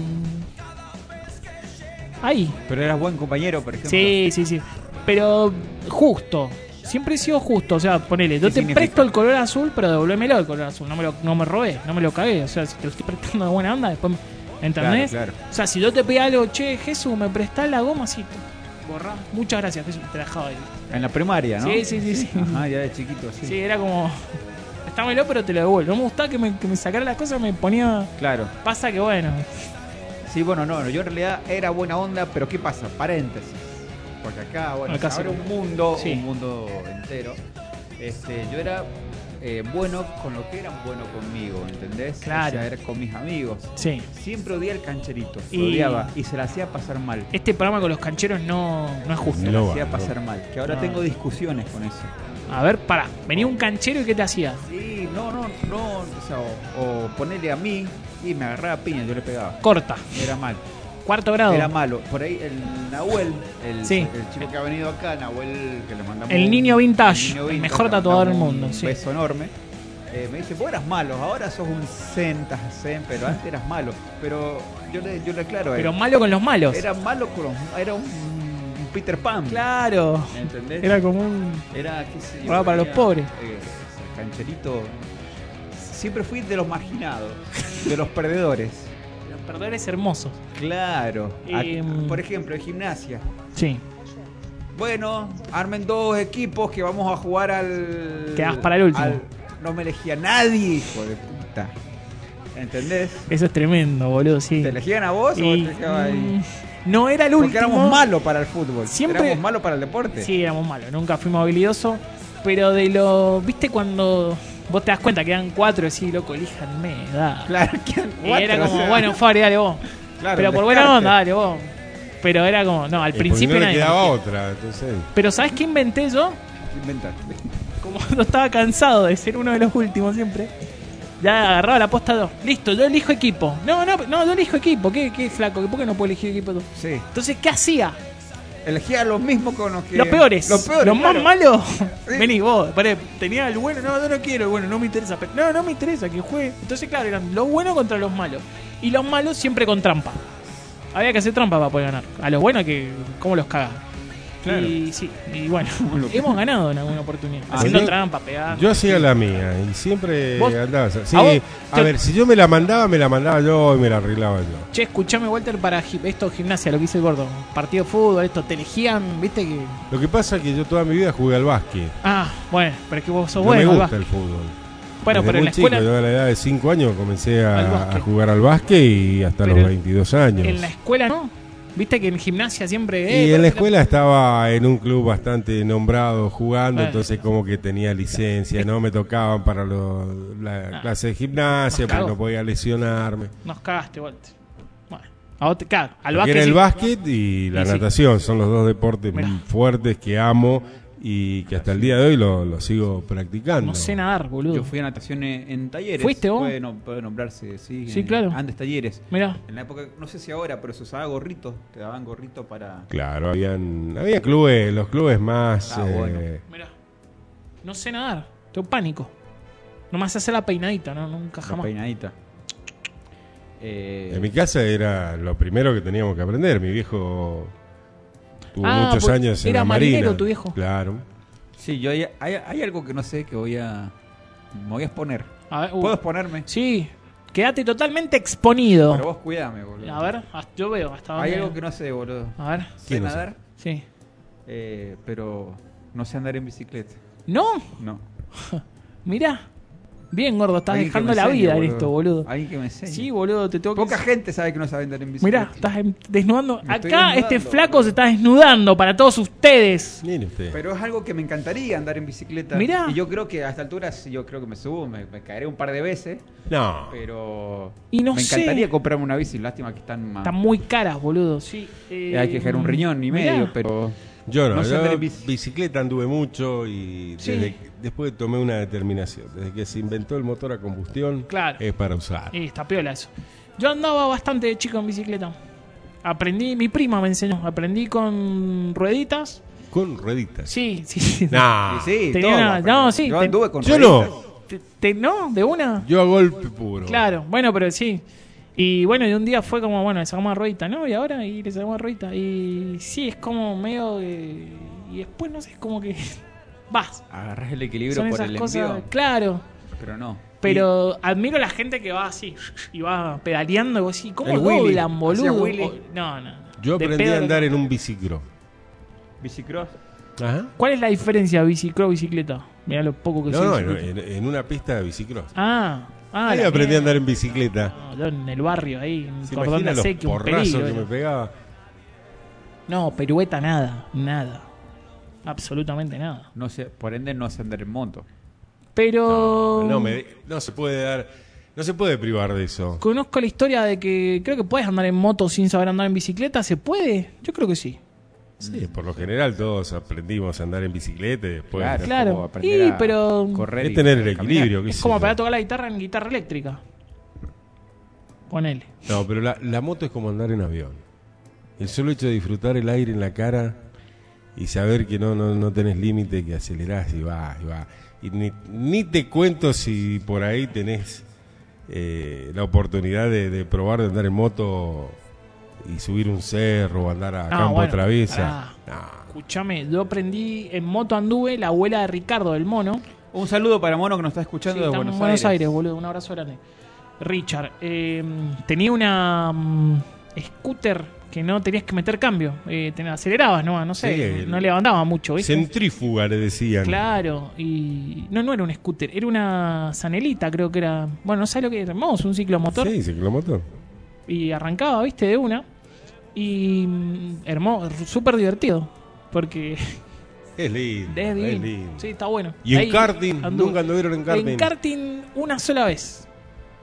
S3: ahí,
S2: Pero eras buen compañero, por ejemplo.
S3: sí, sí, sí. Pero justo. Siempre he sido justo. O sea, ponele, yo
S2: ¿Qué
S3: te
S2: significa?
S3: presto el color azul, pero devolvémelo el color azul. No me lo, no me robé, no me lo cagué. O sea, si te lo estoy (laughs) prestando de buena onda, después. me- ¿Entendés?
S2: Claro, claro.
S3: O sea, si yo te pedía algo, che, Jesús, me prestás la goma, sí. Borrá. Muchas gracias, Jesús. Te la dejaba ahí.
S2: En la primaria, ¿no?
S3: Sí, sí, sí, sí.
S2: Ajá, ya de chiquito, sí.
S3: Sí, era como. Estámelo, pero te lo devuelvo. No me gustaba que me, que me sacara las cosas, me ponía.
S2: Claro.
S3: Pasa que bueno.
S2: Sí, bueno, no, yo en realidad era buena onda, pero ¿qué pasa? Paréntesis. Porque acá, bueno,
S3: Acá
S2: se abre
S3: sí.
S2: un mundo,
S3: Sí.
S2: un mundo entero. este, yo era eh, bueno con lo que eran bueno conmigo, ¿entendés?
S3: Claro.
S2: O sea, era con mis amigos.
S3: Sí.
S2: Siempre odiaba el cancherito.
S3: Y-
S2: lo odiaba y se la hacía pasar mal.
S3: Este programa con los cancheros no, no es justo.
S2: Se la hacía pasar mal. Que ahora
S3: No.
S2: tengo discusiones con eso.
S3: A ver, pará. Venía un canchero y ¿qué te hacía?
S2: Sí, no, no, no. O, sea, o- o ponerle a mí y me agarraba piña, yo le pegaba.
S3: Corta.
S2: Era mal.
S3: Cuarto grado.
S2: Era malo. Por ahí el Nahuel, el,
S3: Sí.
S2: el chico que ha venido acá, Nahuel, que le mandamos.
S3: El
S2: un-
S3: niño vintage, el
S2: vintage,
S3: mejor
S2: le
S3: tatuador del
S2: mandamos
S3: mundo,
S2: Un
S3: sí.
S2: beso enorme. Eh, me dice, vos eras malo, ahora sos un zen, estás zen, pero antes eras malo. Pero yo le, yo le aclaro a él.
S3: Pero malo con los malos.
S2: Era malo con los Era un, un Peter Pan.
S3: Claro.
S2: ¿Entendés?
S3: Era como un.
S2: Era, qué sé yo,
S3: Programa para los
S2: tenía,
S3: pobres.
S2: eh, cancherito. Siempre fui de los marginados, de los perdedores.
S3: Los perdedores hermosos.
S2: Claro. A-
S3: Em.
S2: por ejemplo, en gimnasia.
S3: Sí.
S2: Bueno, armen dos equipos que vamos a jugar al.
S3: Quedás para el último.
S2: no me elegía nadie, hijo de puta. ¿Entendés?
S3: Eso es tremendo, boludo, sí.
S2: ¿Te elegían a vos o
S3: Y- mm,
S2: te quedabas ahí?
S3: No era el último.
S2: Porque éramos malos para el fútbol.
S3: Siempre-
S2: Éramos malos para el deporte.
S3: Sí, éramos malos, nunca fuimos habilidosos. Pero de lo. ¿Viste cuando vos te das cuenta que eran cuatro? Sí, loco, elíjanme, da.
S2: Claro,
S3: Y era
S2: cuatro,
S3: como,
S2: o sea.
S3: bueno, Fabri, dale vos.
S2: Claro,
S3: pero
S2: un
S3: por buena
S2: descarte.
S3: onda, dale vos. Pero era como, no, al
S4: Eh,
S3: principio
S4: porque no le
S3: nadie
S4: quedaba
S3: nos-
S4: otra, entonces.
S3: Pero ¿sabes qué inventé yo?
S2: Inventaste.
S3: Como (laughs) no estaba cansado de ser uno de los últimos siempre. Ya agarraba la posta 2. Listo, yo elijo equipo. No, no, no, yo elijo equipo. ¿Qué, qué flaco? ¿Por qué no puedo elegir equipo tú?
S2: Sí.
S3: Entonces, ¿qué hacía?
S2: Elegía a los mismos con los que.
S3: Los peores.
S2: Los
S3: Los,
S2: peores.
S3: más
S2: claro.
S3: malos. Vení vos. pará, tenía el bueno. No, yo no quiero el bueno. No me interesa. pero- No, no me interesa que juegue. Entonces, claro, eran los buenos contra los malos. Y los malos siempre con trampa. Había que hacer trampa para poder ganar. A los buenos que... ¿Cómo los cagas?
S4: Claro.
S3: Y sí,
S4: (laughs)
S3: y bueno, hemos ganado en alguna oportunidad.
S4: Ah,
S3: haciendo
S4: yo-
S3: trampa, pegando.
S4: Yo hacía la mía y siempre
S3: ¿Vos?
S4: andaba. así. Sí,
S3: ¿A vos?
S4: a
S3: Te-
S4: ver, si yo me la mandaba, me la mandaba yo y me la arreglaba yo.
S3: Che, escuchame, Walter, para gi- esto gimnasia, lo que hice el gordo. Partido de fútbol, esto, te elegían, viste que.
S4: Lo que pasa es que yo toda mi vida jugué al básquet.
S3: Ah, bueno, pero es que vos sos
S4: No me
S3: bueno. al
S4: gusta
S3: básquet.
S4: el fútbol.
S3: Bueno,
S4: Desde
S3: pero en
S4: muy
S3: la
S4: chico,
S3: escuela.
S4: yo a la edad de 5 años comencé
S3: Al
S4: a,
S3: básquet.
S4: a jugar al básquet y hasta
S3: Pero
S4: los
S3: en-
S4: 22 años.
S3: En la escuela no. Viste que en gimnasia siempre.
S4: Y
S3: eh,
S4: en
S3: pero-
S4: la escuela estaba en un club bastante nombrado jugando,
S3: Bueno.
S4: entonces como que tenía licencia, no me tocaban para los- la
S3: Ah.
S4: clase de gimnasia,
S3: Nos
S4: porque
S3: cagó.
S4: no podía lesionarme.
S3: Nos cagaste, Walter. Bueno, a vos te- claro, al
S4: Porque
S3: básquet.
S4: era el
S3: sí.
S4: básquet y la
S3: Y sí.
S4: natación, son los dos deportes
S3: Mirá.
S4: fuertes que amo y que hasta el día de hoy lo, lo sigo practicando.
S3: No sé nadar, boludo.
S2: Yo fui a natación en, en talleres.
S3: ¿Fuiste vos?
S2: Puede, nom- puede nombrarse, sí.
S3: Sí,
S2: en-
S3: claro.
S2: Andes talleres.
S3: Mirá.
S2: En la época, no sé si ahora, pero se usaba gorrito. Te daban gorrito para.
S4: Claro, habían, había clubes, los clubes más...
S2: Ah,
S4: eh,
S2: bueno.
S3: Mirá. No sé nadar. Tengo pánico. Nomás hacer la peinadita, no, nunca
S2: La
S3: jamás.
S2: peinadita. Eh,
S4: En mi casa era lo primero que teníamos que aprender. Mi viejo tuvo
S3: Ah,
S4: muchos
S3: pues,
S4: años en
S3: era
S4: la marina.
S3: marinero tu viejo.
S4: Claro.
S2: Sí, yo hay, hay- hay algo que no sé que voy a. Me voy a exponer.
S3: A ver, uh,
S2: ¿Puedo exponerme?
S3: Sí, quédate totalmente exponido.
S2: Pero vos cuidame, boludo.
S3: A ver, hasta- yo veo hasta
S2: Hay
S3: dónde-
S2: algo que no sé, boludo.
S3: A ver.
S2: Sé
S4: ¿Qué no sé?
S2: nadar,
S3: Sí.
S2: eh, pero no sé andar en bicicleta.
S3: No,
S2: No.
S3: (laughs) mirá. Bien, gordo, estás
S2: Alguien que
S3: dejando
S2: me
S3: la
S2: enseñe,
S3: vida en esto, boludo.
S2: Alguien que me enseñe.
S3: Sí, boludo, te tengo que.
S2: Poca gente sabe que no sabe andar en bicicleta.
S3: Mirá, estás em- desnudando.
S2: Me
S3: Acá
S2: estoy
S3: este
S2: desnudando,
S3: flaco
S2: boludo.
S3: se está desnudando para todos ustedes.
S4: Mire usted.
S2: Pero es algo que me encantaría andar en bicicleta.
S3: Mirá.
S2: Y yo creo que a esta altura, sí, yo creo que me subo, me, me caeré un par de veces.
S4: no.
S2: Pero.
S3: Y no
S2: me
S3: sé.
S2: encantaría comprarme una bici. Lástima que están más.
S3: Están muy caras, boludo. Sí. eh,
S2: Hay que dejar un riñón y
S3: mirá.
S2: medio, pero.
S4: Yo no,
S2: No sé
S4: yo
S2: andar en bici.
S4: bicicleta anduve mucho y
S3: Sí.
S4: desde que- después tomé una determinación. Desde que se inventó el motor a combustión,
S3: Claro.
S4: es para usar.
S3: Y está piola eso. Yo andaba bastante de chico en bicicleta. Aprendí, mi prima me enseñó. Aprendí con rueditas.
S4: Con rueditas.
S3: Sí, sí, sí.
S4: Nah.
S2: Y sí,
S3: Tenía
S2: todos
S3: una-
S2: aprenden.
S3: no, sí,
S2: Yo
S3: te-
S2: anduve con
S4: Yo
S2: rueditas.
S4: no.
S3: Te- te- ¿No? ¿De una?
S4: Yo a golpe puro.
S3: Claro, bueno, pero sí. Y bueno, y un día fue como, bueno, le sacamos la ruedita, ¿no? Y ahora, y le sacamos la ruedita. Y sí, es como medio. de- y después, no sé, es como que. (laughs) Vas.
S2: Agarrás el equilibrio
S3: Son
S2: por
S3: esas
S2: el
S3: cosas.
S2: envío.
S3: Claro.
S2: Pero no.
S3: Pero admiro a la gente que va así. Y va pedaleando. Y vos decís, ¿cómo
S4: El wheelie.
S3: doblan, boludo?
S2: Hacía wheelie.
S3: O- no, no. no.
S4: Yo
S3: De
S4: aprendí a
S3: pedo-
S4: andar en un bicicross.
S2: Y bicicross.
S4: Ajá.
S3: ¿Cuál es la diferencia bicicross bicicleta? Mirá lo poco que
S4: No,
S3: sé
S4: no, eh.
S3: bicicleta.
S4: en, en una pista de bicicross.
S3: Ah, ah.
S4: Ahí
S3: la
S4: aprendí a
S3: mierda.
S4: andar en bicicleta.
S3: No, yo en el barrio ahí, en
S4: ¿Se
S3: cordón
S4: imagina
S3: de
S4: los
S3: seque, un eh.
S4: porrazos
S3: peligro.
S4: que
S3: era.
S4: me pegaba?
S3: No, perueta nada, nada. absolutamente nada.
S2: No sé, por ende no es andar en moto.
S3: Pero
S4: No, me- no se puede dar. No se puede privar de eso.
S3: conozco la historia de que creo que puedes andar en moto sin saber andar en bicicleta. ¿Se puede? Yo creo que sí.
S4: Sí, por lo general todos aprendimos a andar en bicicleta y después.
S2: Claro,
S3: Claro. como aprender Y, a pero- correr
S4: Es
S3: y
S4: tener el
S3: caminar.
S4: equilibrio. qué
S3: Es
S4: sé
S3: como
S4: yo.
S3: para tocar la guitarra en guitarra eléctrica. Ponele.
S4: No, pero la, la moto es como andar en avión. El solo hecho de disfrutar el aire en la cara y saber que no, no, no tenés límite, que acelerás y va, y va. Y ni, ni te cuento si por ahí tenés eh, la oportunidad de, de probar de andar en moto y subir un cerro o andar a
S3: No,
S4: campo
S3: Ah, bueno,
S4: traviesa.
S3: Escuchame, yo aprendí en moto anduve la abuela de Ricardo, del mono.
S2: Un saludo para Mono que nos está escuchando
S3: Sí,
S2: de
S3: estamos
S2: Buenos,
S3: en Buenos Aires. boludo. Un abrazo grande. Richard, eh, tenía una mm, scooter que no tenías que meter cambio. Eh, te acelerabas, no, no
S4: Sí,
S3: sé,
S4: el-
S3: no levantaba mucho, ¿viste?
S4: Centrífuga le decían.
S3: Claro, y no, no era un scooter, era una zanelita, creo que era. Bueno, no sé lo que era, hermoso, un ciclomotor.
S4: Sí, ciclomotor.
S3: Y arrancaba, viste, de una. Y mm, hermoso, súper divertido. Porque
S4: Es lindo.
S3: es divino.
S4: es lindo.
S3: Sí, está bueno.
S4: ¿Y en
S3: Ahí
S4: karting?
S3: anduve.
S4: Nunca anduvieron en karting.
S3: En karting una sola vez.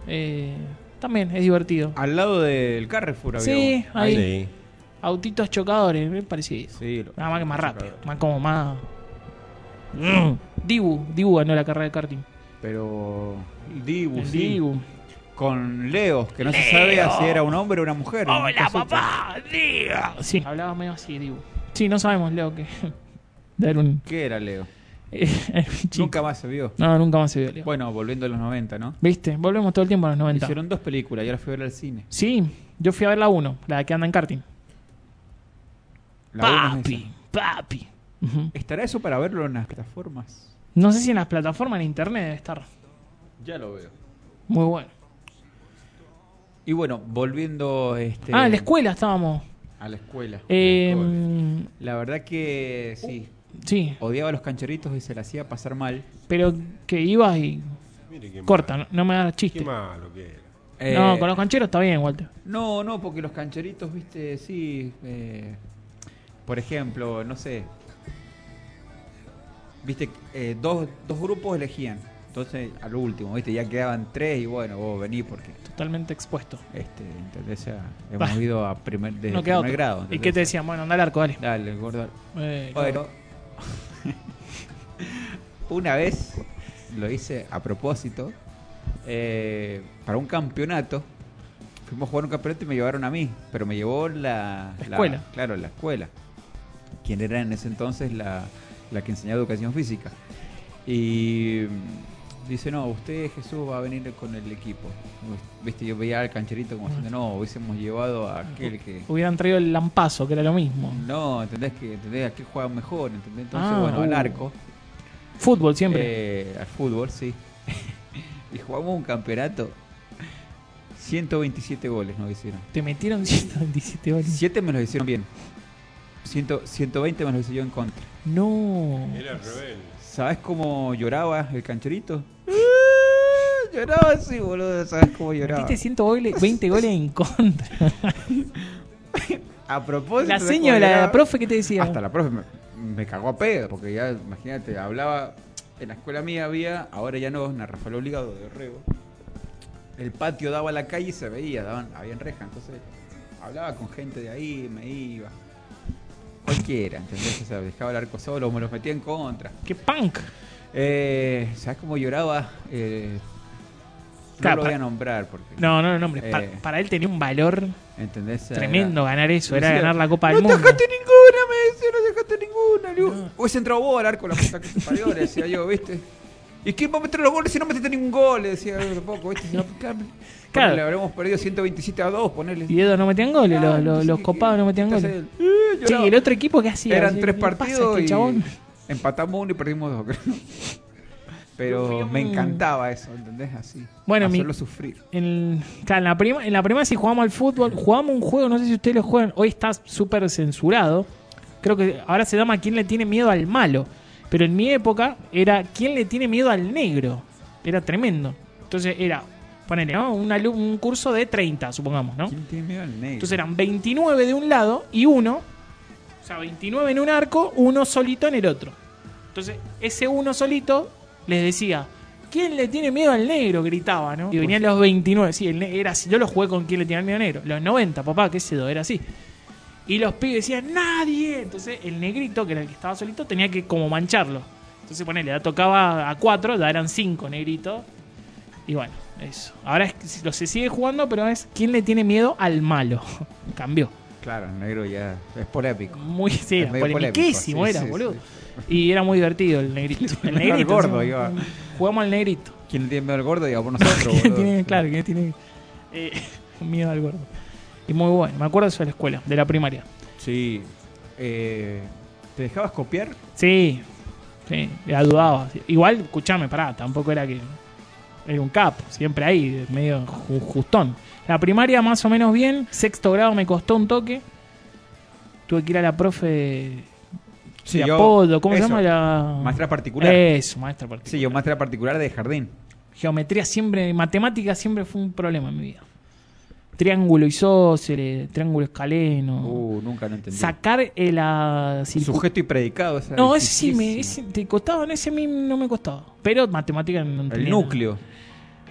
S3: Eh, también es divertido.
S4: Ah.
S2: Al lado del Carrefour había
S3: Sí,
S2: uno.
S3: ahí. Autitos chocadores, me parecía eso.
S2: Sí, lo-
S3: Nada más que más rápido, más como más. Mm. Dibu, Dibu ganó la carrera de karting.
S2: Pero Dibu,
S3: El
S2: sí.
S3: Dibu.
S2: Con Leos, que no se sabía
S3: Leo.
S2: si era un hombre o una mujer.
S3: ¡Hola,
S2: Nunca supe.
S3: papá! ¡Diga! Sí, hablaba medio así, Dibu. Sí, no sabemos, Leo, que. (laughs) Dar un.
S2: ¿Qué
S3: (laughs)
S2: era Leo?
S3: chico.
S2: Nunca más se vio.
S3: No, nunca más se vio, Leo.
S2: Bueno, volviendo a los 90, ¿no?
S3: Viste, volvemos todo el tiempo a los 90.
S2: Hicieron dos películas y ahora fui a ver al cine.
S3: Sí, yo fui a ver la 1, la que anda en karting.
S2: La uno es
S3: Papi, papi. Ujú.
S2: esa. ¿Estará eso para verlo en las plataformas?
S3: No sé si en las plataformas en internet debe estar.
S2: Ya lo veo.
S3: Muy bueno.
S2: Y bueno, volviendo este,
S3: Ah, en la escuela estábamos.
S2: a la escuela.
S3: Eh,
S2: La verdad que sí.
S3: sí,
S2: Odiaba a los cancheritos y se la hacía pasar mal.
S3: pero que ibas y.
S4: Mire qué
S3: Corta, no, no me hagas chiste.
S4: Qué malo Ah, que era.
S2: Eh,
S3: No, con los cancheros está bien, Walter.
S2: No, no, porque los cancheritos, viste, sí. eh, por ejemplo, no sé. Viste, eh, dos, dos grupos elegían. Entonces, al último, viste, ya quedaban tres y bueno, vos venís porque
S3: Totalmente expuesto.
S2: este, ¿entendés? Ya
S3: Bah.
S2: hemos ido a primer, desde
S3: no queda
S2: primer
S3: otro.
S2: grado.
S3: ¿Y
S2: ¿entendés?
S3: qué te decían? Bueno, anda al arco, dale.
S2: Dale, gordo.
S3: Eh,
S2: Bueno, una vez lo hice a propósito eh, para un campeonato. Fuimos a jugar un campeonato y me llevaron a mí, pero me llevó la,
S3: La escuela.
S2: claro, la escuela. Quien era en ese entonces la, la que enseñaba educación física. Y mm, dice, no, usted Jesús va a venir con el equipo. Viste, yo veía al cancherito como diciendo, no, hubiésemos llevado a aquel que...
S3: Hubieran traído el lampazo, que era lo mismo.
S2: No, entendés que entendés, aquel juega mejor, entendés. Entonces,
S3: Ah,
S2: bueno,
S3: uh.
S2: al arco.
S3: Fútbol siempre.
S2: Eh, al fútbol, sí. (laughs) y jugamos un campeonato. 127 goles nos hicieron.
S3: Te metieron (laughs) 127 goles.
S2: 7 me los hicieron bien. 100 120 me los hice yo en contra.
S3: No.
S2: (laughs)
S4: Era rebelde.
S2: ¿Sabes cómo lloraba el cancherito? ¡Ah! lloraba así, boludo. ¿Sabes cómo lloraba?
S3: Metiste 100 goles, 20 goles en contra.
S2: A propósito.
S3: La
S2: ¿sabes cómo
S3: señora, la,
S2: lloraba?
S3: profe, ¿qué te decía?
S2: Hasta la profe me, me cagó a pedo, porque ya, imagínate, hablaba. En la escuela mía había, ahora ya no, en la Rafael Obligado de Rego. El patio daba a la calle y se veía, daban, habían reja, entonces hablaba con gente de ahí, me iba. Cualquiera, ¿entendés? O sea, dejaba el arco solo, me los metía en contra.
S3: ¡Qué punk!
S2: Eh, ¿Sabes cómo lloraba? Eh, no
S3: Claro,
S2: lo
S3: pa-
S2: voy a nombrar porque.
S3: No, no, no, hombre. pa-
S2: Eh.
S3: Para, él tenía un valor
S2: ¿Entendés? Era-
S3: tremendo ganar eso. Era
S2: Decía,
S3: ganar la Copa del
S2: no
S3: Mundo.
S2: dejaste ninguna, me decía, no dejaste ninguna. Le digo, Hubiese entrado vos al arco la puta que te parió, le decía yo, ¿viste? ¿Y quién va a meter los goles si no metiste ningún gol? Le decía yo tampoco, ¿viste? Si no, claro.
S3: Claro.
S2: Le habremos perdido 127 a 2, ponele.
S3: Y ellos no metían goles,
S2: Claro,
S3: los, los-
S2: sí,
S3: los
S2: que-
S3: copados no metían
S2: entonces
S3: goles.
S2: él, eh,
S3: Sí,
S2: lloraba.
S3: ¿y el otro equipo qué hacía?
S2: Eran
S3: ¿Qué
S2: tres
S3: pasa?
S2: partidos
S3: Este
S2: y
S3: chabón?
S2: empatamos uno y perdimos dos, creo. Pero me encantaba eso, ¿entendés? Así.
S3: Bueno, mi-
S2: hacerlo sufrir.
S3: En, claro, en la prima, en la prima si jugamos al fútbol, jugamos un juego, no sé si ustedes lo juegan, hoy está súper censurado. Creo que ahora se llama ¿Quién le tiene miedo al malo? Pero en mi época era ¿Quién le tiene miedo al negro? Era tremendo. Entonces era, ponele, ¿no? Un, alu- un curso de 30, supongamos, ¿no?
S2: ¿Quién tiene miedo al negro?
S3: Entonces eran 29 de un lado y uno O sea, 29 en un arco, uno solito en el otro. Entonces, ese uno solito les decía, ¿quién le tiene miedo al negro? Gritaba, ¿no? Y venían los 29, sí, el ne- era así. Yo lo jugué con quién le tenía miedo al negro. Los 90, papá, qué cedo, era así. Y los pibes decían, nadie. Entonces, el negrito, que era el que estaba solito, tenía que como mancharlo. Entonces, ponele, ya tocaba a 4, ya eran 5 negritos. Y bueno, eso. Ahora es- lo se sigue jugando, pero es ¿quién le tiene miedo al malo? (laughs) Cambió.
S2: Claro, el negro ya es polémico.
S3: Muy, sí,
S2: Es
S3: era
S2: medio polémico,
S3: polemiquísimo,
S2: sí,
S3: era,
S2: sí,
S3: boludo. Y era muy divertido el negrito. El negrito.
S2: El gordo,
S3: sí.
S2: iba.
S3: Jugamos al negrito.
S2: ¿Quién le tiene miedo al gordo? Diga, por nosotros,
S3: (laughs) ¿Quién
S2: boludo.
S3: tiene, claro, ¿quién tiene eh, (laughs) miedo al gordo? Y muy bueno. Me acuerdo eso de la escuela, de la primaria.
S2: Sí. Eh, ¿Te dejabas copiar?
S3: Sí, sí, la dudaba. Igual, escuchame, pará, tampoco era que. Era un capo, siempre ahí, medio ju- justón. La primaria más o menos bien, sexto grado me costó un toque. Tuve que ir a la profe de,
S2: Sí,
S3: de
S2: yo-
S3: apodo, ¿cómo
S2: eso,
S3: se llama? La... Eh,
S2: Maestra particular.
S3: Eso, maestra particular.
S2: Sí, yo maestra particular de jardín.
S3: Geometría siempre, matemática siempre fue un problema en mi vida. Triángulo isósceles, triángulo escaleno.
S2: Uh, nunca lo entendí.
S3: Sacar el la circu-
S2: Sujeto y predicado. esa
S3: No,
S2: es
S3: ese sí me, ese te costaba, no, ese a mí no me costaba. Pero matemática no
S2: El
S3: tenía.
S2: núcleo.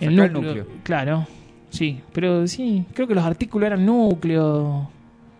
S3: El
S2: Sacar el
S3: núcleo,
S2: núcleo.
S3: Claro, sí. Pero sí, creo que los artículos eran núcleo.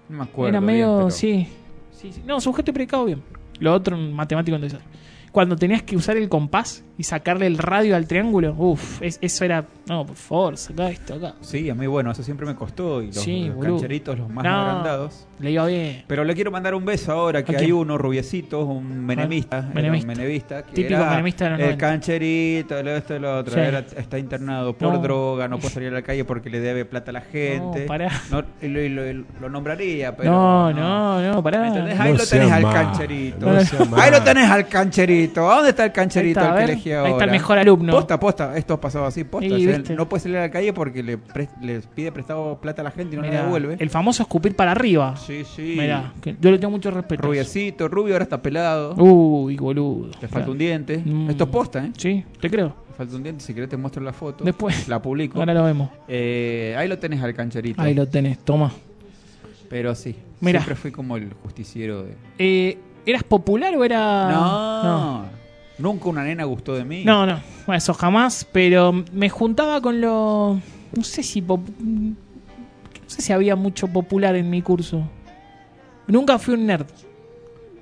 S2: No me acuerdo.
S3: era
S2: bien,
S3: medio,
S2: pero-
S3: sí, sí, sí. No, sujeto y predicado bien. Lo otro, un matemático en desastre. Cuando tenías que usar el compás y sacarle el radio al triángulo, uff, eso era. No, por favor, saca esto acá.
S2: Sí, es muy bueno. Eso siempre me costó. Y los,
S3: Sí,
S2: los
S3: boludo.
S2: cancheritos, los más
S3: No,
S2: agrandados.
S3: Le iba bien.
S2: Pero le quiero mandar un beso ahora que
S3: ¿A
S2: hay
S3: quién? Ah,
S2: uno rubiecito, un menemista, era un
S3: menemista.
S2: menemista, que
S3: Típico
S2: era
S3: menemista de los
S2: el
S3: 90.
S2: cancherito, lo esto, lo otro,
S3: Sí.
S2: era- está internado por
S3: No.
S2: droga, no puede salir a la calle porque le debe plata a la gente.
S3: No, pará.
S2: No, y lo, y lo- y lo nombraría, pero
S3: no, no, no, pará.
S2: ¿Me entendés? Ahí
S3: No
S2: lo
S3: sea
S2: tenés al
S3: malo,
S2: cancherito.
S3: no sea
S2: Ahí
S3: malo.
S2: lo tenés al cancherito. ¿A dónde está el cancherito
S3: Ahí está,
S2: al que
S3: a ver.
S2: elegí
S3: Ahí está
S2: ahora?
S3: el mejor alumno.
S2: Posta, posta. Esto ha pasado así, posta.
S3: Y,
S2: O sea,
S3: viste.
S2: no puede salir a la calle porque le, pres- le pide prestado plata a la gente y no
S3: Mirá,
S2: le devuelve.
S3: El famoso escupir para arriba.
S2: Sí, sí.
S3: Mirá, que yo le tengo mucho respeto.
S2: Rubiecito, rubio, ahora está pelado.
S3: Uy, boludo.
S2: Le falta un diente. Esto es posta, ¿eh?
S3: Uh, mm. Sí, te creo.
S2: Le falta un diente. Si querés te muestro la foto.
S3: Después.
S2: La publico.
S3: Ahora lo vemos.
S2: Eh, ahí lo tenés al cancherito. ¿eh?
S3: Ahí lo tenés, toma.
S2: Pero sí.
S3: Mirá.
S2: Siempre fui como el justiciero de...
S3: Eh, ¿Eras popular o era.?
S2: No, Nunca una nena gustó de mí.
S3: Ah, No, no, Bueno, eso jamás, pero me juntaba con los... No sé si... pop- No sé si había mucho popular en mi curso. Nunca fui un nerd,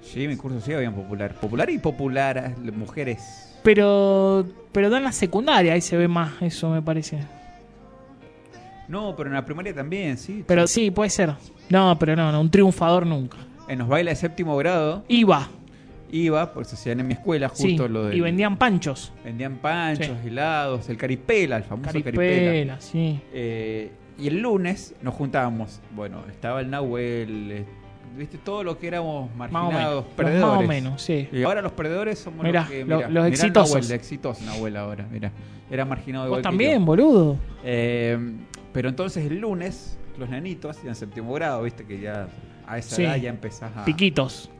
S2: Sí, mi curso sí habían popular. Popular y popular ah, las mujeres.
S3: pero... Pero en la secundaria ahí se ve más eso, me parece.
S2: No, pero en la primaria también, sí.
S3: Pero sí, puede ser. No, pero no, no un triunfador nunca.
S2: En los bailes de séptimo grado
S3: Iba,
S2: iba, porque se hacían en mi escuela
S3: sí,
S2: justo lo de...
S3: y vendían panchos.
S2: Vendían panchos, helados, el caripela, el famoso caripela.
S3: Caripela, sí.
S2: Eh, y el lunes nos juntábamos. Bueno, estaba el Nahuel, eh, viste todo lo que éramos
S3: Más o menos.
S2: marginados,
S3: Los
S2: perdedores.
S3: Más o menos, sí.
S2: Y ahora los perdedores somos
S3: Mirá,
S2: los que.
S3: lo-
S2: mirá,
S3: los
S2: mirá el
S3: exitosos.
S2: Nahuel, de exitoso Nahuel ahora, mira. Era marginado
S3: Vos
S2: igual que
S3: también,
S2: yo.
S3: boludo.
S2: Eh, pero entonces el lunes, los nenitos, en séptimo grado, viste que ya a esa
S3: Sí.
S2: edad ya empezás a.
S3: Piquitos.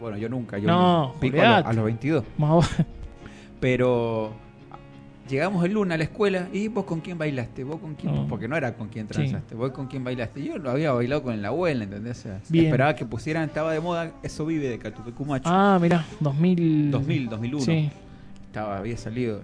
S2: Bueno, yo nunca, yo
S3: No,
S2: pico a, lo-
S3: olvidate.
S2: a los 22.
S3: Más o-
S2: Pero llegamos el lunes a la escuela y vos con quién bailaste, vos con quién,
S3: No.
S2: porque no era con quién transaste, vos con quién bailaste. Yo lo había bailado con la abuela, ¿entendés? O sea,
S3: Bien.
S2: esperaba que pusieran, estaba de moda, eso vive de Catupecumacho.
S3: Ah, mirá, 2000...
S2: 2000, 2001.
S3: Sí.
S2: Estaba, había salido.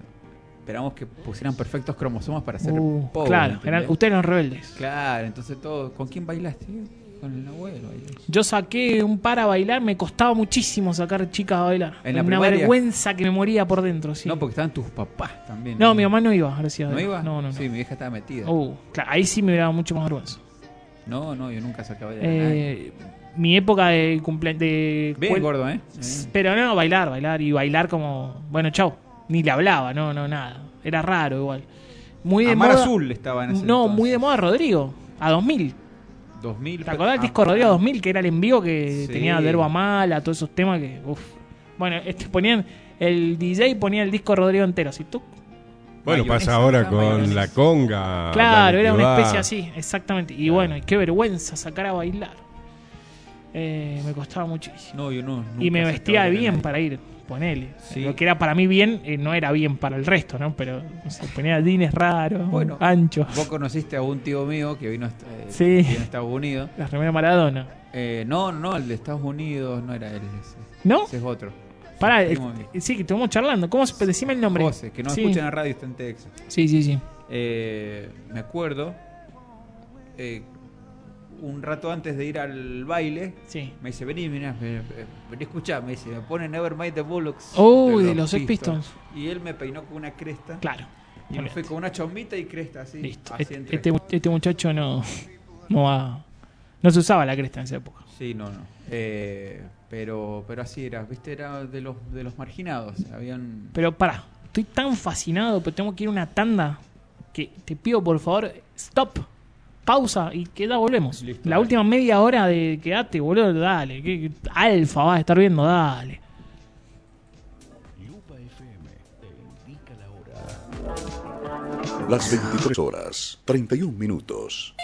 S2: Esperamos que pusieran perfectos cromosomas para ser
S3: Uh,
S2: pobres,
S3: claro,
S2: ¿entendés?
S3: eran, ustedes eran rebeldes.
S2: Claro, entonces todo, ¿con quién bailaste? Yo, Con el abuelo. bailé.
S3: Yo saqué un par a bailar, me costaba muchísimo sacar chicas a bailar.
S2: ¿En la
S3: Una
S2: primaria?
S3: vergüenza que me moría por dentro, sí.
S2: No,
S3: No,
S2: porque estaban tus papás también.
S3: mi mamá no iba, gracias a
S2: ¿No
S3: Dios.
S2: iba?
S3: No, no, no.
S2: Sí, mi vieja estaba metida.
S3: Uh, claro, ahí sí me hubiera dado mucho más vergüenza.
S2: No, no, yo nunca sacaba de
S3: Eh, mi época de cumpleaños. De
S2: Bien
S3: cuel-
S2: gordo, ¿eh?
S3: S- Pero no, bailar, bailar y bailar como. Bueno, chao. Ni le hablaba, no, no, nada. Era raro igual. Muy de
S2: Amar
S3: moda-
S2: Azul estaba en ese
S3: No,
S2: entonces.
S3: muy de moda Rodrigo. A 2000.
S2: 2000.
S3: ¿Te acordás del disco
S2: Ah,
S3: Rodrigo 2000 que era el en vivo que
S2: Sí.
S3: tenía Derba Mala, todos esos temas que. Uf. Bueno, este, ponían. El DJ ponía el disco Rodrigo entero, así tú.
S4: Bueno, pasa ahora con la conga.
S3: claro,
S4: dale,
S3: era
S4: que
S3: una
S4: va.
S3: especie así, exactamente. Y bueno, y qué vergüenza sacar a bailar. Eh, me costaba muchísimo.
S2: No, yo no. nunca
S3: y me
S2: sacaba
S3: vestía
S2: de
S3: bien
S2: nadie.
S3: para ir. Ponele. Lo que era para mí bien, eh, no era bien para el resto, ¿no? Pero no sé, ponía jeans raros,
S2: Bueno.
S3: anchos.
S2: Vos conociste a un tío mío que vino a, est- eh,
S3: Sí.
S2: vino a Estados Unidos.
S3: La remera Maradona.
S2: Eh, no, no, el de Estados Unidos no era él. ese.
S3: ¿No?
S2: Ese es otro.
S3: Pará,
S2: Sí, primo
S3: eh,
S2: mío.
S3: sí, que estuvimos charlando. ¿Cómo se decime el nombre?
S2: José, que no
S3: Sí.
S2: escuchan la radio, está en Texas.
S3: Sí, sí, sí.
S2: Eh, me acuerdo, eh, un rato antes de ir al baile, me dice, vení, mirá, me- me- vení, escuchá, me dice, me pone Nevermind the Bullocks.
S3: Uy, Oh, de los Sex
S2: Y él me peinó con una cresta.
S3: Claro.
S2: Y me fui con una chombita y cresta así.
S3: Listo.
S2: así
S3: Este,
S2: entré.
S3: este mu- este muchacho no, no va- No se usaba la cresta en esa época.
S2: Sí, no, no. Eh, pero, pero así era, viste, era de los, de los marginados. Habían...
S3: Pero pará, estoy tan fascinado, pero tengo que ir a una tanda que te pido por favor, stop, pausa y que ya volvemos. la última media hora de quedate, boludo, dale. Que, que- alfa vas a estar viendo, dale.
S13: Las 23 horas, 31 minutos.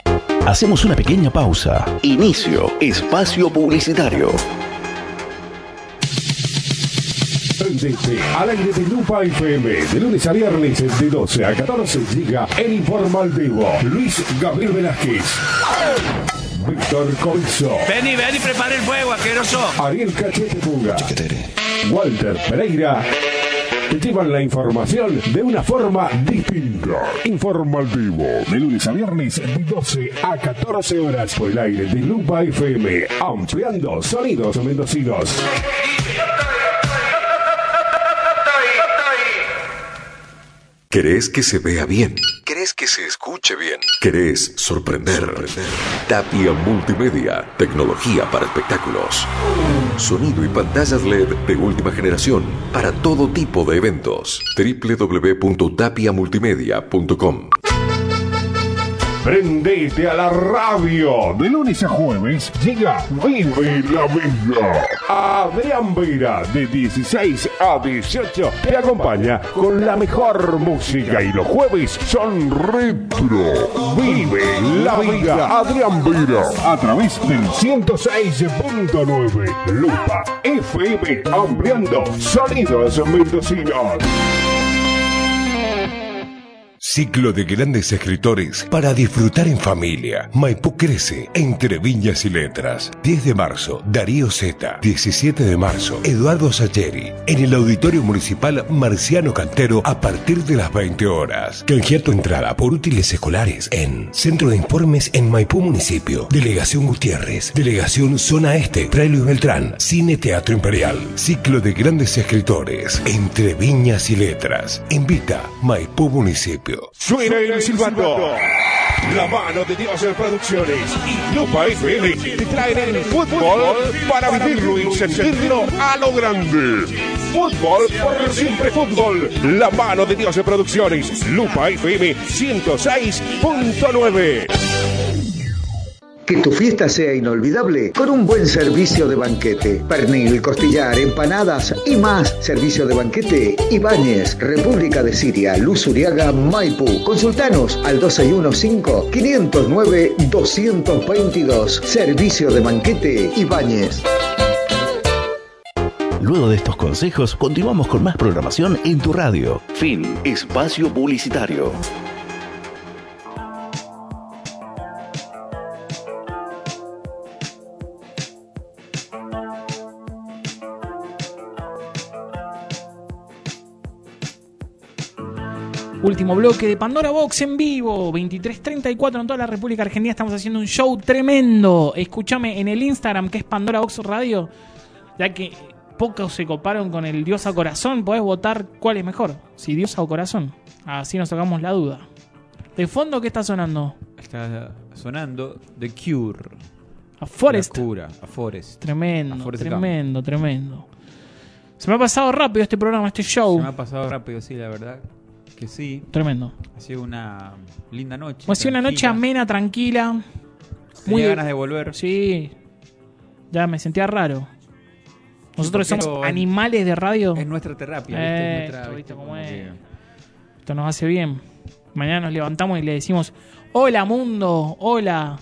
S1: Hacemos una pequeña pausa. Inicio espacio publicitario.
S6: Prendete al aire de Lupa FM de lunes a viernes de 12 a 14 llega el informativo Luis Gabriel Velázquez Víctor Covizo
S7: Vení, vení, prepara el fuego, asqueroso.
S6: Ariel Cachete Puga Walter Pereira te llevan la información de una forma distinta. Informativo de lunes a viernes de 12 a 14 horas por el aire de Lupa FM ampliando sonidos mendocinos.
S5: ¿Querés que se vea bien?
S13: ¿Crees que se escuche bien?
S5: ¿Querés sorprender? Tapia Multimedia, tecnología para espectáculos. Sonido y pantallas LED de última generación para todo tipo de eventos. www.tapiamultimedia.com
S6: Prendete a la radio. De lunes a jueves llega Vive la Vida. Adrián Vera, de 16 a 18, te acompaña con la mejor música y los jueves son retro. Vive la Vida. Adrián Vera. A través del 106.9. Lupa FM. Ampliando sonidos mendocinos.
S8: Ciclo de grandes escritores para disfrutar en familia. Maipú crece entre viñas y letras. 10 de marzo, Darío Zeta. 17 de marzo, Eduardo Sacheri. En el Auditorio Municipal Marciano Cantero a partir de las 20 horas. Canjea tu entrada por útiles escolares en Centro de Informes en Maipú Municipio. Delegación Gutiérrez. Delegación Zona Este. Trailio Beltrán. Cine Teatro Imperial. Ciclo de grandes escritores entre viñas y letras. Invita Maipú Municipio.
S6: Suena el silbato. La mano de Dios en Producciones y Lupa FM te traen el fútbol para vivirlo y sentirlo a lo grande. Fútbol por siempre fútbol. La mano de Dios en Producciones. Lupa FM 106.9.
S9: Que tu fiesta sea inolvidable con un buen servicio de banquete. Pernil, costillar, empanadas y más. Servicio de banquete. Ibáñez, República de Siria, Luz Uriaga, Maipú. Consultanos al 2115-509-222. Servicio de banquete Ibáñez.
S1: Luego de estos consejos, continuamos con más programación en tu radio. Fin espacio publicitario.
S3: Último bloque de Pandora Box en vivo, 23.34 en toda la República Argentina. Estamos haciendo un show tremendo. Escúchame en el Instagram que es Pandora Box Radio, ya que pocos se coparon con el Diosa Corazón. Podés votar cuál es mejor, si Diosa o Corazón. Así nos sacamos la duda. ¿De fondo qué está sonando?
S2: Está sonando The Cure.
S3: A Forest.
S2: La cura, a Forest.
S3: Tremendo,
S2: A Forrest Gump.
S3: tremendo, tremendo. Se me ha pasado rápido este programa, este show.
S2: Se me ha pasado rápido, sí, la verdad. Que sí.
S3: Tremendo.
S2: Ha sido una linda noche.
S3: Ha sido una noche
S2: tranquila.
S3: amena, tranquila.
S2: Tenía ganas de volver.
S3: Sí. Ya me sentía raro. Nosotros
S2: Pero
S3: somos
S2: en-
S3: animales de radio.
S2: Es nuestra terapia,
S3: Eh,
S2: ¿viste? Es nuestra,
S3: esto, ¿viste
S2: ¿viste?
S3: cómo
S2: Como
S3: es?
S2: que-
S3: Esto nos hace bien. Mañana nos levantamos y le decimos, hola mundo, hola.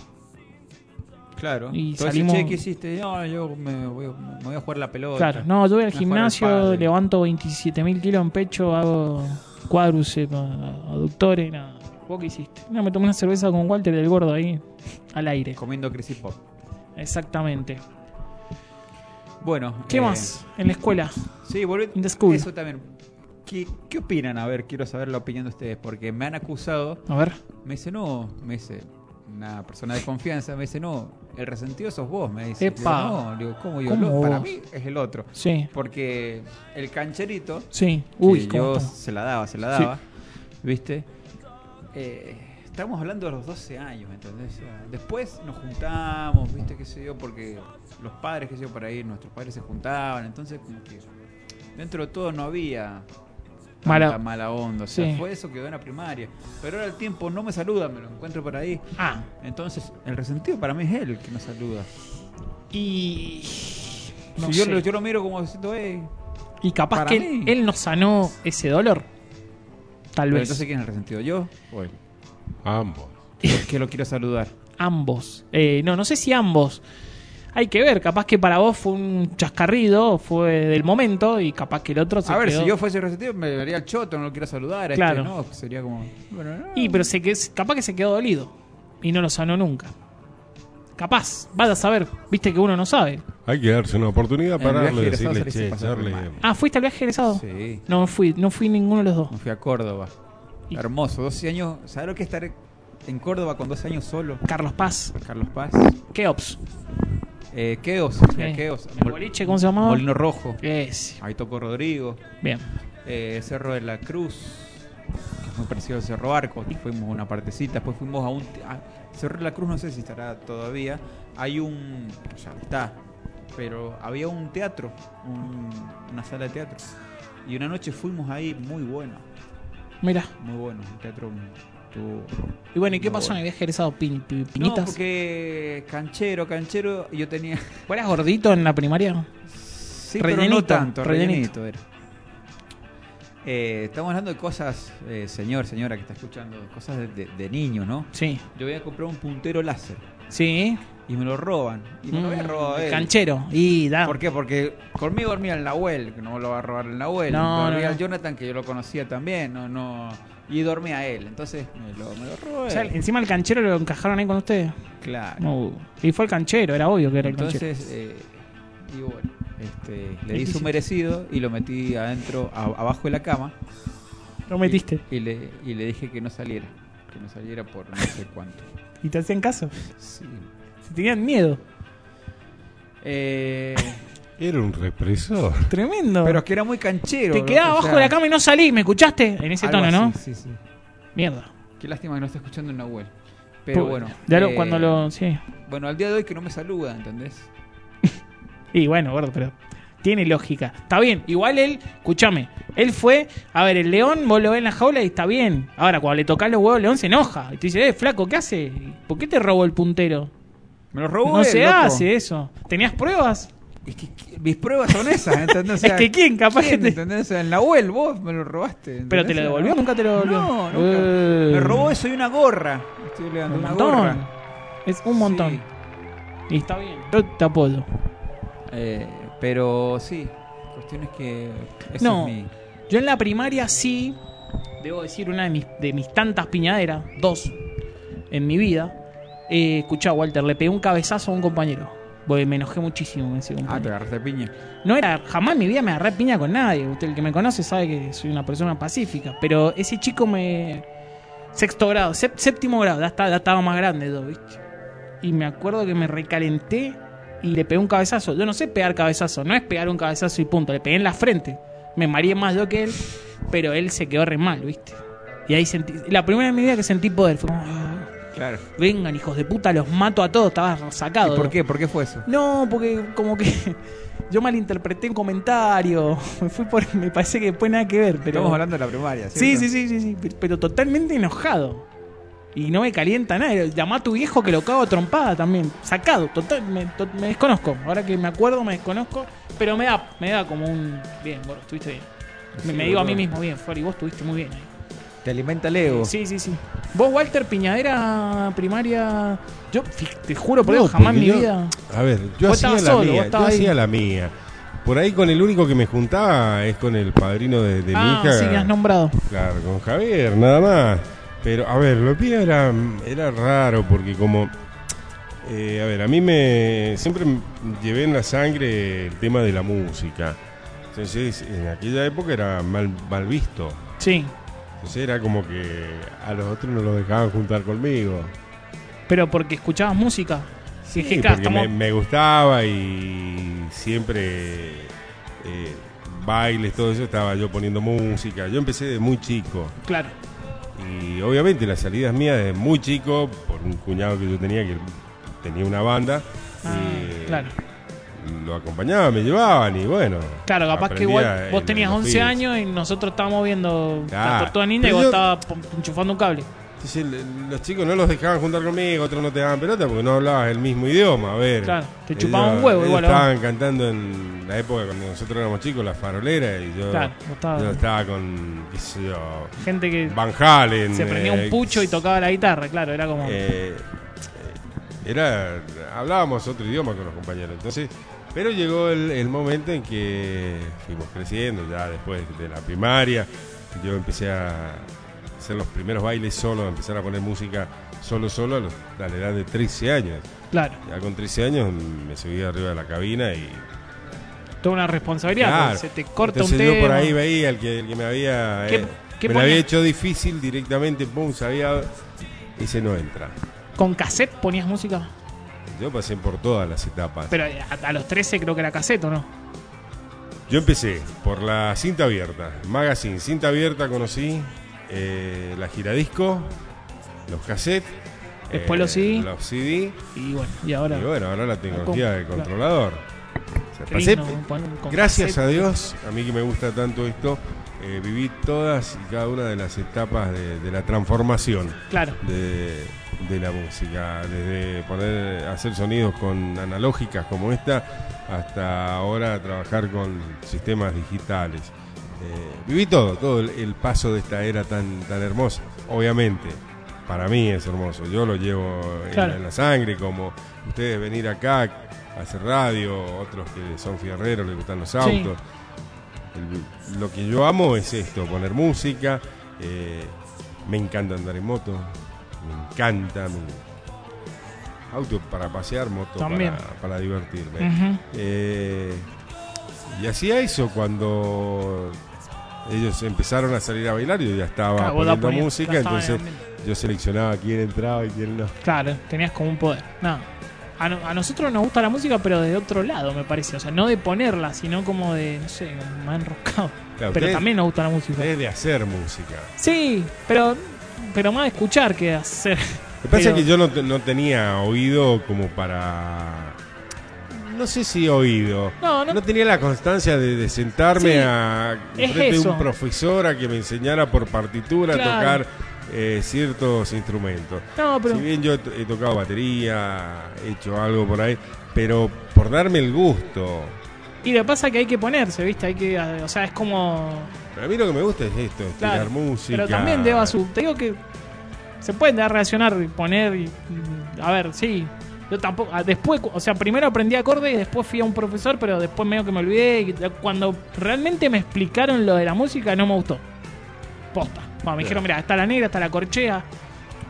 S2: Claro.
S3: Y
S2: Todo ese,
S3: salimos.
S2: "Che, ¿qué hiciste? No, yo me voy, me voy a jugar la pelota.
S3: Claro, no, yo voy al
S2: Me voy a jugar al
S3: gimnasio,
S2: pádel".
S3: levanto 27.000 kilos en pecho, hago cuádruceps, eh, aductores, nada. ¿Vos qué hiciste? No, me tomé una cerveza con Walter del Gordo ahí, al aire.
S2: Comiendo Crazy Pop.
S3: Exactamente.
S2: Bueno. eh,
S3: ¿Qué más? En la escuela.
S2: Sí, volví.
S3: In the school.
S2: Eso también. ¿Qué, ¿Qué opinan? A ver, quiero saber la opinión de ustedes, porque me han acusado.
S3: A ver.
S2: Me dice, no, me dice una persona de confianza, me dice, no, el resentido sos vos, me dice.
S3: Epa.
S2: Digo, no, digo, ¿cómo yo?
S3: ¿Cómo
S2: "No, para
S3: vos?
S2: mí es el otro.
S3: Sí.
S2: Porque el cancherito,
S3: Sí. Uy,
S2: que
S3: cómo
S2: yo
S3: estamos.
S2: se la daba, se la
S3: Sí.
S2: daba, ¿viste? Eh, estamos hablando de los 12 años, ¿entendés? O sea, Después nos juntamos, ¿viste? ¿Qué sé yo? Porque los padres, qué sé yo, por ahí, nuestros padres se juntaban, entonces como que dentro de todo no había
S3: Mala-
S2: mala, mala onda. O sea,
S3: Sí.
S2: fue eso quedó en la primaria. Pero ahora el tiempo no me saluda, me lo encuentro por ahí.
S3: Ah.
S2: Entonces, el resentido para mí es él el que me saluda.
S3: Y. no
S2: si yo,
S3: sé.
S2: lo- yo lo miro como diciendo, hey.
S3: Y capaz
S2: Para
S3: que
S2: mí.
S3: él, él nos sanó ese dolor. Tal vez.
S2: Entonces, ¿quién es el resentido? ¿Yo? o él?
S4: Ambos.
S2: Que lo quiero saludar.
S3: Ambos. Eh, no, no sé si ambos. Hay que ver, capaz que para vos fue un chascarrido, fue del momento, y capaz que el otro se
S2: A ver,
S3: quedó-
S2: si yo fuese resentido, me daría el choto, no lo quiero saludar. a este
S3: Claro.
S2: no, sería como. Bueno, no.
S3: Y pero se que, capaz que se quedó dolido y no lo sanó nunca. Capaz, vas a saber, viste que uno no sabe.
S4: Hay que darse una oportunidad
S2: El
S4: para
S2: viaje
S4: darle,
S2: egresado
S4: decirle,
S2: se le
S4: che,
S2: hizo pasar
S4: Charlie,
S3: Ah, ¿fuiste al viaje egresado?
S2: Sí.
S3: No fui, no fui ninguno de los dos.
S2: Me fui a Córdoba. Hermoso, 12 años. ¿Sabes lo que es estar en Córdoba con 12 años solo?
S3: Carlos Paz,
S2: Carlos Paz.
S3: Keops.
S2: Eh, Keos, fui a
S3: Sí.
S2: Keos.
S3: ¿El boliche cómo se llamaba?
S2: Molino Rojo.
S3: Ese.
S2: Ahí tocó Rodrigo.
S3: Bien.
S2: Eh, Cerro de la Cruz, que es muy parecido al Cerro Arco. Fuimos a una partecita, después fuimos a un. a- Cerro de la Cruz, no sé si estará todavía. Hay un. Ya está. Pero había un teatro, un- una sala de teatro. Y una noche fuimos ahí, muy bueno,
S3: Mira.
S2: muy bueno. El teatro estuvo.
S3: Y bueno, ¿y qué
S2: muy
S3: pasó en el
S2: bueno.
S3: viaje egresado? Pin- pi-
S2: No,
S3: ¿Pinitas?
S2: porque canchero, canchero, yo tenía.
S3: ¿Vos eras gordito en la primaria?
S2: Sí, pero no
S3: Rellenito,
S2: tanto,
S3: rellenito.
S2: rellenito, era. Eh, estamos hablando de cosas, eh, señor, señora que está escuchando, cosas de, de- de niños, ¿no?
S3: Sí.
S2: Yo voy a comprar un puntero láser
S3: Sí.
S2: y me lo roban. Y me lo voy a
S3: Mm,
S2: robar. él.
S3: Canchero. Y da.
S2: ¿Por qué? Porque conmigo dormía el Nahuel, que no me lo va a robar el Nahuel.
S3: No,
S2: dormía
S3: no, no.
S2: el Jonathan, que yo lo conocía también, no, no. Y dormía él, entonces me lo, me lo robó
S3: O sea,
S2: él.
S3: encima el canchero lo encajaron ahí con ustedes.
S2: Claro.
S3: No. Y fue el canchero, era obvio que era el canchero.
S2: Entonces, eh, digo, bueno, este, le di su merecido y lo metí adentro, a- abajo de la cama.
S3: Lo metiste.
S2: Y, y le, y le dije que no saliera. Que no saliera por no sé cuánto.
S3: ¿Y te hacían caso?
S2: Sí.
S3: Se tenían miedo.
S2: Eh,
S4: Era un represor.
S3: Tremendo.
S2: pero es que era muy canchero.
S3: Te
S2: ¿no?
S3: quedás
S2: O
S3: abajo
S2: sea,
S3: de la cama y no salís, ¿me escuchaste? En ese
S2: algo
S3: tono, ¿no?
S2: así, Sí, sí.
S3: Mierda.
S2: Qué lástima que no esté escuchando en Nahuel. Pero
S3: Pu-
S2: bueno.
S3: Pues, Ya lo-
S2: eh,
S3: cuando lo. Sí.
S2: Bueno, al día de hoy que no me saluda, ¿entendés?
S3: Y bueno, gordo, pero. Tiene lógica. Está bien. Igual él, escúchame. Él fue. A ver, el león, vos lo ves en la jaula y está bien. Ahora, cuando le tocas los huevos, el león se enoja. Y te dice, eh, flaco, ¿qué hace? ¿Por qué te robó el puntero?
S2: Me lo robó
S3: no
S2: él,
S3: se
S2: loco.
S3: hace eso. ¿Tenías pruebas?
S2: Es que, que- mis pruebas son esas, ¿entendés? O
S3: (laughs)
S2: sea,
S3: es que quién, capaz
S2: ¿quién,
S3: que te.
S2: ¿entendés? O sea, el Nahuel, vos me lo robaste.
S3: Pero
S2: ¿entendés?
S3: te lo devolvió, nunca te lo devolvió.
S2: No, nunca.
S3: Eh.
S2: Me robó eso y una gorra. Estoy le dando
S3: Un
S2: una
S3: montón.
S2: gorra.
S3: Es un montón.
S2: Sí.
S3: Y está bien. Yo te apoyo.
S2: Eh, pero sí, cuestión es que. Ese
S3: No.
S2: es mi-
S3: Yo en la primaria sí, debo decir, una de mis, de mis tantas piñaderas, dos en mi vida. Eh, escuchá, Walter, le pegué un cabezazo a un compañero. Porque me enojé muchísimo con ese
S2: Ah, te
S3: compañero.
S2: agarraste piña.
S3: No era, jamás en mi vida me agarré piña con nadie. Usted, el que me conoce, sabe que soy una persona pacífica. Pero ese chico me. Sexto grado, sep- séptimo grado, ya, está- ya estaba más grande, yo, ¿viste? Y me acuerdo que me recalenté y le pegué un cabezazo. Yo no sé pegar cabezazo, no es pegar un cabezazo y punto. Le pegué en la frente. Me mareé más yo que él, pero él se quedó re mal, ¿viste? Y ahí sentí. La primera vez en mi vida que sentí poder fue como, "Ah,
S2: Claro.
S3: Vengan, hijos de puta, los mato a todos, estaba sacado.
S2: ¿Y por
S3: yo.
S2: qué? ¿Por qué fue eso?
S3: No, porque como que (laughs) yo malinterpreté un comentario. (laughs) Me fui por. Me parece que después nada que ver, pero.
S2: Estamos hablando de la primaria,
S3: Sí, sí, sí, sí, sí. pe- Pero totalmente enojado. Y no me calienta nada. Llamá a tu viejo que lo cago a trompada también. Sacado, total, me, to- me desconozco. Ahora que me acuerdo, me desconozco. Pero me da, me da como un. Bien, gordo, estuviste bien. Me,
S2: Sí,
S3: me digo a mí
S2: boludo.
S3: mismo, bien, Flori, vos estuviste muy bien ahí.
S2: Te alimenta el ego.
S3: Sí, sí, sí. Vos, Walter Piñadera, primaria. Yo fi- te juro por
S4: No,
S3: Dios, jamás en
S4: porque
S3: mi
S4: yo-
S3: vida.
S4: A ver, yo
S3: Vos
S4: hacía la
S3: estabas solo, vos
S4: mía. Yo
S3: estabas ahí.
S4: hacía la mía. Por ahí con el único que me juntaba es con el padrino de, de mi
S3: ah,
S4: hija.
S3: sí, que has nombrado.
S4: Claro, con Javier, nada más. Pero, a ver, lo pía era, era raro porque como... eh, a ver, a mí me... Siempre m- llevé en la sangre el tema de la música. Entonces, en aquella época era mal, mal visto.
S3: Sí.
S4: Entonces era como que a los otros no los dejaban juntar conmigo.
S3: Pero porque escuchabas música. Sí,
S4: Sí, porque me, me gustaba y siempre eh, bailes, todo eso, estaba yo poniendo música. Yo empecé de muy chico.
S3: Claro.
S4: Y obviamente las salidas mías desde muy chico, por un cuñado que yo tenía que tenía una banda, eh,
S3: Ah, claro.
S4: lo acompañaba, me llevaban y bueno.
S3: Claro, capaz que
S4: aprendía
S3: igual vos
S4: el-
S3: tenías
S4: los
S3: 11
S4: Beatles.
S3: años y nosotros estábamos viendo la
S4: Claro.
S3: tortuga ninja y
S4: Pero
S3: vos
S4: yo-
S3: estabas pum, enchufando un cable.
S4: Entonces, el- los chicos no los dejaban juntar conmigo, otros no te daban pelota porque no hablabas el mismo idioma. A ver,
S3: Claro, te
S4: Ellos-
S3: chupaban un huevo
S4: ellos
S3: igual, ¿eh? ¿o?
S4: Estaban cantando en la época cuando nosotros éramos chicos, la farolera, y yo,
S3: Claro, vos estabas-
S4: yo estaba con, qué sé yo,
S3: Gente que
S4: Van Halen.
S3: se prendía
S4: eh,
S3: un pucho y tocaba la guitarra, claro, era como.
S4: eh, era, hablábamos otro idioma con los compañeros. Entonces, pero llegó el, el momento en que fuimos creciendo, ya después de la primaria, yo empecé a hacer los primeros bailes solo, a empezar a poner música solo, solo a, los- a la edad de 13 años.
S3: Claro.
S4: Ya con 13 años me subí arriba de la cabina y
S3: toda una responsabilidad.
S4: Claro.
S3: porque pues, Se te corta
S4: Entonces
S3: un tema.
S4: yo por ahí veía el que, el que me había.
S3: ¿Qué-
S4: eh,
S3: qué
S4: me lo había
S3: ponía?
S4: hecho difícil directamente, pum, sabía. Ese no entra.
S3: Con cassette ponías música.
S4: Yo pasé por todas las etapas.
S3: Pero eh, a, a los 13 creo que era cassette, ¿o no?
S4: Yo empecé por la cinta abierta, magazine, cinta abierta conocí, eh, la giradisco, los cassettes. eh,
S3: Después los CD.
S4: Los CD.
S3: Y bueno, y ahora.
S4: Y bueno, ahora la tecnología
S3: Con-
S4: de
S3: claro.
S4: controlador. O sea,
S3: Qué
S4: pasé-
S3: lindo, con- con
S4: gracias
S3: cassette.
S4: a Dios, a mí que me gusta tanto esto, eh, viví todas y cada una de las etapas de, de la transformación
S3: Claro.
S4: de, de la música, desde poner, hacer sonidos con analógicas como esta, hasta ahora trabajar con sistemas digitales. Eh, viví todo, todo el, el paso de esta era tan, tan hermosa, obviamente. Para mí es hermoso, yo lo llevo en-
S3: Claro.
S4: en la sangre, como ustedes venir acá a hacer radio, otros que son fierreros, les gustan los autos. El- lo que yo amo es esto, poner música. eh, me encanta andar en moto. Me encanta. me- Auto para pasear, moto
S3: También.
S4: para, para divertirme.
S3: Ujú.
S4: Eh, y hacía eso cuando ellos empezaron a salir a bailar. Yo ya estaba
S3: Claro, vos la
S4: poniendo
S3: ponías,
S4: música,
S3: ya estaba en el
S4: entonces yo seleccionaba quién entraba y quién no.
S3: Claro, tenías como un poder. Nada. A, no- a nosotros nos gusta la música, pero de otro lado, me parece. O sea, no de ponerla, sino como de, no sé, como más enroscado.
S4: Claro,
S3: pero
S4: ustedes-
S3: también nos gusta la música.
S4: Es de hacer música.
S3: Sí, pero, pero más de escuchar que de hacer.
S4: Lo que pasa
S3: Pero-
S4: es que yo no, te- no tenía oído como para. No sé si oído.
S3: No, no-
S4: tenía la constancia de, de sentarme
S3: Sí,
S4: a
S3: es
S4: frente de
S3: eso.
S4: un profesor a que me enseñara por partitura
S3: Claro.
S4: a tocar eh, ciertos instrumentos.
S3: No, pero-
S4: Si bien yo he to- he tocado batería, he hecho algo por ahí, pero por darme el gusto.
S3: Y lo que pasa es que hay que ponerse, ¿viste? Hay que, o sea, es como...
S4: Para mí lo que me gusta es esto, es
S3: Claro,
S4: tirar música.
S3: Pero también deba su. Te digo que se pueden dar reaccionar y poner. y- y- a ver, sí. Yo tampoco. ah, Después, cu- o sea, primero aprendí acordes y después fui a un profesor, pero después medio que me olvidé. Y cuando realmente me explicaron lo de la música, no me gustó. Posta. Cuando me dijeron, mira, está la negra, está la corchea.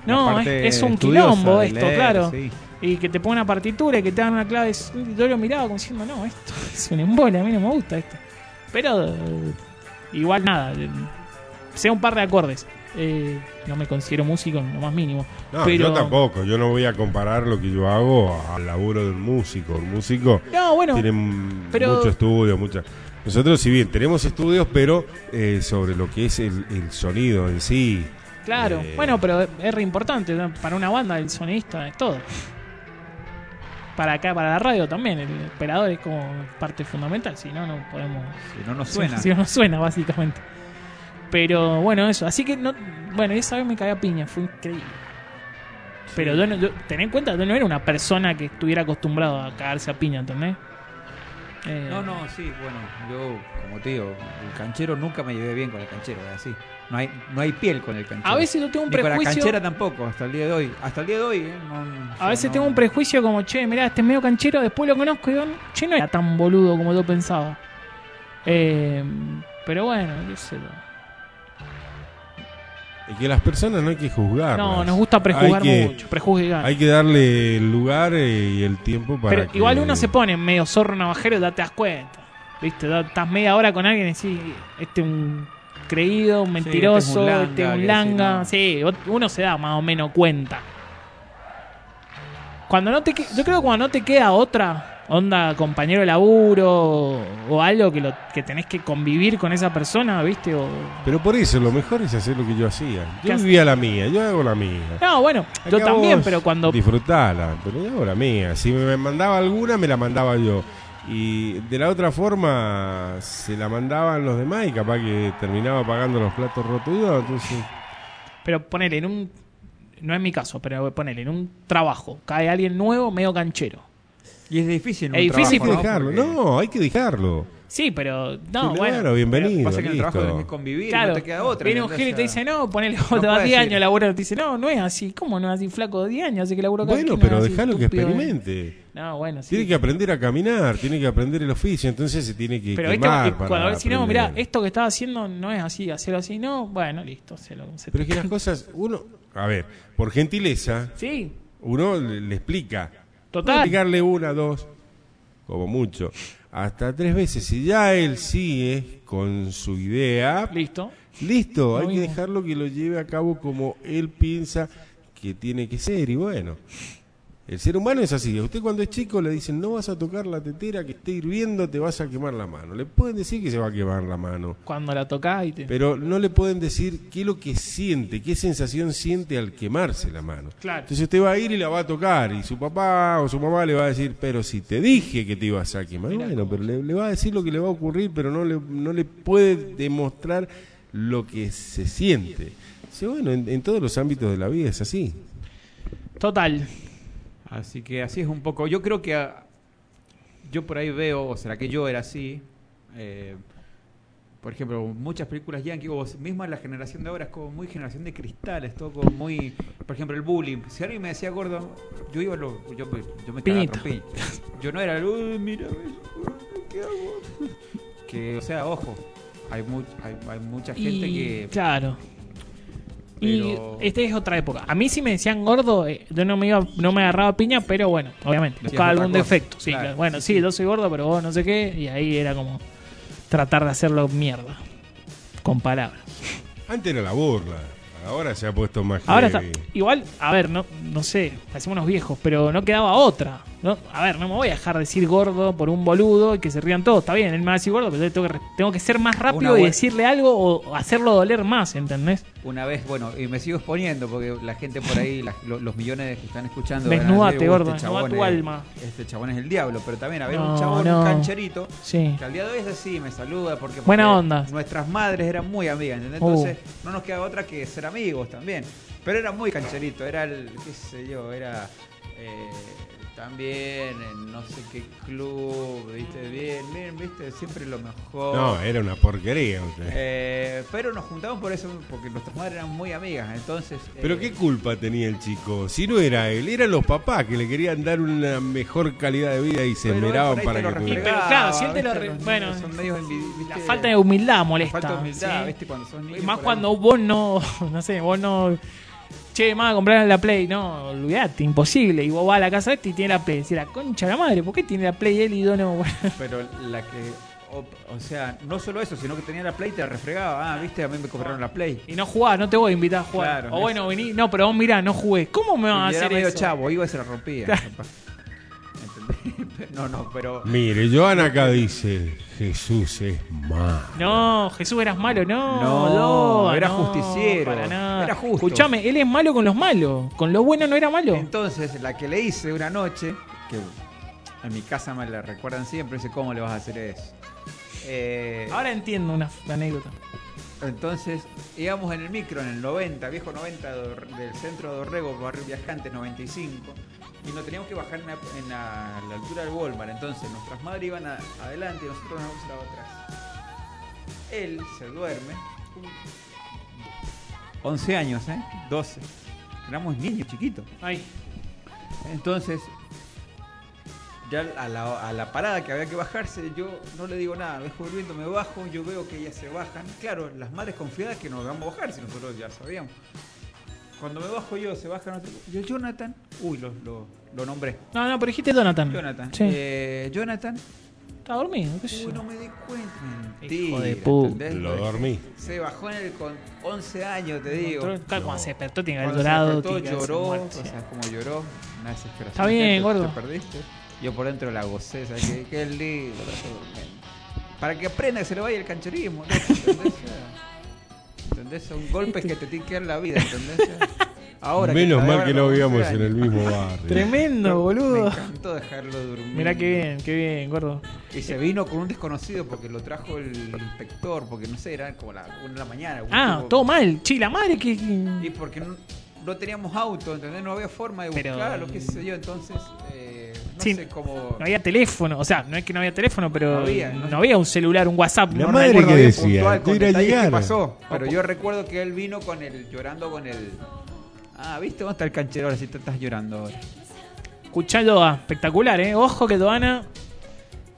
S3: No, es,
S2: parte
S3: es un
S2: estudiosa
S3: quilombo
S2: de
S3: esto,
S2: leer,
S3: claro.
S2: sí.
S3: Y que te pongan una partitura y que te dan una clave. es- Yo lo miraba como diciendo, no, esto es un embole, a mí no me gusta esto. Pero eh, igual nada, eh, sea un par de acordes. Eh, no me considero músico en lo más mínimo.
S4: No,
S3: pero...
S4: yo tampoco. Yo no voy a comparar lo que yo hago al laburo de un músico. Un músico
S3: No, bueno,
S4: tiene mm,
S3: pero-
S4: mucho estudio, mucha... Nosotros, si bien tenemos estudios, pero eh, sobre lo que es el, el sonido en sí.
S3: Claro,
S4: Eh,
S3: bueno, pero es re importante. ¿no? Para una banda, el sonidista es todo. Para acá, para la radio también, el operador es como parte fundamental, si no, no podemos.
S2: Si no, no
S3: si- (laughs)
S2: suena.
S3: Si no, no suena, básicamente. Pero bueno, eso. Así que, no bueno, esa vez me cagué a piña, fue increíble. Pero yo, no- yo- ten en cuenta, yo no era una persona que estuviera acostumbrado a cagarse a piña, ¿entendés? Eh,
S2: No, no, sí, bueno, yo como tío, el canchero nunca me llevé bien con el canchero, es así. No hay, no hay piel con el canchero.
S3: A veces yo tengo un
S2: Ni con la
S3: prejuicio-
S2: canchera tampoco, hasta el día de hoy. Hasta el día de hoy, ¿eh? No, no, o sea,
S3: A veces
S2: no-
S3: tengo un prejuicio como, che, mirá, este es medio canchero, después lo conozco y digo, che, no era tan boludo como yo pensaba. Eh, pero bueno, qué sé yo.
S4: Y que las personas no hay que juzgar.
S3: No, nos gusta prejuzgar
S4: hay que,
S3: mucho, prejuzgar.
S4: Hay que darle el lugar eh, y el tiempo para.
S3: Pero
S4: que-
S3: igual uno se pone medio zorro navajero y ya te das cuenta. ¿Viste? Ya Estás media hora con alguien y decís, este es un creído, un mentiroso, este es un langa. Sí, vos- uno se da más o menos cuenta. Cuando no te que- yo creo que cuando no te queda otra onda compañero de laburo o algo que lo que tenés que convivir con esa persona, ¿viste? O-
S4: Pero por eso lo mejor es hacer lo que yo hacía.
S3: ¿Qué
S4: Yo
S3: hace-
S4: vivía la mía, yo hago la mía.
S3: No, bueno, yo
S4: Acá
S3: también,
S4: vos
S3: pero cuando
S4: Disfrutala, pero yo hago la mía. Si me mandaba alguna, me la mandaba yo. Y de la otra forma, se la mandaban los demás y capaz que terminaba pagando los platos rotos yo. Entonces,
S3: Pero ponele en un. No es mi caso, pero ponele en un trabajo. Cae alguien nuevo, medio canchero.
S2: Y es difícil.
S3: en un Es difícil
S4: hay que
S3: trabajo,
S4: dejarlo.
S2: ¿no?
S4: No, hay que dejarlo.
S3: Sí, pero.
S4: Sí,
S3: No, bueno.
S4: claro, bienvenido.
S2: Pasa que en el trabajo
S4: listo.
S2: tenés que convivir,
S3: Claro,
S2: no te queda otra.
S3: viene un
S2: ¿entendés?
S3: gil y te
S2: O sea,
S3: dice, no, ponele,
S2: no
S3: vos te vas
S2: puedes
S3: 10
S2: ir.
S3: años laburando. Te dice, no, no es así. ¿Cómo no es así, flaco? 10 años hace que laburo cada
S4: Bueno,
S3: esquina,
S4: pero
S3: así,
S4: déjalo que
S3: estúpido, eh.
S4: experimente.
S3: No, bueno, sí.
S4: Tiene que aprender a caminar, tiene que aprender el oficio, entonces se tiene que
S3: Pero viste,
S4: quemar
S3: que
S4: para
S3: cuando ves, si no,
S4: aprender.
S3: mirá, esto que estaba haciendo no es así, hacerlo así, no, bueno, listo. Se lo, se
S4: Pero es que las cosas, uno, a ver, por gentileza,
S3: Sí,
S4: uno le, le explica.
S3: Total.
S4: Puede explicarle una, dos, como mucho, hasta tres veces. Si ya él sigue con su idea,
S3: listo.
S4: listo,
S3: Lo
S4: hay que
S3: mismo.
S4: dejarlo que lo lleve a cabo como él piensa que tiene que ser. Y bueno, el ser humano es así. A usted cuando es chico le dicen, no vas a tocar la tetera que esté hirviendo, te vas a quemar la mano. Le pueden decir que se va a quemar la mano.
S3: Cuando la tocás y te.
S4: Pero no le pueden decir qué es lo que siente, qué sensación siente al quemarse la mano.
S3: Claro.
S4: Entonces usted va a ir y la va a tocar y su papá o su mamá le va a decir, pero si te dije que te ibas a quemar, bueno, pero le, le va a decir lo que le va a ocurrir, pero no le, no le puede demostrar lo que se siente. Dice, bueno, en, en todos los ámbitos de la vida es así.
S3: Total.
S2: Así que así es un poco. Yo creo que ah, yo por ahí veo, o será que yo era así. eh, por ejemplo, muchas películas yankee, o misma la generación de ahora es como muy generación de cristales, todo como muy. Por ejemplo, el bullying. Si alguien me decía gordo, yo iba a lo, yo, me- yo me cagaba a
S3: Piñito.
S2: trompiña. Yo no era el. "Uy, mira, ¿qué hago? Que, o sea, ojo, hay, much- hay, hay mucha gente
S3: Y,
S2: que.
S3: Claro.
S2: Pero-
S3: Y esta es otra época. A mí si me decían gordo, eh, yo no me iba, no me agarraba piña, pero bueno, obviamente,
S2: Decías
S3: buscaba
S2: otra
S3: algún
S2: cosa.
S3: defecto. Sí,
S2: Claro,
S3: claro. Bueno,
S2: sí,
S3: sí, yo soy gordo, pero vos no sé qué, y ahí era como tratar de hacerlo mierda. Con palabras.
S4: Antes era la burla, ahora se ha puesto más
S3: Ahora está,
S4: heavy.
S3: igual, a ver, no, no sé, parecemos unos viejos, pero no quedaba otra. No, a ver, no me voy a dejar decir gordo por un boludo y que se rían todos. Está bien, él me va a decir gordo, pero yo tengo que, re- tengo que ser más rápido y
S2: buena-
S3: decirle algo o hacerlo doler más, ¿entendés?
S2: Una vez, bueno, y me sigo exponiendo porque la gente por ahí, la- lo- los millones que están escuchando.
S3: Desnúdate,
S2: van a decir, "Uh,
S3: gordo, desnuda
S2: chabón
S3: tu
S2: es-
S3: alma".
S2: Este chabón es el diablo, pero también a ver
S3: No,
S2: un chabón,
S3: no.
S2: un cancherito,
S3: Sí.
S2: que al día de hoy es así, me saluda porque. porque
S3: Buena onda.
S2: Nuestras madres eran muy amigas, ¿entendés?
S3: Uh.
S2: Entonces no nos queda otra que ser amigos también. Pero era muy cancherito, era el, qué sé yo, era. eh, también en no sé qué club, viste bien, bien, viste, siempre lo mejor.
S4: No, era una porquería. usted.
S2: Eh, pero nos juntamos por eso, porque nuestras madres eran muy amigas, entonces... eh,
S4: Pero qué culpa tenía el chico, si no era él, eran los papás que le querían dar una mejor calidad de vida y se
S2: pero él por
S4: esmeraban
S2: ahí
S4: para
S2: te
S4: que
S2: lo
S4: tuviera.
S3: Pero
S2: refregaba,
S3: claro, si él te
S2: ¿viste?
S3: lo re-
S2: Los
S3: bueno,
S2: niños son medios envi- ¿viste?
S3: La falta de humildad molesta.
S2: La falta de humildad,
S3: sí.
S2: ¿viste? Cuando son niños...
S3: Más
S2: por ahí.
S3: cuando vos no, (laughs) no sé, vos no. Che, más comprar la Play. No, olvidate, imposible. Y vos vas a la casa de este y tiene la Play. Decís, la concha de la madre, ¿por qué tiene la Play él y yo no? (laughs) Bueno,
S2: Pero la que... O, o sea, no solo eso, sino que tenía la Play y te la refregaba. Ah, viste, a mí me compraron la Play.
S3: y no jugás, no te voy a invitar a jugar.
S2: Claro,
S3: o bueno,
S2: eso.
S3: vení. No, pero vos mirá, no jugué. ¿Cómo me vas
S2: y
S3: a
S2: era
S3: hacer
S2: medio
S3: eso?
S2: chavo, iba y se la rompía.
S3: Claro.
S2: capaz. (laughs) ¿Entendés? (laughs) No, no, pero...
S4: Mire, Joan acá dice, Jesús es más.
S3: No, Jesús eras malo, no.
S2: No,
S3: Loba,
S2: era
S3: no,
S2: justiciero,
S3: Para nada.
S2: era justo.
S3: Escuchame, él es malo con los malos. Con lo bueno no era malo.
S2: Entonces, la que le hice una noche, que en mi casa me la recuerdan siempre, dice, ¿cómo le vas a hacer eso? Eh,
S3: Ahora entiendo una f- anécdota.
S2: Entonces íbamos en el micro en el 90, viejo 90 de Dor- del centro de Dorrego, barrio Viajante 95. y nos teníamos que bajar en la, en la- la altura del Walmart. Entonces nuestras madres iban a- adelante y nosotros nos vamos atrás. Él se duerme. 11 años, ¿eh? 12. Éramos niños chiquitos. Entonces, ya a la, a la parada que había que bajarse, yo no le digo nada, me dejo durmiendo, me bajo, yo veo que ellas se bajan. Claro, las madres confiadas que nos vamos a bajar, si nosotros ya sabíamos. Cuando me bajo yo, se bajan otros. Yo, Jonathan, uy, lo, lo- lo nombré.
S3: No, no, pero dijiste Jonathan.
S2: Jonathan.
S3: Sí.
S2: Eh, Jonathan.
S3: Está dormido, qué sé
S2: Uy,
S3: yo.
S2: no me di cuenta.
S3: Hijo de
S2: Mentira,
S3: puta.
S2: ¿entendés?
S4: Lo dormí.
S2: Se bajó en el con 11 años, te digo.
S3: Claro, cuando se despertó tiene que haber
S2: Cuando se
S3: llorado.
S2: despertó,
S3: tiene que haberse
S2: lloró,
S3: muerto,
S2: o
S3: sí.
S2: sea, como lloró, una desesperación.
S3: Está bien,
S2: Gente,
S3: gordo.
S2: Te perdiste. Yo por dentro la gocé, ¿sabes qué? Qué lindo. Para que aprenda que se le vaya el cancherismo, ¿no? ¿entendés? ¿Entendés? Son golpes que te tienen que dar la vida, ¿entendés? Ahora
S4: Menos mal que no vivíamos
S2: veíamos
S4: en el mismo barrio.
S3: (laughs) Tremendo, boludo.
S2: Me encantó dejarlo dormir.
S3: Mirá qué bien, qué bien, gordo.
S2: Y se vino con un desconocido porque lo trajo el inspector, porque no sé, era como la una de la mañana. un
S3: Ah,
S2: tipo-
S3: todo mal. Chi, la madre que.
S2: Y porque no, no teníamos auto, ¿entendés? No había forma de
S3: Pero- mm,
S2: buscarlo, qué sé yo. Entonces, eh, no
S3: Sí,
S2: sé cómo.
S3: No había teléfono, o sea, no es que no había teléfono, pero
S2: No había,
S3: no había un celular, un WhatsApp.
S4: La
S3: no
S4: madre
S3: recuerdo
S4: que
S3: bien
S4: decía,
S3: puntual
S4: te
S3: con
S4: irá a
S3: detalle qué
S4: llegar.
S3: pasó.
S2: pasó, pero yo recuerdo que él vino con el llorando con el. Ah, ¿viste dónde está el canchero ahora si te estás llorando ahora?
S3: Escuchalo a espectacular, ¿eh? Ojo que Doana,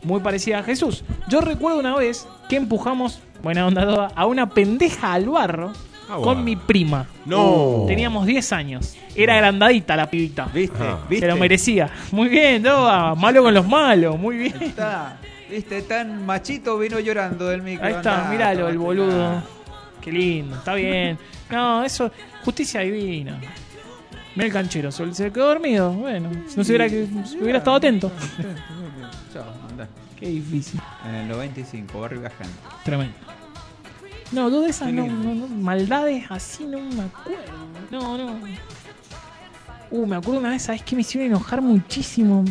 S3: muy parecida a Jesús. Yo recuerdo una vez que empujamos, buena onda Doa, a una pendeja al barro con
S2: Ah, bueno.
S3: mi prima. Uh.
S2: No.
S3: Teníamos 10 años. Era agrandadita la pibita.
S2: ¿Viste? ¿Viste?
S3: Se lo merecía. Muy bien, Doa. Malo con los malos. Muy bien.
S2: Ahí está. ¿Viste? Tan machito vino llorando del micro.
S3: Ahí está,
S2: Andá,
S3: míralo, el
S2: tomate
S3: boludo.
S2: nada.
S3: Qué lindo, está bien. No, eso, justicia divina. Mira el canchero, se se quedó dormido. Bueno, si no se hubiera, se hubiera estado atento.
S2: Chao, andá.
S3: Qué difícil.
S2: En el 95, barrio Gaján.
S3: Tremendo. No, yo de esas no, no, no, maldades así no me acuerdo. No, no. Uh, me acuerdo una vez, ¿sabes qué? Me hicieron enojar muchísimo.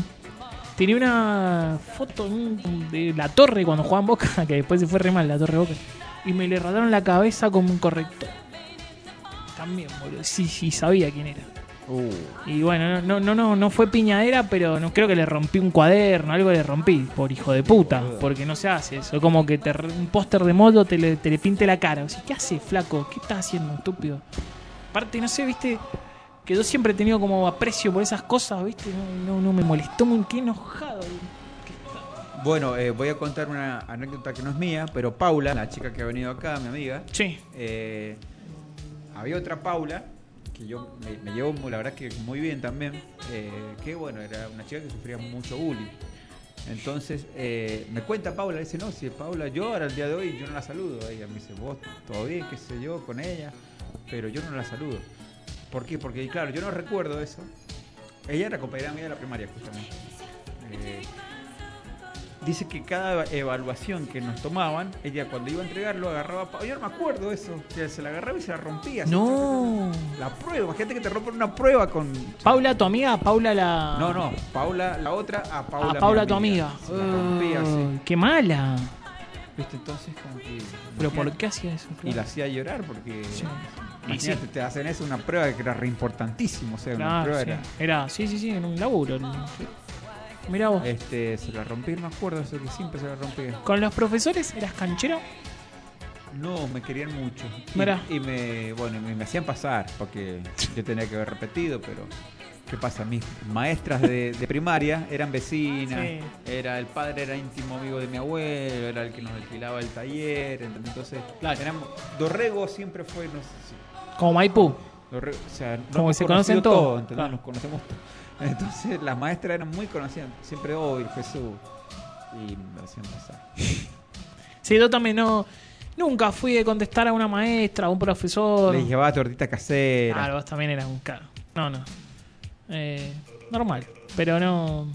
S3: Tenía una foto en un- de la torre cuando jugaban Boca, (laughs) que después se fue re mal la torre Boca. Y me le rataron la cabeza con un corrector. También, boludo. Sí, sí, sabía quién era. Y bueno, no, no, no, no fue piñadera, pero no creo que le rompí un cuaderno, algo le rompí, por hijo de puta, porque no se hace eso. Como que te, re- un póster de modo te le, te le pinte la cara. O sea, ¿qué hace, flaco? ¿Qué estás haciendo, estúpido? Aparte, no sé, viste, que yo siempre he tenido como aprecio por esas cosas, viste, no, no, no me molestó, me qué enojado.
S2: Bueno, eh, voy a contar una anécdota que no es mía, pero Paula, la chica que ha venido acá, mi amiga. eh,
S3: Sí.
S2: había otra Paula, que yo me, me llevo, la verdad, que muy bien también. eh, que bueno, era una chica que sufría mucho bullying. Entonces, eh, me cuenta Paula, dice, no, si Paula llora el día de hoy, yo no la saludo. Ella me dice, vos, todo bien, qué sé yo, con ella, pero yo no la saludo. ¿Por qué? Porque, claro, yo no recuerdo eso. Ella era compañera mía de la primaria, justamente. Eh, dice que cada evaluación que nos tomaban, ella cuando iba a entregarlo agarraba. pa- Yo no me acuerdo eso. que se la agarraba y se la rompía. así,
S3: No.
S2: La prueba, imagínate que te rompen una prueba con.
S3: Paula, tu amiga, Paula la.
S2: No, no, Paula, la otra, a
S3: a
S2: Paula.
S3: Ah, Paula,
S2: mi
S3: tu amiga. Ah.
S2: Se la rompía así.
S3: Ay, qué mala.
S2: ¿Viste? Entonces, como que.
S3: Pero ¿por
S2: imagínate.
S3: qué hacía eso?
S2: Y la hacía llorar porque.
S3: Y sí.
S2: Imagínate, te hacen eso una prueba que era re importantísimo. O sea, una
S3: Claro,
S2: prueba
S3: sí.
S2: era.
S3: Era, sí, sí, sí, en un laburo. Mira vos.
S2: Este, se la rompí, no me acuerdo, eso que siempre se la rompía.
S3: ¿Con los profesores eras canchero?
S2: No, me querían mucho. Y-
S3: Mirá.
S2: Y, me, bueno, y me, me hacían pasar, porque yo tenía que haber repetido, pero ¿qué pasa? Mis maestras de, de primaria eran vecinas, era el padre era íntimo amigo de mi abuelo, era el que nos alquilaba el taller, ¿entendés? entonces éramos- Dorrego siempre fue, no sé si-
S3: Como Maipú.
S2: Dorrego, o sea, no
S3: Como
S2: hemos
S3: se conocen
S2: conocido
S3: todos.
S2: todo, ¿entendés?
S3: Claro.
S2: Nos conocemos todos. (laughs) Entonces las maestras eran muy conocidas, siempre hoy, Jesús, y me hacían pasar.
S3: Sí, yo también no. Nunca fui de contestar a una maestra, a un profesor.
S2: Les llevaba tortita casera.
S3: Claro, vos también eras un caro. No, no. Eh, normal. Pero no.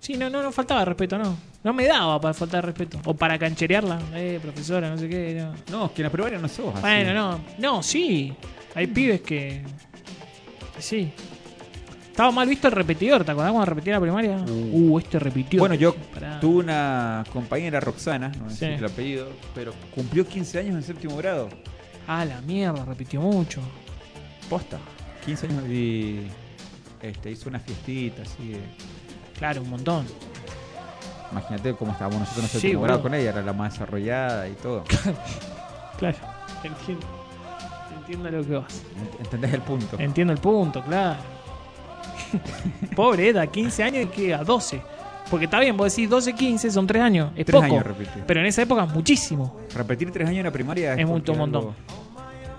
S3: Sí, no, no, no faltaba respeto, no. No me daba para faltar respeto. O para cancherearla. Eh, profesora, no sé qué. No.
S2: No, es que en la primaria no sos así.
S3: Bueno, no. No, sí. Hay pibes que. que Sí. Estaba mal visto el repetidor, ¿te acordás cuando repetía la primaria? Uh, este repitió.
S2: Bueno, yo
S3: Pará.
S2: tuve una compañera, Roxana, no sé
S3: Sí.
S2: el apellido, pero cumplió 15 años en séptimo grado.
S3: Ah, la mierda, repitió mucho.
S2: Posta. 15 años y este, hizo una fiestita así de-
S3: Claro, un montón.
S2: Imagínate cómo estábamos nosotros nosotros
S3: Sí,
S2: enamorados
S3: boludo.
S2: con ella, era la más desarrollada y
S3: (laughs)
S2: todo.
S3: Claro. Entiendo. Entiendo lo que vas.
S2: ¿Entendés el punto?
S3: Entiendo el punto,
S2: (laughs)
S3: claro. Pobre Eda, 15 años y que a 12. Porque está bien, vos decís 12, 15, son 3 años. Es
S2: Tres
S3: poco.
S2: años, repite.
S3: pero en esa época es muchísimo.
S2: Repetir tres años en la primaria
S3: Es
S2: porque
S3: mucho, un
S2: algo-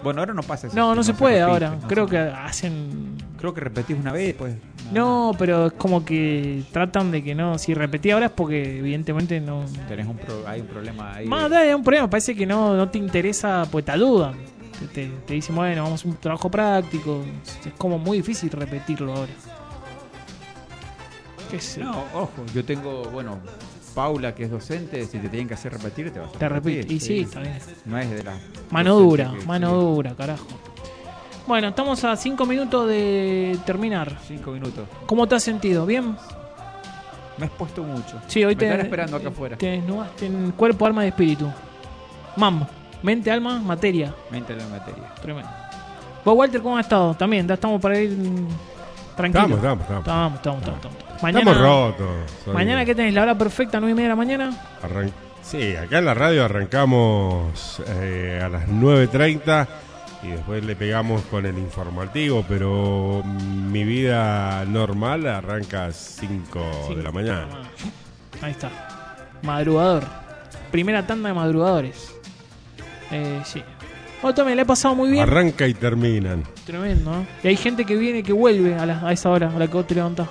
S2: Bueno, ahora no pasa eso.
S3: No, no, se puede
S2: repite,
S3: ahora.
S2: no
S3: Creo
S2: se-
S3: que hacen.
S2: Creo que repetís una vez pues después.
S3: No, pero es como que tratan de que no. Si repetí ahora es porque, evidentemente, no.
S2: Tenés un pro- hay un problema ahí.
S3: Más allá de un problema, parece que no, no te interesa, pues te duda. Te, te, te dicen, bueno, vamos a un trabajo práctico. Es como muy difícil repetirlo ahora. ¿Qué sé?
S2: No, ojo, yo tengo, bueno, Paula que es docente, si te tienen que hacer repetir, te vas a
S3: Te repite.
S2: repetir.
S3: Y sí, está bien.
S2: No es de la...
S3: Mano
S2: docente
S3: dura,
S2: que-
S3: mano dura, carajo. Bueno, estamos a 5 minutos de terminar.
S2: Cinco minutos.
S3: ¿Cómo te has sentido? ¿Bien?
S2: Me has puesto mucho.
S3: Sí, hoy
S2: Me
S3: te.
S2: están esperando acá afuera.
S3: Te desnudaste en cuerpo, alma y espíritu. Mam, mente, alma, materia.
S2: Me entra la materia.
S3: Tremendo. Vos, Walter, ¿cómo has estado? También, ya estamos para ir mm, tranquilos.
S4: Estamos, estamos, estamos.
S3: Estamos, estamos, estamos, estamos. Mañana,
S4: Estamos rotos. Soy-
S3: Mañana, ¿qué tenés? ¿La hora perfecta, 9 y media de la mañana?
S4: Arran- Sí, acá en la radio arrancamos eh, a las 9.30 y después le pegamos con el informativo, pero mi vida normal arranca a 5 de la mañana.
S3: Ahí está. Madrugador. Primera tanda de madrugadores. Eh, sí. Bueno, también le he pasado muy bien.
S4: Arranca y terminan.
S3: Tremendo, ¿eh? Y hay gente que viene que vuelve a, la- a esa hora, a la que vos te levantás.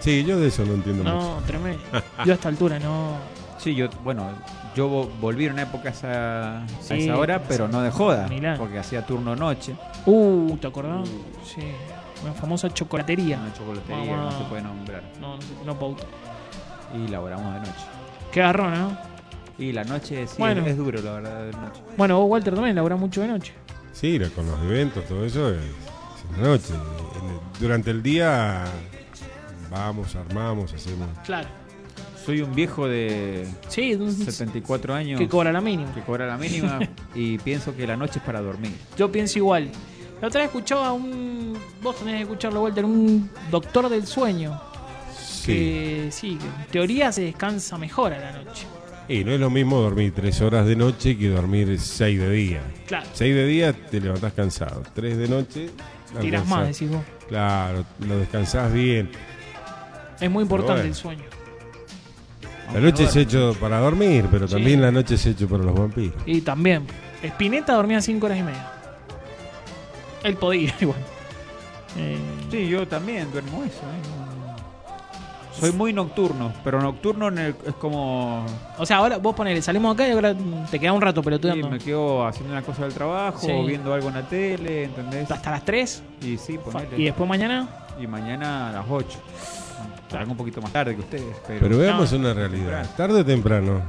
S4: Sí, yo de eso no entiendo mucho.
S3: No, tremendo. (laughs) Yo a esta altura no.
S2: Sí, yo, bueno, yo vo- volví en una época a esa, a
S3: Sí,
S2: esa hora, pero no de joda,
S3: Milán.
S2: porque hacía turno noche.
S3: Uh, ¿te acordás? Sí. Una famosa chocolatería.
S2: Una chocolatería,
S3: Mamá.
S2: no se puede nombrar.
S3: No, no, se- no pauta.
S2: Y laboramos de noche.
S3: Qué garrón, ¿no?
S2: Y la noche sí,
S3: Bueno.
S2: es, es duro, la verdad, de noche.
S3: Bueno, vos, Walter, también laburás mucho de noche.
S4: Sí, lo- con los eventos, todo eso es, es en la noche. En el- durante el día vamos, armamos, hacemos.
S3: Claro.
S2: Soy un viejo de
S3: Sí, un-
S2: 74 años.
S3: Que cobra la mínima.
S2: Que cobra la mínima
S3: (laughs)
S2: y pienso que la noche es para dormir.
S3: Yo pienso igual. La otra vez escuchaba a un. Vos tenés que escucharlo, Walter, un doctor del sueño. Que sí, que en teoría se descansa mejor a la noche.
S4: Y no es lo mismo dormir 3 horas de noche que dormir 6 de día.
S3: Claro.
S4: 6 de día te levantás cansado. 3 de noche.
S3: Tirás
S4: alcanzás-
S3: más, decís vos.
S4: Claro, lo descansás bien.
S3: Es muy importante
S4: bueno.
S3: el sueño.
S4: La noche es hecho para dormir, pero
S3: Sí.
S4: también la noche es hecho para los vampiros.
S3: Y también, Spinetta dormía 5 horas y media. Él podía, (laughs) igual. Eh,
S2: Sí, yo también duermo eso. ¿eh? No- Soy muy nocturno, pero nocturno en el- es como...
S3: O sea, ahora vos ponele, salimos acá y ahora mm, te queda un rato
S2: sí,
S3: pelotudeando.
S2: me quedo haciendo una cosa del trabajo,
S3: Sí.
S2: o viendo algo en la tele, ¿entendés?
S3: Hasta las 3.
S2: Y sí, ponele.
S3: Y después mañana.
S2: Y mañana a las 8. Salgo un poquito más tarde que ustedes, pero...
S4: Pero veamos una realidad. Tarde o temprano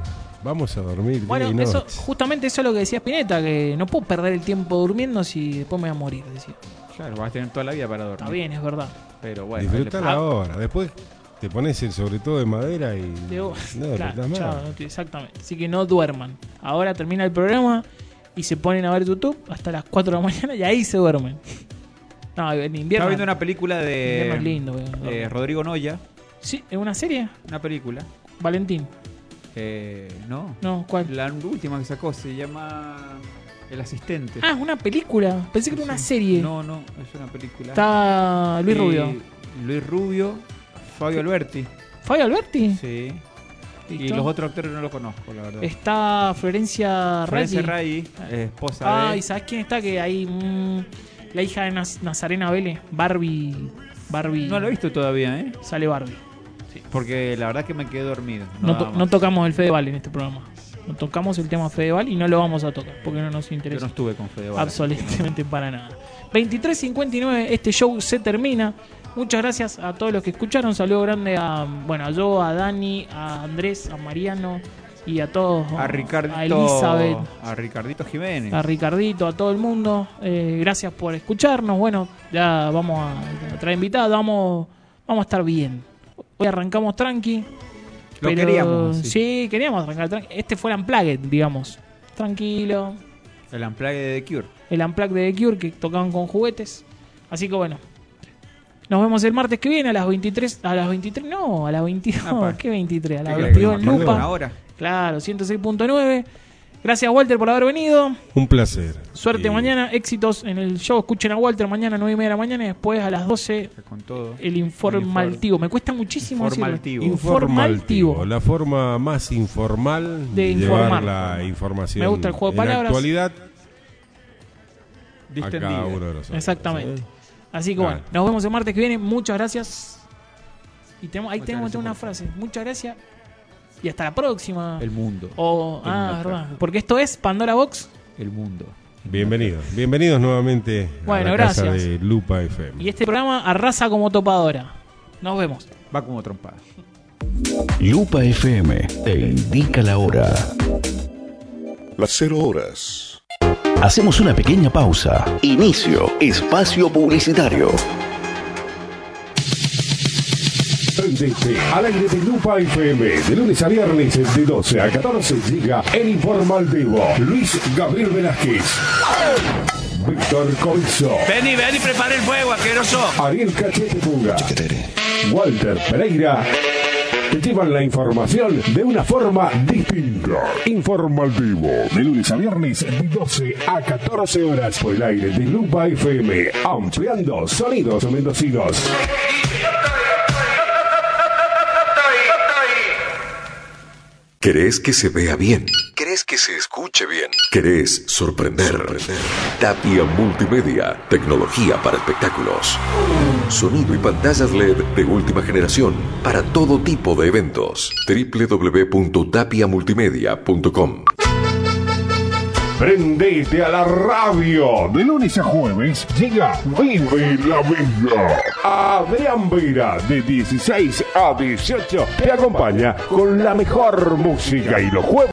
S4: vamos a dormir. día
S3: Bueno,
S4: y noche.
S3: eso, justamente eso es lo que decía Spinetta, que no puedo perder el tiempo durmiendo si después me voy a morir. decía.
S2: Claro, vas a tener toda la vida para dormir.
S3: Está bien, es verdad.
S2: Pero bueno... ah.
S4: Disfruta
S2: le-
S4: la hora. Después te pones el sobre todo de madera y.
S3: De vos.
S4: (laughs) No,
S3: Claro,
S4: apretás más.
S3: chao, no te- exactamente. Así que no duerman. Ahora termina el programa y se ponen a ver YouTube hasta las 4 de la mañana y ahí se duermen. No, en invierno.
S2: Estaba viendo una película
S3: Invierno
S2: de,
S3: es lindo, weón.
S2: de Rodrigo Noya,
S3: Sí, en una serie.
S2: una película.
S3: Valentín.
S2: Eh, no.
S3: No, ¿cuál?
S2: La última que sacó se llama El Asistente.
S3: Ah, es una película. Pensé que era una serie.
S2: No, no, es una película.
S3: Está Luis
S2: Y
S3: Rubio.
S2: Luis Rubio, Fabio Alberti.
S3: Fabio Alberti.
S2: Sí. Y
S3: Listo.
S2: los otros actores no los conozco, la verdad.
S3: Está Florencia Raggi.
S2: Florencia Ray, eh, esposa
S3: Ah,
S2: de.
S3: ¿y sabes quién está? Que ahí. mm, la hija de Naz- Nazarena Vélez. Barbie. Barbie.
S2: No lo he visto todavía, ¿eh?
S3: Sale Barbie.
S2: Porque la verdad que me quedé dormido.
S3: No,
S2: daba
S3: to-
S2: más.
S3: no tocamos el Fedeval en este programa. No tocamos el tema Fedeval y no lo vamos a tocar porque no nos
S2: Yo no
S3: interesa.
S2: estuve con Fede Vara.
S3: Absolutamente para nada. 23.59, este show se termina. Muchas gracias a todos los que escucharon. Saludo grande a, bueno, a yo, a Dani, a Andrés, a Mariano y a todos.
S2: A Ricardito.
S3: A Elizabeth,
S2: A Ricardito Jiménez.
S3: a Ricardito, a todo el mundo. Eh, gracias por escucharnos. Bueno, ya vamos a, a traer invitados. Vamos, vamos a estar bien. Hoy arrancamos tranqui.
S2: Lo
S3: pero-
S2: queríamos así.
S3: Sí, queríamos arrancar tranqui. Este fue el Unplugged, digamos. Tranquilo.
S2: El amplague de The Cure.
S3: El Unplugged de The Cure que tocaban con juguetes. Así que bueno. Nos vemos el martes que viene a las 23. A las 23, no, a las 22.
S2: Apa.
S3: ¿Qué 23? A las
S2: ¿Qué
S3: 22 en
S2: querés?
S3: Lupa.
S2: Una hora.
S3: Claro, 106.9. Gracias, Walter, por haber venido.
S4: Un placer.
S3: Suerte mañana, éxitos en el show. Escuchen a Walter mañana a 9 y media de la mañana y después a las 12 el informaltivo. Me cuesta muchísimo
S4: Informaltivo.
S3: decirlo. Informaltivo.
S4: La forma más informal
S3: De
S4: de, llevar
S3: informar.
S4: la información.
S3: Me gusta el juego de
S4: en
S3: palabras.
S4: actualidad a
S2: Distendida.
S4: cada uno de ¿eh? nosotros.
S3: Exactamente. Así que
S4: Claro.
S3: bueno, nos vemos el martes que viene. Muchas gracias. Y tenemos, ahí
S2: Muchas
S3: tenemos
S2: gracias
S3: una
S2: por-
S3: frase. Muchas gracias. Y hasta la próxima.
S2: El mundo.
S3: O, ah,
S2: mundo.
S3: verdad. Porque esto es Pandora Box.
S2: El mundo.
S4: Bienvenidos. Bienvenidos nuevamente
S3: Bueno,
S4: a la casa
S3: gracias.
S4: de Lupa FM.
S3: Y este programa arrasa como topadora. Nos vemos.
S2: Va como trompada.
S1: Lupa FM te indica la hora.
S13: Las cero horas.
S1: Hacemos una pequeña pausa. Inicio espacio publicitario.
S6: Prendete al aire de Lupa FM de lunes a viernes de 12 a 14 llega el informativo Luis Gabriel Velázquez Víctor Covizo
S7: Ven y ven y prepara el fuego, asqueroso.
S6: Ariel Cachete Puga Walter Pereira te llevan la información de una forma distinta. Informativo de lunes a viernes de 12 a 14 horas por el aire de Lupa FM ampliando sonidos mendocinos.
S5: ¿Querés que se vea bien?
S13: ¿Crees que se escuche bien?
S5: ¿Querés sorprender? Tapia Multimedia, tecnología para espectáculos. Sonido y pantallas LED de última generación para todo tipo de eventos. www.tapiamultimedia.com
S6: Prendete a la radio. De lunes a jueves llega Vive la Vida. Adrián Vera, de 16 a 18, te acompaña con la mejor música y los jueves.